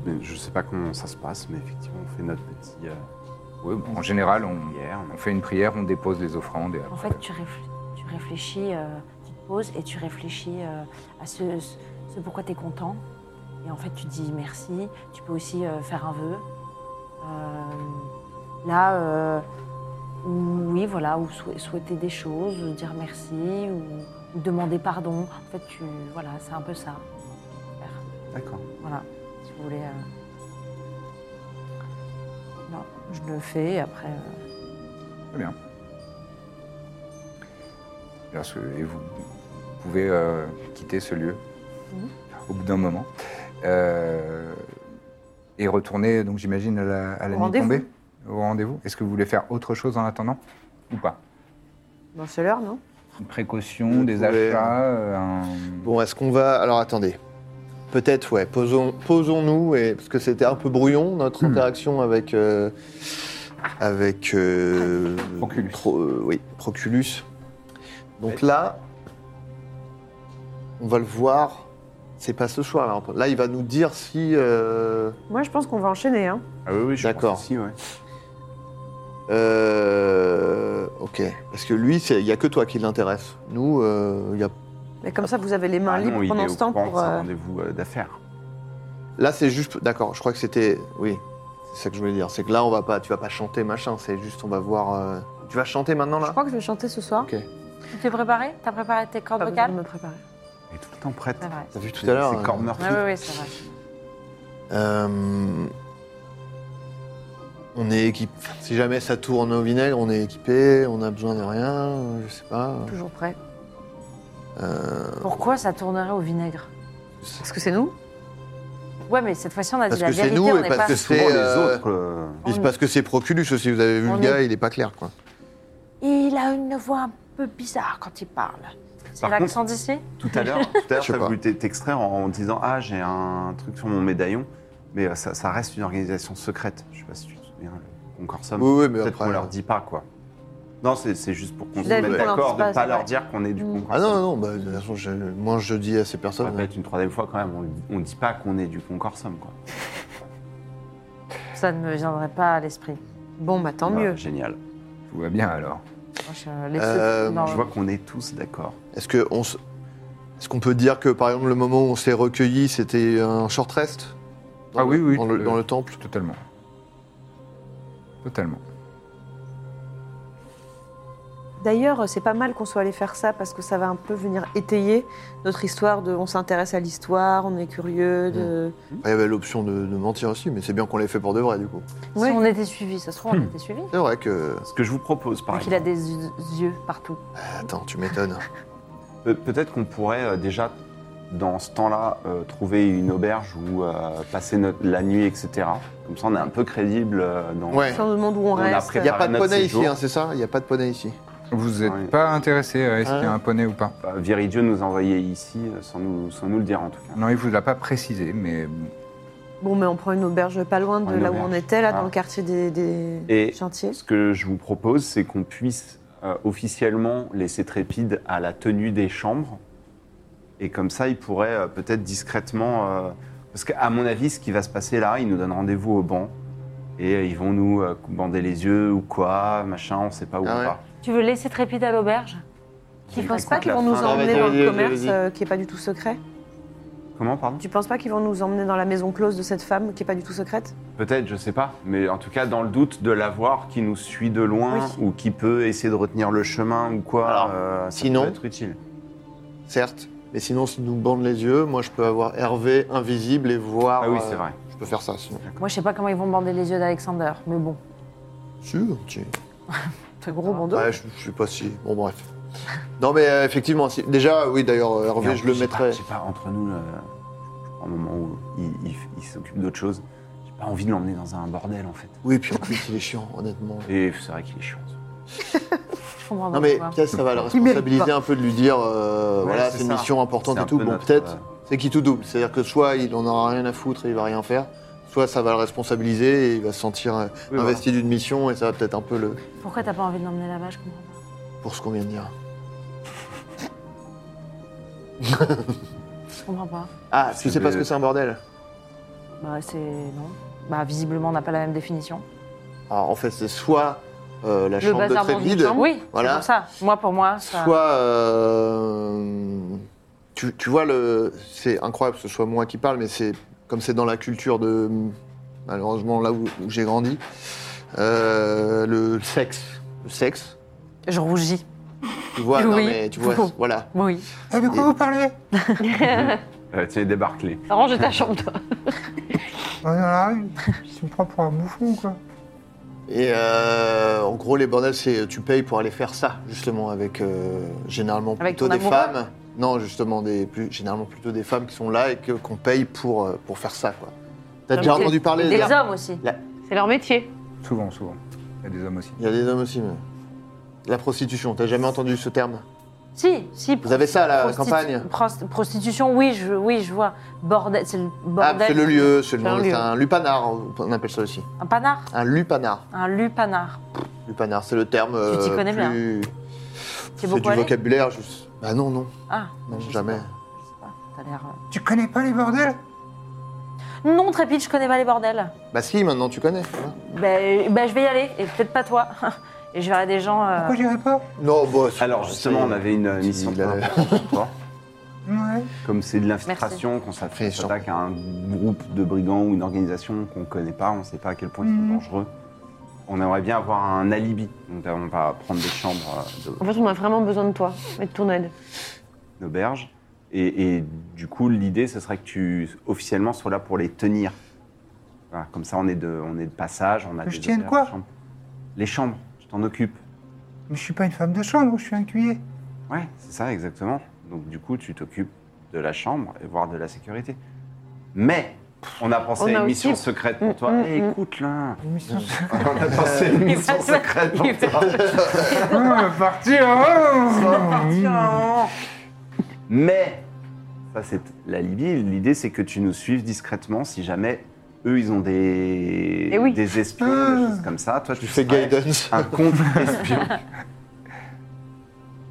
Speaker 4: Mais je sais pas comment ça se passe, mais effectivement, on fait notre petit. euh,
Speaker 1: Oui, bon, en général, on,
Speaker 4: prière, on-
Speaker 1: on fait une prière, on dépose les offrandes. Et
Speaker 5: En
Speaker 1: après,
Speaker 5: fait, tu, réfl- tu réfléchis, euh, tu te poses et tu réfléchis euh, à ce, ce- ce pourquoi tu es content. Et en fait, tu dis merci. Tu peux aussi euh, faire un vœu. Euh, là, euh, ou- oui, voilà, ou sou- souhaiter des choses, ou dire merci, ou, ou demander pardon. En fait, tu, voilà, c'est un peu ça.
Speaker 1: euh,
Speaker 4: D'accord.
Speaker 5: Voilà, si vous voulez. euh. Non, je le fais et après. euh,
Speaker 1: Très bien. Bien sûr, Et vous pouvez euh, quitter ce lieu
Speaker 2: Mhm.
Speaker 1: au bout d'un moment. Euh, et retourner, donc j'imagine, à la, à la
Speaker 2: Au
Speaker 1: nuit
Speaker 2: rendez-vous.
Speaker 1: tombée, au rendez-vous. Est-ce que vous voulez faire autre chose en attendant ou pas
Speaker 2: Bon, c'est l'heure, non
Speaker 1: Une précaution,
Speaker 3: Vous
Speaker 1: des
Speaker 3: pouvez-
Speaker 1: achats, euh, un...
Speaker 3: Bon, est-ce qu'on va. Alors attendez. Peut-être, ouais, posons- posons-nous, et... parce que c'était un peu brouillon notre interaction avec. euh, Avec. euh,
Speaker 1: Proculus.
Speaker 3: Pro- euh, Oui, Proculus. Donc là, on va le voir. C'est pas ce soir, là. Là, il va nous dire si. euh,
Speaker 2: Moi, je pense qu'on va enchaîner. Hein.
Speaker 4: Ah oui, oui, je
Speaker 3: D'accord.
Speaker 4: pense aussi, ouais.
Speaker 3: euh, Ok. Parce que lui, c'est- il n'y a que toi qui l'intéresse. Nous, euh, il y a...
Speaker 2: Mais comme ça, vous avez les mains
Speaker 4: Ah non,
Speaker 2: libres
Speaker 4: il est
Speaker 2: pendant
Speaker 4: au
Speaker 2: ce temps
Speaker 4: courant,
Speaker 2: pour.
Speaker 4: c'est un
Speaker 2: euh,
Speaker 4: rendez-vous euh, d'affaires.
Speaker 3: là, c'est juste. D'accord, je crois que c'était. Oui, c'est ça que je voulais dire. C'est que là, on va pas... tu vas pas chanter, machin. C'est juste, on va voir. euh, Tu vas chanter maintenant,
Speaker 2: Je
Speaker 3: là
Speaker 2: crois que je vais chanter ce soir.
Speaker 3: Ok.
Speaker 5: Tu t'es préparé T'as préparé tes cordes
Speaker 2: Pas besoin de
Speaker 5: vocales
Speaker 2: me préparer.
Speaker 4: Elle est tout le temps prête.
Speaker 5: C'est vrai.
Speaker 3: T'as vu tout à l'heure
Speaker 4: C'est
Speaker 3: euh,
Speaker 4: corps meurtri.
Speaker 5: Oui, oui, c'est vrai.
Speaker 3: Euh, on est équipé. Si jamais ça tourne au vinaigre, on est équipé, on a besoin de rien, euh, je sais pas.
Speaker 2: Toujours prêt.
Speaker 3: Euh,
Speaker 5: Pourquoi ça tournerait au vinaigre
Speaker 2: Parce que c'est nous
Speaker 5: Ouais, mais cette fois-ci, on a
Speaker 3: Parce
Speaker 5: dit la
Speaker 3: que c'est
Speaker 5: vérité,
Speaker 3: nous
Speaker 5: on
Speaker 3: et
Speaker 5: n'est
Speaker 3: parce
Speaker 5: pas...
Speaker 3: que
Speaker 4: Souvent,
Speaker 3: c'est.
Speaker 4: les
Speaker 3: euh,
Speaker 4: autres. euh,
Speaker 3: et c'est parce que c'est Proculus aussi, vous avez vu
Speaker 5: On
Speaker 3: le
Speaker 5: est-
Speaker 3: gars, il est pas clair quoi.
Speaker 5: Il a une voix un peu bizarre quand il parle. C'est
Speaker 4: Par
Speaker 5: l'accent d'ici
Speaker 4: Tout à l'heure, tout à l'heure,
Speaker 3: Je sais
Speaker 4: t'as
Speaker 3: pas.
Speaker 4: voulu t'e- t'extraire en, en disant ah j'ai un truc sur mon médaillon, mais euh, ça, ça reste une organisation secrète. Je sais pas si tu te souviens, le Concorsum.
Speaker 3: Oui, oui, mais
Speaker 4: Peut-être
Speaker 3: après- euh,
Speaker 4: qu'on leur dit pas quoi. Non, c'est c'est juste pour qu'on se
Speaker 5: Là,
Speaker 4: mette
Speaker 3: oui, qu'on
Speaker 5: leur
Speaker 4: d'accord
Speaker 5: dise
Speaker 4: de
Speaker 5: pas,
Speaker 4: pas
Speaker 5: c'est
Speaker 4: leur
Speaker 5: vrai.
Speaker 4: dire qu'on est du
Speaker 5: Mm.
Speaker 4: Concorsum.
Speaker 3: Ah non, non, non, bah, de toute façon, je, moi je dis à ces
Speaker 4: Ça
Speaker 3: personnes.
Speaker 4: va être une troisième fois quand même. On, on dit pas qu'on est du Concorsum quoi.
Speaker 5: Ça ne me viendrait pas à l'esprit.
Speaker 2: Bon, bah tant
Speaker 4: Ah,
Speaker 2: mieux.
Speaker 4: Génial.
Speaker 1: Tout va bien alors.
Speaker 5: Moi, je laisse-
Speaker 3: Euh,
Speaker 5: non,
Speaker 4: Je vois qu'on est tous d'accord.
Speaker 3: Est-ce que on se- Est-ce qu'on peut dire que par exemple le moment où on s'est recueilli, c'était un short rest Dans
Speaker 1: Ah
Speaker 3: le-
Speaker 1: oui, oui,
Speaker 3: Dans le,
Speaker 1: euh,
Speaker 3: dans le temple
Speaker 1: Totalement. Totalement.
Speaker 2: D'ailleurs, c'est pas mal qu'on soit allé faire ça parce que ça va un peu venir étayer notre histoire de on s'intéresse à l'histoire, on est curieux de.
Speaker 1: Mhm.
Speaker 3: Après, Il y avait l'option de, de mentir aussi, mais c'est bien qu'on l'ait fait pour de vrai du coup.
Speaker 5: Si
Speaker 2: Ouais.
Speaker 5: on était suivis, ça se trouve, on
Speaker 3: Hmm.
Speaker 5: était suivis.
Speaker 3: C'est vrai que.
Speaker 4: Ce que je vous propose par
Speaker 5: Vu qu'il a
Speaker 4: exemple,
Speaker 5: des yeux- yeux partout.
Speaker 3: Attends, tu m'étonnes.
Speaker 4: pe- peut-être qu'on pourrait euh, déjà dans ce temps-là euh, trouver une auberge ou euh, passer notre- la nuit, etc. Comme ça, on est un peu crédible euh, dans.
Speaker 3: Ouais.
Speaker 2: Si on nous demande où on,
Speaker 4: On a
Speaker 2: reste.
Speaker 3: Il n'y a
Speaker 4: préparé.
Speaker 3: pas de
Speaker 4: Notre
Speaker 3: poney
Speaker 4: séjour.
Speaker 3: ici, hein, c'est ça Il n'y a pas de poney ici.
Speaker 1: Vous n'êtes
Speaker 4: Ouais.
Speaker 1: pas intéressé à est-ce qu'il y a
Speaker 3: Ah.
Speaker 1: un poney ou pas
Speaker 4: Bah, Viridieu nous a envoyé ici euh, sans nous, sans nous le dire en tout cas.
Speaker 1: Non, il vous l'a pas précisé, mais bon,
Speaker 2: Bon, mais on prend une auberge pas loin de
Speaker 4: Une
Speaker 2: là où
Speaker 4: auberge.
Speaker 2: on était, là,
Speaker 4: Ah.
Speaker 2: dans le quartier des, des
Speaker 4: Et-
Speaker 2: chantiers.
Speaker 4: Ce que je vous propose, c'est qu'on puisse euh, officiellement laisser Trépide à la tenue des chambres. Et comme ça, il pourrait euh, peut-être discrètement. euh, parce qu'à mon avis, ce qui va se passer là, ils nous donnent rendez-vous au banc. Et euh, ils vont nous euh, bander les yeux ou quoi, machin, on sait pas où
Speaker 3: Ah ouais.
Speaker 4: on va.
Speaker 5: Tu veux laisser Trépide à l'auberge
Speaker 2: Tu
Speaker 4: Ils
Speaker 2: penses pas
Speaker 4: écoutent
Speaker 2: qu'ils
Speaker 4: la
Speaker 2: vont nous
Speaker 4: fin de-
Speaker 3: Ah,
Speaker 2: emmener
Speaker 3: vas-y,
Speaker 2: dans le
Speaker 3: vas-y,
Speaker 2: commerce
Speaker 3: vas-y.
Speaker 2: euh, qui est pas du tout secret
Speaker 4: Comment, pardon
Speaker 2: Tu penses pas qu'ils vont nous emmener dans la maison close de cette femme qui est pas du tout secrète
Speaker 4: Peut-être, je sais pas. Mais en tout cas, dans le doute de l'avoir qui nous suit de loin
Speaker 2: Oui.
Speaker 4: ou qui peut essayer de retenir le chemin ou quoi,
Speaker 3: Alors,
Speaker 4: euh, ça
Speaker 3: sinon-
Speaker 4: peut être utile.
Speaker 3: Certes, mais sinon, s'ils nous bandent les yeux, moi je peux avoir Hervé invisible et voir.
Speaker 4: Ah oui,
Speaker 3: euh,
Speaker 4: c'est vrai.
Speaker 3: Je peux faire ça sinon.
Speaker 5: Moi, je sais pas comment ils vont bander les yeux d'Alexander, mais bon.
Speaker 3: Sûr, tu-
Speaker 5: Toi,
Speaker 4: Ah.
Speaker 2: sacré gros bandeau.
Speaker 3: Ouais, je, je sais pas si. Bon, bref. Non, mais euh, effectivement, si- déjà, oui, d'ailleurs,
Speaker 4: Et en
Speaker 3: Hervé, je
Speaker 4: plus,
Speaker 3: le
Speaker 4: j'ai pas-
Speaker 3: mettrais.
Speaker 4: J'ai pas, entre nous, euh, au moment où il, il- il s'occupe d'autre chose, j'ai pas envie de l'emmener dans un bordel en fait.
Speaker 3: Oui, puis en plus, il est chiant, honnêtement.
Speaker 4: Et c'est vrai qu'il est chiant.
Speaker 5: Je comprends
Speaker 3: Non,
Speaker 5: pas
Speaker 3: mais
Speaker 5: pourquoi.
Speaker 3: Cass, ça va le
Speaker 2: Il mérite
Speaker 3: responsabiliser
Speaker 2: pas.
Speaker 3: un peu de lui dire euh,
Speaker 4: Ouais,
Speaker 3: voilà,
Speaker 4: c'est
Speaker 3: c'est une
Speaker 4: ça.
Speaker 3: mission importante
Speaker 4: C'est
Speaker 3: et
Speaker 4: un
Speaker 3: tout.
Speaker 4: peu
Speaker 3: Bon,
Speaker 4: notre,
Speaker 3: peut-être,
Speaker 4: euh,
Speaker 3: c'est qui tout double. C'est-à-dire que soit il en aura rien à foutre et il va rien faire, soit ça va le responsabiliser et il va se sentir euh,
Speaker 4: Oui,
Speaker 3: investi d'une mission et ça va peut-être un peu le.
Speaker 5: Pourquoi t'as pas envie de l'emmener là-bas Je comprends pas.
Speaker 3: pour ce qu'on vient de dire.
Speaker 5: Je comprends pas.
Speaker 3: Ah,
Speaker 4: Parce
Speaker 3: tu
Speaker 4: que
Speaker 3: sais pas
Speaker 4: le-
Speaker 3: ce que c'est un bordel
Speaker 5: Bah, c'est. Non. Bah, visiblement, on n'a pas la même définition.
Speaker 3: Alors, en fait, c'est soit euh, la
Speaker 5: Le
Speaker 3: chambre de
Speaker 5: bazar dans une
Speaker 3: Trévide,
Speaker 5: chambre. Oui,
Speaker 3: Voilà.
Speaker 5: c'est pour ça. Moi, pour moi, ça.
Speaker 3: soit. euh, tu, tu vois, le, c'est incroyable que ce soit moi qui parle, mais c'est comme c'est dans la culture de. Malheureusement, là où, où j'ai grandi, euh, le sexe. Le sexe.
Speaker 5: Je rougis.
Speaker 3: Tu vois, non,
Speaker 5: Oui.
Speaker 3: mais tu vois,
Speaker 5: Bon.
Speaker 3: voilà.
Speaker 5: Oui.
Speaker 1: Ah, de quoi vous parlez
Speaker 4: Euh, tiens, débarque-les.
Speaker 5: Range ta chambre, toi.
Speaker 1: On est dans la rue. Je me prends pour un bouffon, quoi.
Speaker 3: Et euh, en gros, les bordels, c'est tu payes pour aller faire ça, justement, avec euh, généralement
Speaker 5: Avec
Speaker 3: plutôt
Speaker 5: ton
Speaker 3: des
Speaker 5: amoureux
Speaker 3: femmes. Non, justement, des plus, généralement plutôt des femmes qui sont là et que- qu'on paye pour, euh, pour faire ça, quoi. T'as déjà
Speaker 5: Des-
Speaker 3: entendu parler
Speaker 5: Ah, Des
Speaker 3: de-
Speaker 5: hommes aussi.
Speaker 10: C'est leur métier.
Speaker 1: Souvent, souvent. Il y a des hommes aussi.
Speaker 3: Il y a des hommes aussi, mais. La prostitution, t'as jamais entendu ce terme
Speaker 5: Si, si.
Speaker 3: Vous avez ça à la
Speaker 5: prostitu-
Speaker 3: campagne
Speaker 5: pros- Prostitution, oui, je, oui, je vois. Bordel, c'est le
Speaker 3: Ah,
Speaker 5: bordel.
Speaker 3: c'est le lieu, c'est le
Speaker 5: C'est un
Speaker 3: nom, c'est
Speaker 5: lieu.
Speaker 3: un lupanard, on appelle ça aussi.
Speaker 5: Un panard
Speaker 3: Un lupanard.
Speaker 5: Un lupanard.
Speaker 3: Lupanard, c'est le terme.
Speaker 5: Tu t'y
Speaker 3: euh,
Speaker 5: connais bien.
Speaker 3: plus-
Speaker 5: T'y es
Speaker 3: C'est
Speaker 5: beaucoup
Speaker 3: du
Speaker 5: allé
Speaker 3: vocabulaire, juste. Bah non, non,
Speaker 5: Ah,
Speaker 3: non,
Speaker 5: je sais
Speaker 3: jamais.
Speaker 5: pas, je sais pas, t'as l'air, euh.
Speaker 1: Tu connais pas les bordels
Speaker 5: Non, Trépide, je connais pas les bordels.
Speaker 3: Bah si, maintenant tu connais. hein.
Speaker 5: Ben, ben, je vais y aller, et peut-être pas toi. Et je verrai des gens. euh,
Speaker 1: Pourquoi j'irais pas
Speaker 3: Non, bah. c'est-
Speaker 4: Alors justement, on avait une euh, mission
Speaker 3: Il
Speaker 4: très
Speaker 3: avait-
Speaker 4: importante pour toi.
Speaker 1: Ouais.
Speaker 4: Comme c'est de l'infiltration, qu'on s'atta-
Speaker 3: Fais
Speaker 4: qu'on s'attaque à un groupe de brigands ou une organisation qu'on connaît pas, on sait pas à quel point ils sont
Speaker 1: Mhm.
Speaker 4: dangereux. On aimerait bien avoir un alibi. Donc là, on va prendre des chambres euh, de-
Speaker 10: En fait, on a vraiment besoin de toi et de ton aide.
Speaker 4: d'auberge. Et, et du coup, l'idée, ce serait que tu officiellement sois là pour les tenir. Voilà, comme ça, on est de, on est de passage. On a
Speaker 1: Que je
Speaker 4: des
Speaker 1: tienne
Speaker 4: auberges,
Speaker 1: quoi
Speaker 4: des chambres. Les chambres, je t'en occupe.
Speaker 1: Mais je suis pas une femme de chambre, je suis un cuiller.
Speaker 4: Ouais, c'est ça, exactement. Donc du coup, tu t'occupes de la chambre et voire de la sécurité. Mais on a pensé
Speaker 10: On
Speaker 4: à une
Speaker 10: a aussi-
Speaker 4: mission secrète pour toi.
Speaker 10: mm,
Speaker 4: Eh,
Speaker 10: mm.
Speaker 4: écoute là,
Speaker 1: Une mission secrète.
Speaker 4: on a pensé à une
Speaker 5: Il
Speaker 4: mission
Speaker 5: va-
Speaker 4: secrète pour
Speaker 5: il va-
Speaker 4: toi.
Speaker 1: Ah, on va partir. hein.
Speaker 4: Mais ça, c'est la Libye. L'idée, c'est que tu nous suives discrètement si jamais eux, ils ont des
Speaker 10: Eh oui.
Speaker 4: des espions, des choses comme ça. Toi, tu
Speaker 3: Tu fais
Speaker 4: serais
Speaker 3: guidance.
Speaker 4: un contre-espion.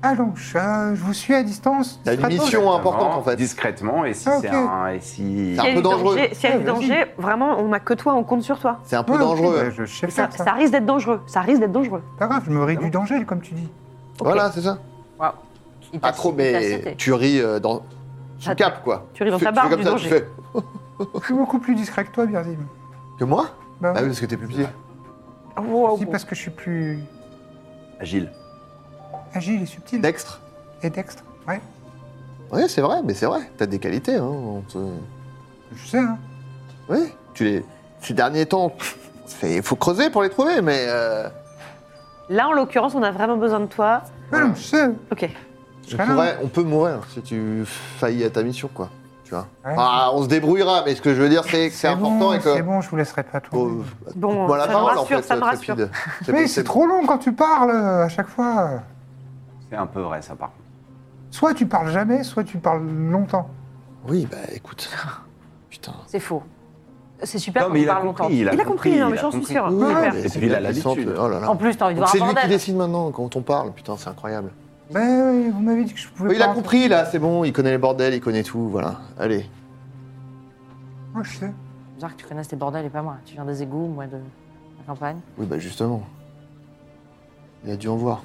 Speaker 1: Allons, je, euh, je vous suis à distance.
Speaker 3: T'as une
Speaker 1: Stratos.
Speaker 3: mission importante en fait.
Speaker 4: Discrètement, et si
Speaker 1: Ah,
Speaker 4: c'est
Speaker 1: ok.
Speaker 4: un, et si
Speaker 3: C'est un
Speaker 10: S'il y a du
Speaker 3: peu dangereux.
Speaker 10: danger- S'il y a
Speaker 1: Ouais,
Speaker 10: du
Speaker 1: vas-y.
Speaker 10: danger, vraiment, on n'a que toi, on compte sur toi.
Speaker 3: C'est un peu
Speaker 1: Ouais, ok,
Speaker 3: dangereux.
Speaker 1: bah, je sais
Speaker 10: Ça,
Speaker 1: faire ça.
Speaker 10: ça risque d'être dangereux. Ça risque d'être dangereux.
Speaker 1: Pas grave, je me ris du danger, comme tu dis.
Speaker 3: Voilà, c'est ça.
Speaker 5: Waouh. Il t'a-
Speaker 3: Pas Ah, trop,
Speaker 5: il t'a
Speaker 3: mais
Speaker 5: cité.
Speaker 3: tu ris euh, dans. Tu
Speaker 10: Ah,
Speaker 3: capes quoi.
Speaker 10: tu ris dans
Speaker 3: fais-
Speaker 10: ta barre
Speaker 3: fais comme
Speaker 10: du
Speaker 3: ça,
Speaker 10: danger.
Speaker 3: Tu fais.
Speaker 1: Je suis beaucoup plus discret que toi, Birzim.
Speaker 3: Que moi
Speaker 1: Bah,
Speaker 3: Ah oui, parce que t'es plus petit.
Speaker 1: aussi parce que je suis plus
Speaker 4: agile.
Speaker 1: agile et subtil.
Speaker 3: Dextre.
Speaker 1: Et dextre. Ouais,
Speaker 3: Oui, c'est vrai, mais c'est vrai. T'as des qualités. Hein. on te-
Speaker 1: je sais, hein.
Speaker 3: Oui, tu les. Ces derniers temps, il faut creuser pour les trouver, mais. euh,
Speaker 10: Là, en l'occurrence, on a vraiment besoin de toi.
Speaker 1: Ouais, non, je sais.
Speaker 10: Ok.
Speaker 3: on,
Speaker 1: Ah non.
Speaker 3: pourrait- on peut mourir si tu faillis à ta mission, quoi. Tu vois.
Speaker 1: Ouais.
Speaker 3: Ah, on se débrouillera, mais ce que je veux dire, c'est que c'est important Oh,
Speaker 1: bon,
Speaker 3: et que.
Speaker 1: C'est bon, je vous laisserai pas tout.
Speaker 3: Bon,
Speaker 10: Bon,
Speaker 3: moi, la
Speaker 10: ça me
Speaker 3: parole, en
Speaker 10: rassure,
Speaker 3: fait,
Speaker 10: ça me rassure.
Speaker 3: Trépide.
Speaker 1: Mais c'est trop long quand tu parles euh, à chaque fois.
Speaker 4: C'est un peu vrai, ça, par contre.
Speaker 1: Soit tu parles jamais, soit tu parles longtemps.
Speaker 3: Oui, bah écoute. Putain.
Speaker 5: C'est faux. C'est super qu'on parle longtemps.
Speaker 10: Il a compris, non, mais j'en suis hein. sûre.
Speaker 3: Oui,
Speaker 1: Super.
Speaker 3: mais
Speaker 4: Et
Speaker 3: c'est
Speaker 4: puis, il a
Speaker 3: bien
Speaker 4: l'habitude.
Speaker 3: puissant, tu- Oh là là.
Speaker 5: En plus, t'as envie de
Speaker 3: Donc
Speaker 5: voir
Speaker 3: c'est
Speaker 5: un
Speaker 3: lui qui
Speaker 5: bordel.
Speaker 3: décide maintenant quand on parle. Putain, c'est incroyable.
Speaker 1: Ben oui, vous m'avez dit que je pouvais
Speaker 3: Oui, il a
Speaker 1: pas-
Speaker 3: compris là, c'est bon, il connaît les bordels, il connaît tout, voilà. Allez.
Speaker 1: Ouais, je sais.
Speaker 5: C'est bizarre que tu connaisses tes bordels et pas moi. Tu viens des égouts, moi de la campagne.
Speaker 3: Oui, bah justement. Il a dû en voir.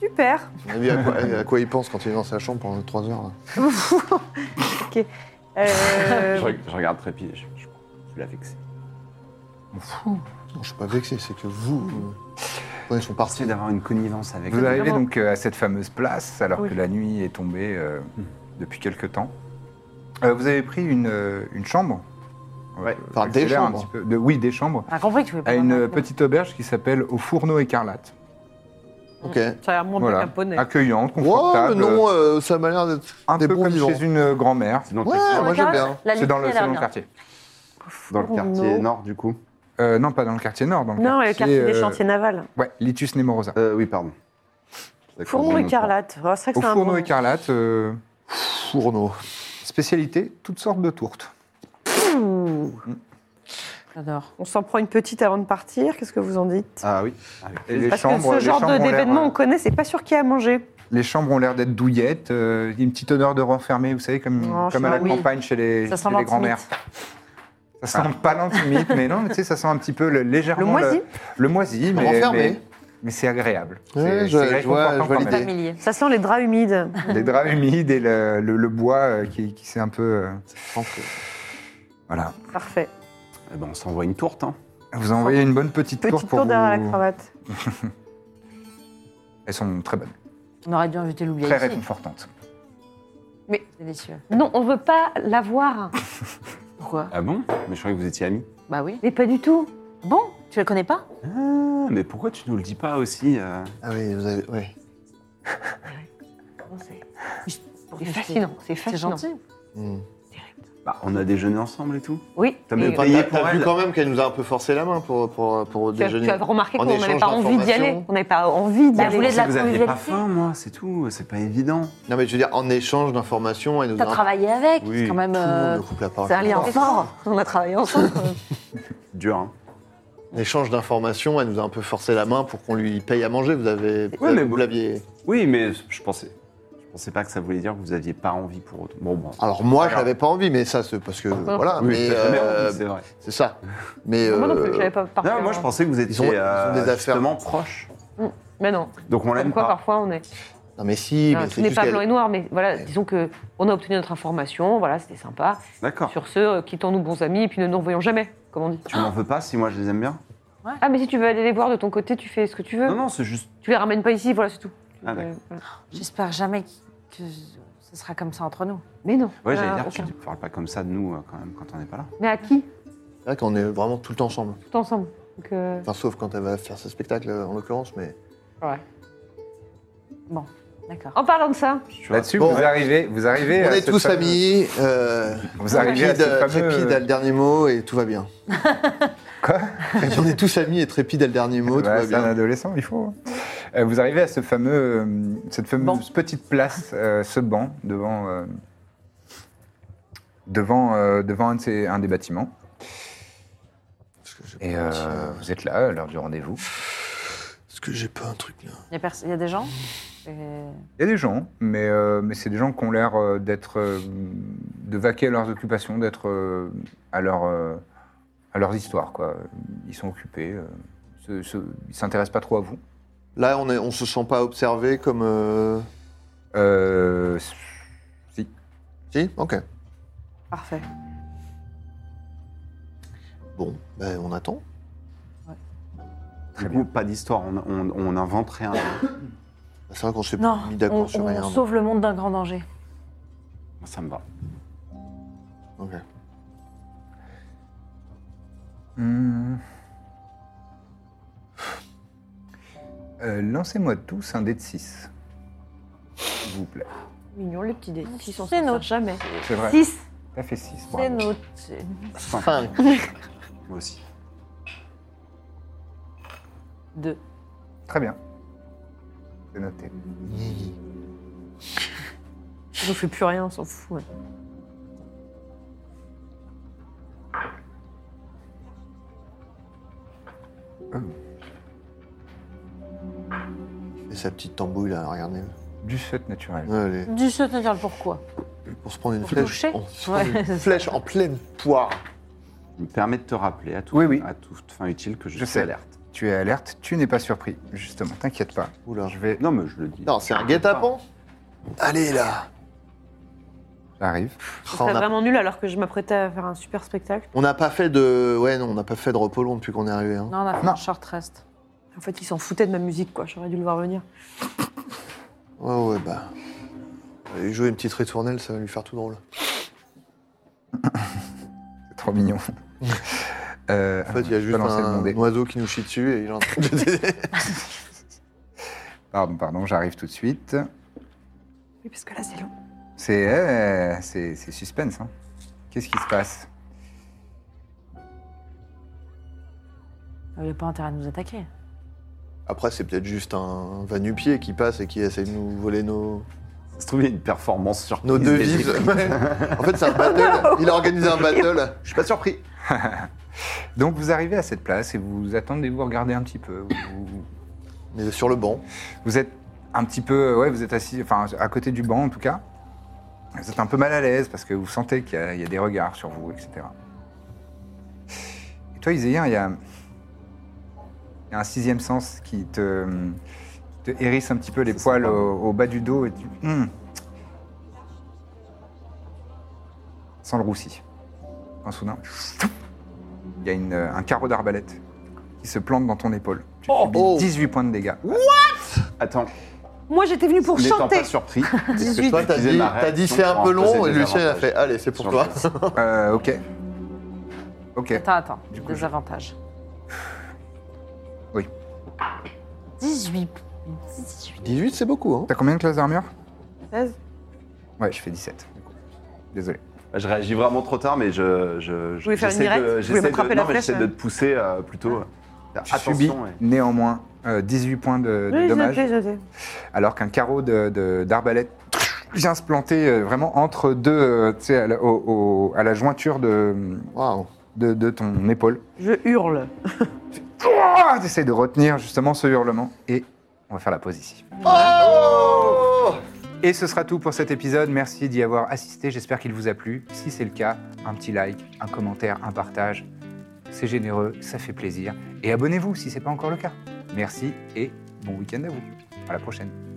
Speaker 10: Super.
Speaker 3: On a vu à quoi, à quoi il pense quand il est dans sa chambre pendant 3 heures. là.
Speaker 10: Euh,
Speaker 4: Je, reg- je regarde Trépide, je, je, tu l'as vexé.
Speaker 3: Non, je suis pas vexé, c'est que vous. euh, prenez son parti.
Speaker 4: Merci d'avoir une connivence avec
Speaker 1: Vous arrivez
Speaker 10: Vraiment.
Speaker 1: donc euh, à cette fameuse place, alors
Speaker 10: Oui.
Speaker 1: que la nuit est
Speaker 3: Hmm.
Speaker 1: tombée euh, depuis quelque temps. Euh, vous avez pris une, euh, une chambre Ouais.
Speaker 3: Enfin, des
Speaker 1: J'accélère un
Speaker 3: chambres.
Speaker 1: petit peu. De- oui, des chambres.
Speaker 5: T'as compris que tu voulais pas
Speaker 1: À
Speaker 5: parler.
Speaker 1: une petite auberge qui s'appelle Au Fourneau Écarlate.
Speaker 3: Ok.
Speaker 2: Ça a l'air moins
Speaker 1: Voilà. Ah,
Speaker 2: bien qu'un poney.
Speaker 1: Accueillante,
Speaker 3: Wow, le
Speaker 1: confortable.
Speaker 3: nom, euh, ça m'a l'air d'être
Speaker 1: un
Speaker 3: des
Speaker 1: peu
Speaker 3: bons
Speaker 1: comme
Speaker 3: vivants.
Speaker 1: chez une euh, grand-mère.
Speaker 4: C'est dans,
Speaker 3: Ouais,
Speaker 4: le,
Speaker 3: moi j'aime bien.
Speaker 5: La
Speaker 1: C'est dans le,
Speaker 5: lumière,
Speaker 1: c'est dans le
Speaker 5: là,
Speaker 1: quartier.
Speaker 4: dans le quartier nord, du coup.
Speaker 1: Euh, non, pas dans le quartier nord. Dans le
Speaker 10: Non, le
Speaker 1: quartier,
Speaker 10: quartier des
Speaker 1: euh,
Speaker 10: chantiers navals.
Speaker 1: Ouais, Litus Nemorosa.
Speaker 4: Euh, oui, pardon.
Speaker 10: Fourneau écarlate. Oh, c'est vrai que
Speaker 1: Au
Speaker 10: c'est un
Speaker 1: Fourneau
Speaker 10: bon-
Speaker 1: Écarlate, euh,
Speaker 3: Fourneau.
Speaker 1: spécialité, toutes sortes de tourtes.
Speaker 5: J'adore.
Speaker 10: On s'en prend une petite avant de partir. Qu'est-ce que vous en dites
Speaker 4: Ah oui.
Speaker 1: Et les
Speaker 10: Parce
Speaker 1: chambres,
Speaker 10: que
Speaker 1: les
Speaker 10: ce genre
Speaker 1: chambres
Speaker 10: de-
Speaker 1: ont l'air,
Speaker 10: d'événement, on
Speaker 1: euh,
Speaker 10: connaît, c'est pas sûr qui a mangé.
Speaker 1: Les chambres ont l'air d'être douillettes, euh, il y a une petite odeur de renfermé, vous savez, comme,
Speaker 10: Oh,
Speaker 1: comme à
Speaker 10: ça,
Speaker 1: la
Speaker 10: oui.
Speaker 1: campagne chez les,
Speaker 5: Ça
Speaker 1: chez
Speaker 5: sent
Speaker 1: les grands-mères. Ça sent pas l'antimite, mais non, mais tu sais, ça sent un petit peu le- légèrement.
Speaker 10: Le moisi
Speaker 1: le moisi, mais.
Speaker 3: Renfermé.
Speaker 1: mais- mais c'est agréable.
Speaker 3: Ouais,
Speaker 1: C'est-
Speaker 3: je-
Speaker 1: c'est
Speaker 3: je vois-
Speaker 1: réconfortant
Speaker 3: je vois
Speaker 1: quand même.
Speaker 3: l'idée.
Speaker 5: Familier.
Speaker 10: Ça sent les draps humides.
Speaker 1: Les draps humides et le, le- le bois euh, qui, qui s'est un peu. euh, voilà.
Speaker 10: Parfait.
Speaker 4: Eh ben, on s'envoie une tourte. Hein.
Speaker 1: Vous envoyez une bonne petite, tour
Speaker 10: Petite
Speaker 1: pour
Speaker 10: tour derrière la
Speaker 1: vous-
Speaker 10: cravate.
Speaker 1: Elles sont très bonnes,
Speaker 5: On aurait dû inviter Loubia
Speaker 1: très
Speaker 5: ici.
Speaker 1: réconfortantes.
Speaker 5: Délicieux.
Speaker 10: Non, on veut pas l'avoir.
Speaker 5: Pourquoi
Speaker 4: Ah bon Mais je croyais que vous étiez amis.
Speaker 5: Bah oui.
Speaker 10: Mais pas du tout.
Speaker 5: Bon, tu la connais pas
Speaker 4: Ah, mais pourquoi tu nous le dis pas aussi euh
Speaker 3: Ah oui, vous avez. Oui.
Speaker 5: Pour
Speaker 10: C'est
Speaker 5: que je
Speaker 10: fascinant. C'est
Speaker 5: t'ai- C'est
Speaker 10: fascinant.
Speaker 5: gentil.
Speaker 3: Hmm.
Speaker 4: Bah, on a déjeuné ensemble et tout.
Speaker 10: Oui.
Speaker 4: T'as même
Speaker 10: Et-
Speaker 3: Enfin,
Speaker 4: pas- Payé
Speaker 3: T'as
Speaker 4: pour
Speaker 3: t'as vu
Speaker 4: elle.
Speaker 3: quand même qu'elle nous a un peu forcé la main pour, pour, pour
Speaker 10: Tu as, tu
Speaker 3: déjeuner.
Speaker 10: as remarqué
Speaker 3: En
Speaker 10: qu'on n'avait
Speaker 3: échange
Speaker 10: pas envie d'y
Speaker 3: d'informations.
Speaker 10: aller. On n'avait pas envie d'y
Speaker 5: Bah,
Speaker 10: aller.
Speaker 5: je voulais de la
Speaker 4: vous aviez pas
Speaker 5: convivialité.
Speaker 4: faim, moi, c'est tout. C'est pas évident.
Speaker 3: Non, mais je veux dire, en échange d'informations, elle nous a.
Speaker 5: T'as
Speaker 3: un-
Speaker 5: travaillé avec.
Speaker 4: Oui,
Speaker 5: c'est quand même.
Speaker 3: Tout le monde
Speaker 5: euh,
Speaker 3: nous coupe la parole.
Speaker 5: C'est un lien
Speaker 3: Fort.
Speaker 5: fort. On a travaillé ensemble. quand même.
Speaker 4: Dur, hein.
Speaker 3: En échange d'informations, elle nous a un peu forcé la main pour qu'on lui paye à manger. Vous avez. vous avez-
Speaker 4: mais
Speaker 3: vous
Speaker 4: bon.
Speaker 3: l'aviez.
Speaker 4: Oui, mais je pensais, je pensais pas que ça voulait dire que vous aviez pas envie pour autant. Bon, bon.
Speaker 3: Alors moi, je n'avais pas envie, mais ça, c'est parce que voilà.
Speaker 4: Oui,
Speaker 3: mais
Speaker 4: t'as jamais
Speaker 3: euh,
Speaker 4: envie, c'est vrai.
Speaker 3: c'est ça. Mais
Speaker 10: Moi non
Speaker 3: euh,
Speaker 10: plus, j'avais pas parlé.
Speaker 4: Non, moi je pensais que vous étiez
Speaker 3: ils ont- ils ont
Speaker 4: euh,
Speaker 3: des affaires.
Speaker 4: justement proches.
Speaker 10: Mais non.
Speaker 4: Donc on
Speaker 10: Comme
Speaker 4: l'aime
Speaker 10: quoi,
Speaker 4: pas.
Speaker 10: parfois, on est.
Speaker 3: non, mais si,
Speaker 10: Non,
Speaker 3: mais
Speaker 10: tout
Speaker 3: c'est
Speaker 10: Ah, n'est
Speaker 3: juste
Speaker 10: pas
Speaker 3: qu'elle-
Speaker 10: blanc et noir, mais voilà, disons que on a obtenu notre information, voilà, c'était sympa.
Speaker 4: D'accord.
Speaker 10: Sur ce, euh, quittons-nous bons amis et puis ne nous revoyons jamais, comme on dit.
Speaker 4: Ah. Tu
Speaker 2: Ah.
Speaker 4: m'en veux pas si moi je les aime bien
Speaker 10: Ah, mais si tu veux aller les voir de ton côté, tu fais ce que tu veux.
Speaker 4: Non, non, c'est juste.
Speaker 10: Tu les ramènes pas ici, voilà, c'est tout.
Speaker 4: Ah, d'accord.
Speaker 10: Euh, voilà.
Speaker 5: J'espère jamais que- que ce sera comme ça entre nous.
Speaker 10: Mais non.
Speaker 4: Ouais,
Speaker 10: voilà,
Speaker 2: Ah,
Speaker 4: j'allais dire,
Speaker 10: aucun.
Speaker 4: tu parles pas comme ça de nous euh, quand même quand on n'est pas là.
Speaker 10: Mais à qui
Speaker 3: C'est vrai qu'on est vraiment tout le temps ensemble.
Speaker 10: Tout ensemble. Donc, euh,
Speaker 3: Enfin, sauf quand elle va faire ce spectacle, en l'occurrence, mais.
Speaker 5: D'accord.
Speaker 10: En parlant de ça,
Speaker 4: Tu vois,
Speaker 1: Là-dessus,
Speaker 3: Bon,
Speaker 1: vous
Speaker 3: ouais.
Speaker 1: arrivez, vous arrivez.
Speaker 3: On
Speaker 1: à
Speaker 3: est
Speaker 1: cette
Speaker 3: tous
Speaker 1: fameuse-
Speaker 3: amis, euh,
Speaker 1: Vous arrivez à
Speaker 3: Trépide,
Speaker 1: cette fameuse-
Speaker 3: Trépide a le dernier mot et tout va bien.
Speaker 1: Quoi
Speaker 3: On est tous amis et Trépide a le dernier mot,
Speaker 1: Bah,
Speaker 3: tout
Speaker 1: c'est un
Speaker 3: va bien.
Speaker 1: adolescent, il faut. Euh, vous arrivez à ce fameux, euh, cette fameuse
Speaker 5: Banc.
Speaker 1: petite place, euh, ce banc devant, euh, devant, euh, devant un, de ces- un des bâtiments.
Speaker 3: Est-ce que j'ai
Speaker 1: Et
Speaker 3: pas un petit,
Speaker 1: euh,
Speaker 3: euh,
Speaker 1: vous êtes là à l'heure du rendez-vous.
Speaker 3: est-ce que j'ai pas un truc là
Speaker 5: Il y, a pers- il y a des gens Euh,
Speaker 1: Il y a des gens, mais, euh, mais c'est des gens qui ont l'air euh, d'être, euh, de vaquer à leurs occupations, d'être euh, à leur, euh, à leurs histoires quoi. Ils sont occupés, euh, se- se- ils s'intéressent pas trop à vous.
Speaker 3: Là, on, est, on se sent pas observé comme. euh,
Speaker 1: Euh, si.
Speaker 3: Si Ok.
Speaker 10: parfait.
Speaker 3: Bon, ben, on attend.
Speaker 4: du coup, pas d'histoire, on, on, on invente rien.
Speaker 3: C'est vrai qu'on s'est
Speaker 5: Non,
Speaker 3: mis
Speaker 5: on,
Speaker 3: d'accord sur
Speaker 5: on
Speaker 3: rien. donc.
Speaker 5: sauve le monde d'un grand danger.
Speaker 4: ça me va.
Speaker 3: Ok.
Speaker 1: Hmm. Euh, Lancez-moi tous un dé de 6. S'il vous plaît.
Speaker 10: Mignon, les petits dés. Ils sont
Speaker 5: C'est
Speaker 10: sans
Speaker 5: notre-
Speaker 10: jamais.
Speaker 1: C'est vrai.
Speaker 5: 6,
Speaker 1: T'as fait 6.
Speaker 10: bah,
Speaker 5: c'est notre. c'est-
Speaker 3: Cinq.
Speaker 4: Moi aussi.
Speaker 5: Deux.
Speaker 1: Très bien. C'est noté.
Speaker 10: On ne fait plus rien, on s'en fout. ouais.
Speaker 3: Et sa petite tambouille là, regardez.
Speaker 1: Du set naturel.
Speaker 3: Ouais, elle est-
Speaker 5: Du saut naturel, pourquoi
Speaker 3: Pour se prendre une
Speaker 5: Pour
Speaker 3: flèche.
Speaker 5: toucher
Speaker 3: On se prend une
Speaker 5: Ouais, c'est
Speaker 3: flèche en pleine poire.
Speaker 4: Je me permets de te rappeler à, tout,
Speaker 1: Oui, oui.
Speaker 4: à toute fin utile que je,
Speaker 1: Je
Speaker 4: suis
Speaker 1: sais.
Speaker 4: alerte.
Speaker 1: Tu es alerte, tu n'es pas surpris. Justement, t'inquiète pas.
Speaker 3: Oula.
Speaker 1: Je vais.
Speaker 4: Non, mais je le dis.
Speaker 3: Non, c'est un guet-apens Allez là
Speaker 1: J'arrive.
Speaker 10: Ce
Speaker 3: Oh,
Speaker 10: serait
Speaker 3: On n'a
Speaker 10: vraiment nul alors que je m'apprêtais à faire un super spectacle.
Speaker 3: on n'a pas fait de. Ouais, non, on n'a pas fait de repos long depuis qu'on est arrivé. hein.
Speaker 5: Non, on a fait
Speaker 1: Non.
Speaker 5: un short rest.
Speaker 10: En fait, ils s'en foutaient de ma musique, quoi. J'aurais dû le voir venir.
Speaker 3: Ouais, ouais, bah. Allez, jouer une petite ritournelle, ça va lui faire tout drôle.
Speaker 1: C'est trop mignon. Euh,
Speaker 3: En fait, il y a
Speaker 1: je
Speaker 3: juste
Speaker 1: balançais le
Speaker 3: un
Speaker 1: bon dé.
Speaker 3: oiseau qui nous chie dessus et il est en train de-
Speaker 1: Pardon, pardon, j'arrive tout de suite.
Speaker 2: Oui, parce que là, c'est long.
Speaker 1: C'est euh, c'est- c'est suspense. hein. Qu'est-ce qui se passe
Speaker 5: Euh, Il n'y a pas intérêt à nous attaquer.
Speaker 3: Après, c'est peut-être juste un vanupier qui passe et qui essaie de nous voler nos,
Speaker 4: Ça se trouve, il y a une performance sur
Speaker 3: nos devises. Ouais. en fait, c'est un battle. Il a organisé un battle. Je suis pas surpris.
Speaker 1: Donc vous arrivez à cette place et vous attendez, vous regardez un petit peu. Vous, vous-
Speaker 3: Mais sur le banc.
Speaker 1: vous êtes un petit peu, euh, ouais, vous êtes assis, enfin à côté du banc en tout cas. Vous êtes un peu mal à l'aise parce que vous sentez qu'il y, a- il y a des regards sur vous, etc. Et toi, Iséien, il y a, il y a un sixième sens qui te, qui te hérisse un petit peu les poils au, au bas du dos et tu. Hmm. Sans le roussi. Quand soudain, il y a une- euh, un carreau d'arbalète qui se plante dans ton épaule. Tu
Speaker 3: Oh,
Speaker 1: subis
Speaker 3: oh.
Speaker 1: 18 points de dégâts.
Speaker 4: Attends,
Speaker 2: Moi, j'étais venue pour
Speaker 4: n'étant
Speaker 2: chanter.
Speaker 4: pas surpris, est-ce que
Speaker 2: 18.
Speaker 4: je peux
Speaker 3: Toi, t'as
Speaker 4: utiliser
Speaker 3: dit,
Speaker 4: ma
Speaker 3: t'as dit
Speaker 4: réaction
Speaker 3: c'est un
Speaker 4: pour
Speaker 3: peu
Speaker 4: en poser
Speaker 3: long et
Speaker 4: des
Speaker 3: Lucien il a
Speaker 4: avantages
Speaker 3: fait allez, c'est pour
Speaker 4: sur
Speaker 3: toi.
Speaker 4: le test
Speaker 1: Euh, ok. Ok.
Speaker 5: Attends, attends.
Speaker 1: Du coup,
Speaker 5: Des
Speaker 1: je-
Speaker 5: avantages.
Speaker 1: Oui.
Speaker 5: 18. 18.
Speaker 3: 18, c'est beaucoup. Hein.
Speaker 1: T'as combien de classes d'armure
Speaker 2: 16.
Speaker 1: Ouais, je fais 17. du coup. Désolé.
Speaker 4: Je réagis vraiment trop tard, mais je. je, je
Speaker 2: voulez faire une
Speaker 4: j'essaie
Speaker 2: directe
Speaker 4: de-
Speaker 2: Vous voulez
Speaker 4: j'essaie de-
Speaker 2: m'attraper la
Speaker 4: non, mais
Speaker 2: flèche,
Speaker 4: j'essaie de
Speaker 2: euh
Speaker 4: te pousser euh, plutôt. Faire
Speaker 1: Tu
Speaker 4: attention,
Speaker 1: subis
Speaker 4: ouais.
Speaker 1: néanmoins euh, 18 points de, de
Speaker 2: Oui, j'ai
Speaker 1: dommages,
Speaker 2: noté, j'ai noté.
Speaker 1: alors qu'un carreau de- de- d'arbalète vient se planter euh, vraiment entre deux, euh, tu sais, à, la- au- au- à la jointure de,
Speaker 3: Waouh.
Speaker 1: de, de ton épaule.
Speaker 2: Je hurle.
Speaker 1: Ah, T'essayes de retenir justement ce hurlement et on va faire la pause ici. Et ce sera tout pour cet épisode. Merci d'y avoir assisté. J'espère qu'il vous a plu. Si c'est le cas, un petit like, un commentaire, un partage. C'est généreux, ça fait plaisir. Et abonnez-vous si ce n'est pas encore le cas. Merci et bon week-end à vous. À la prochaine.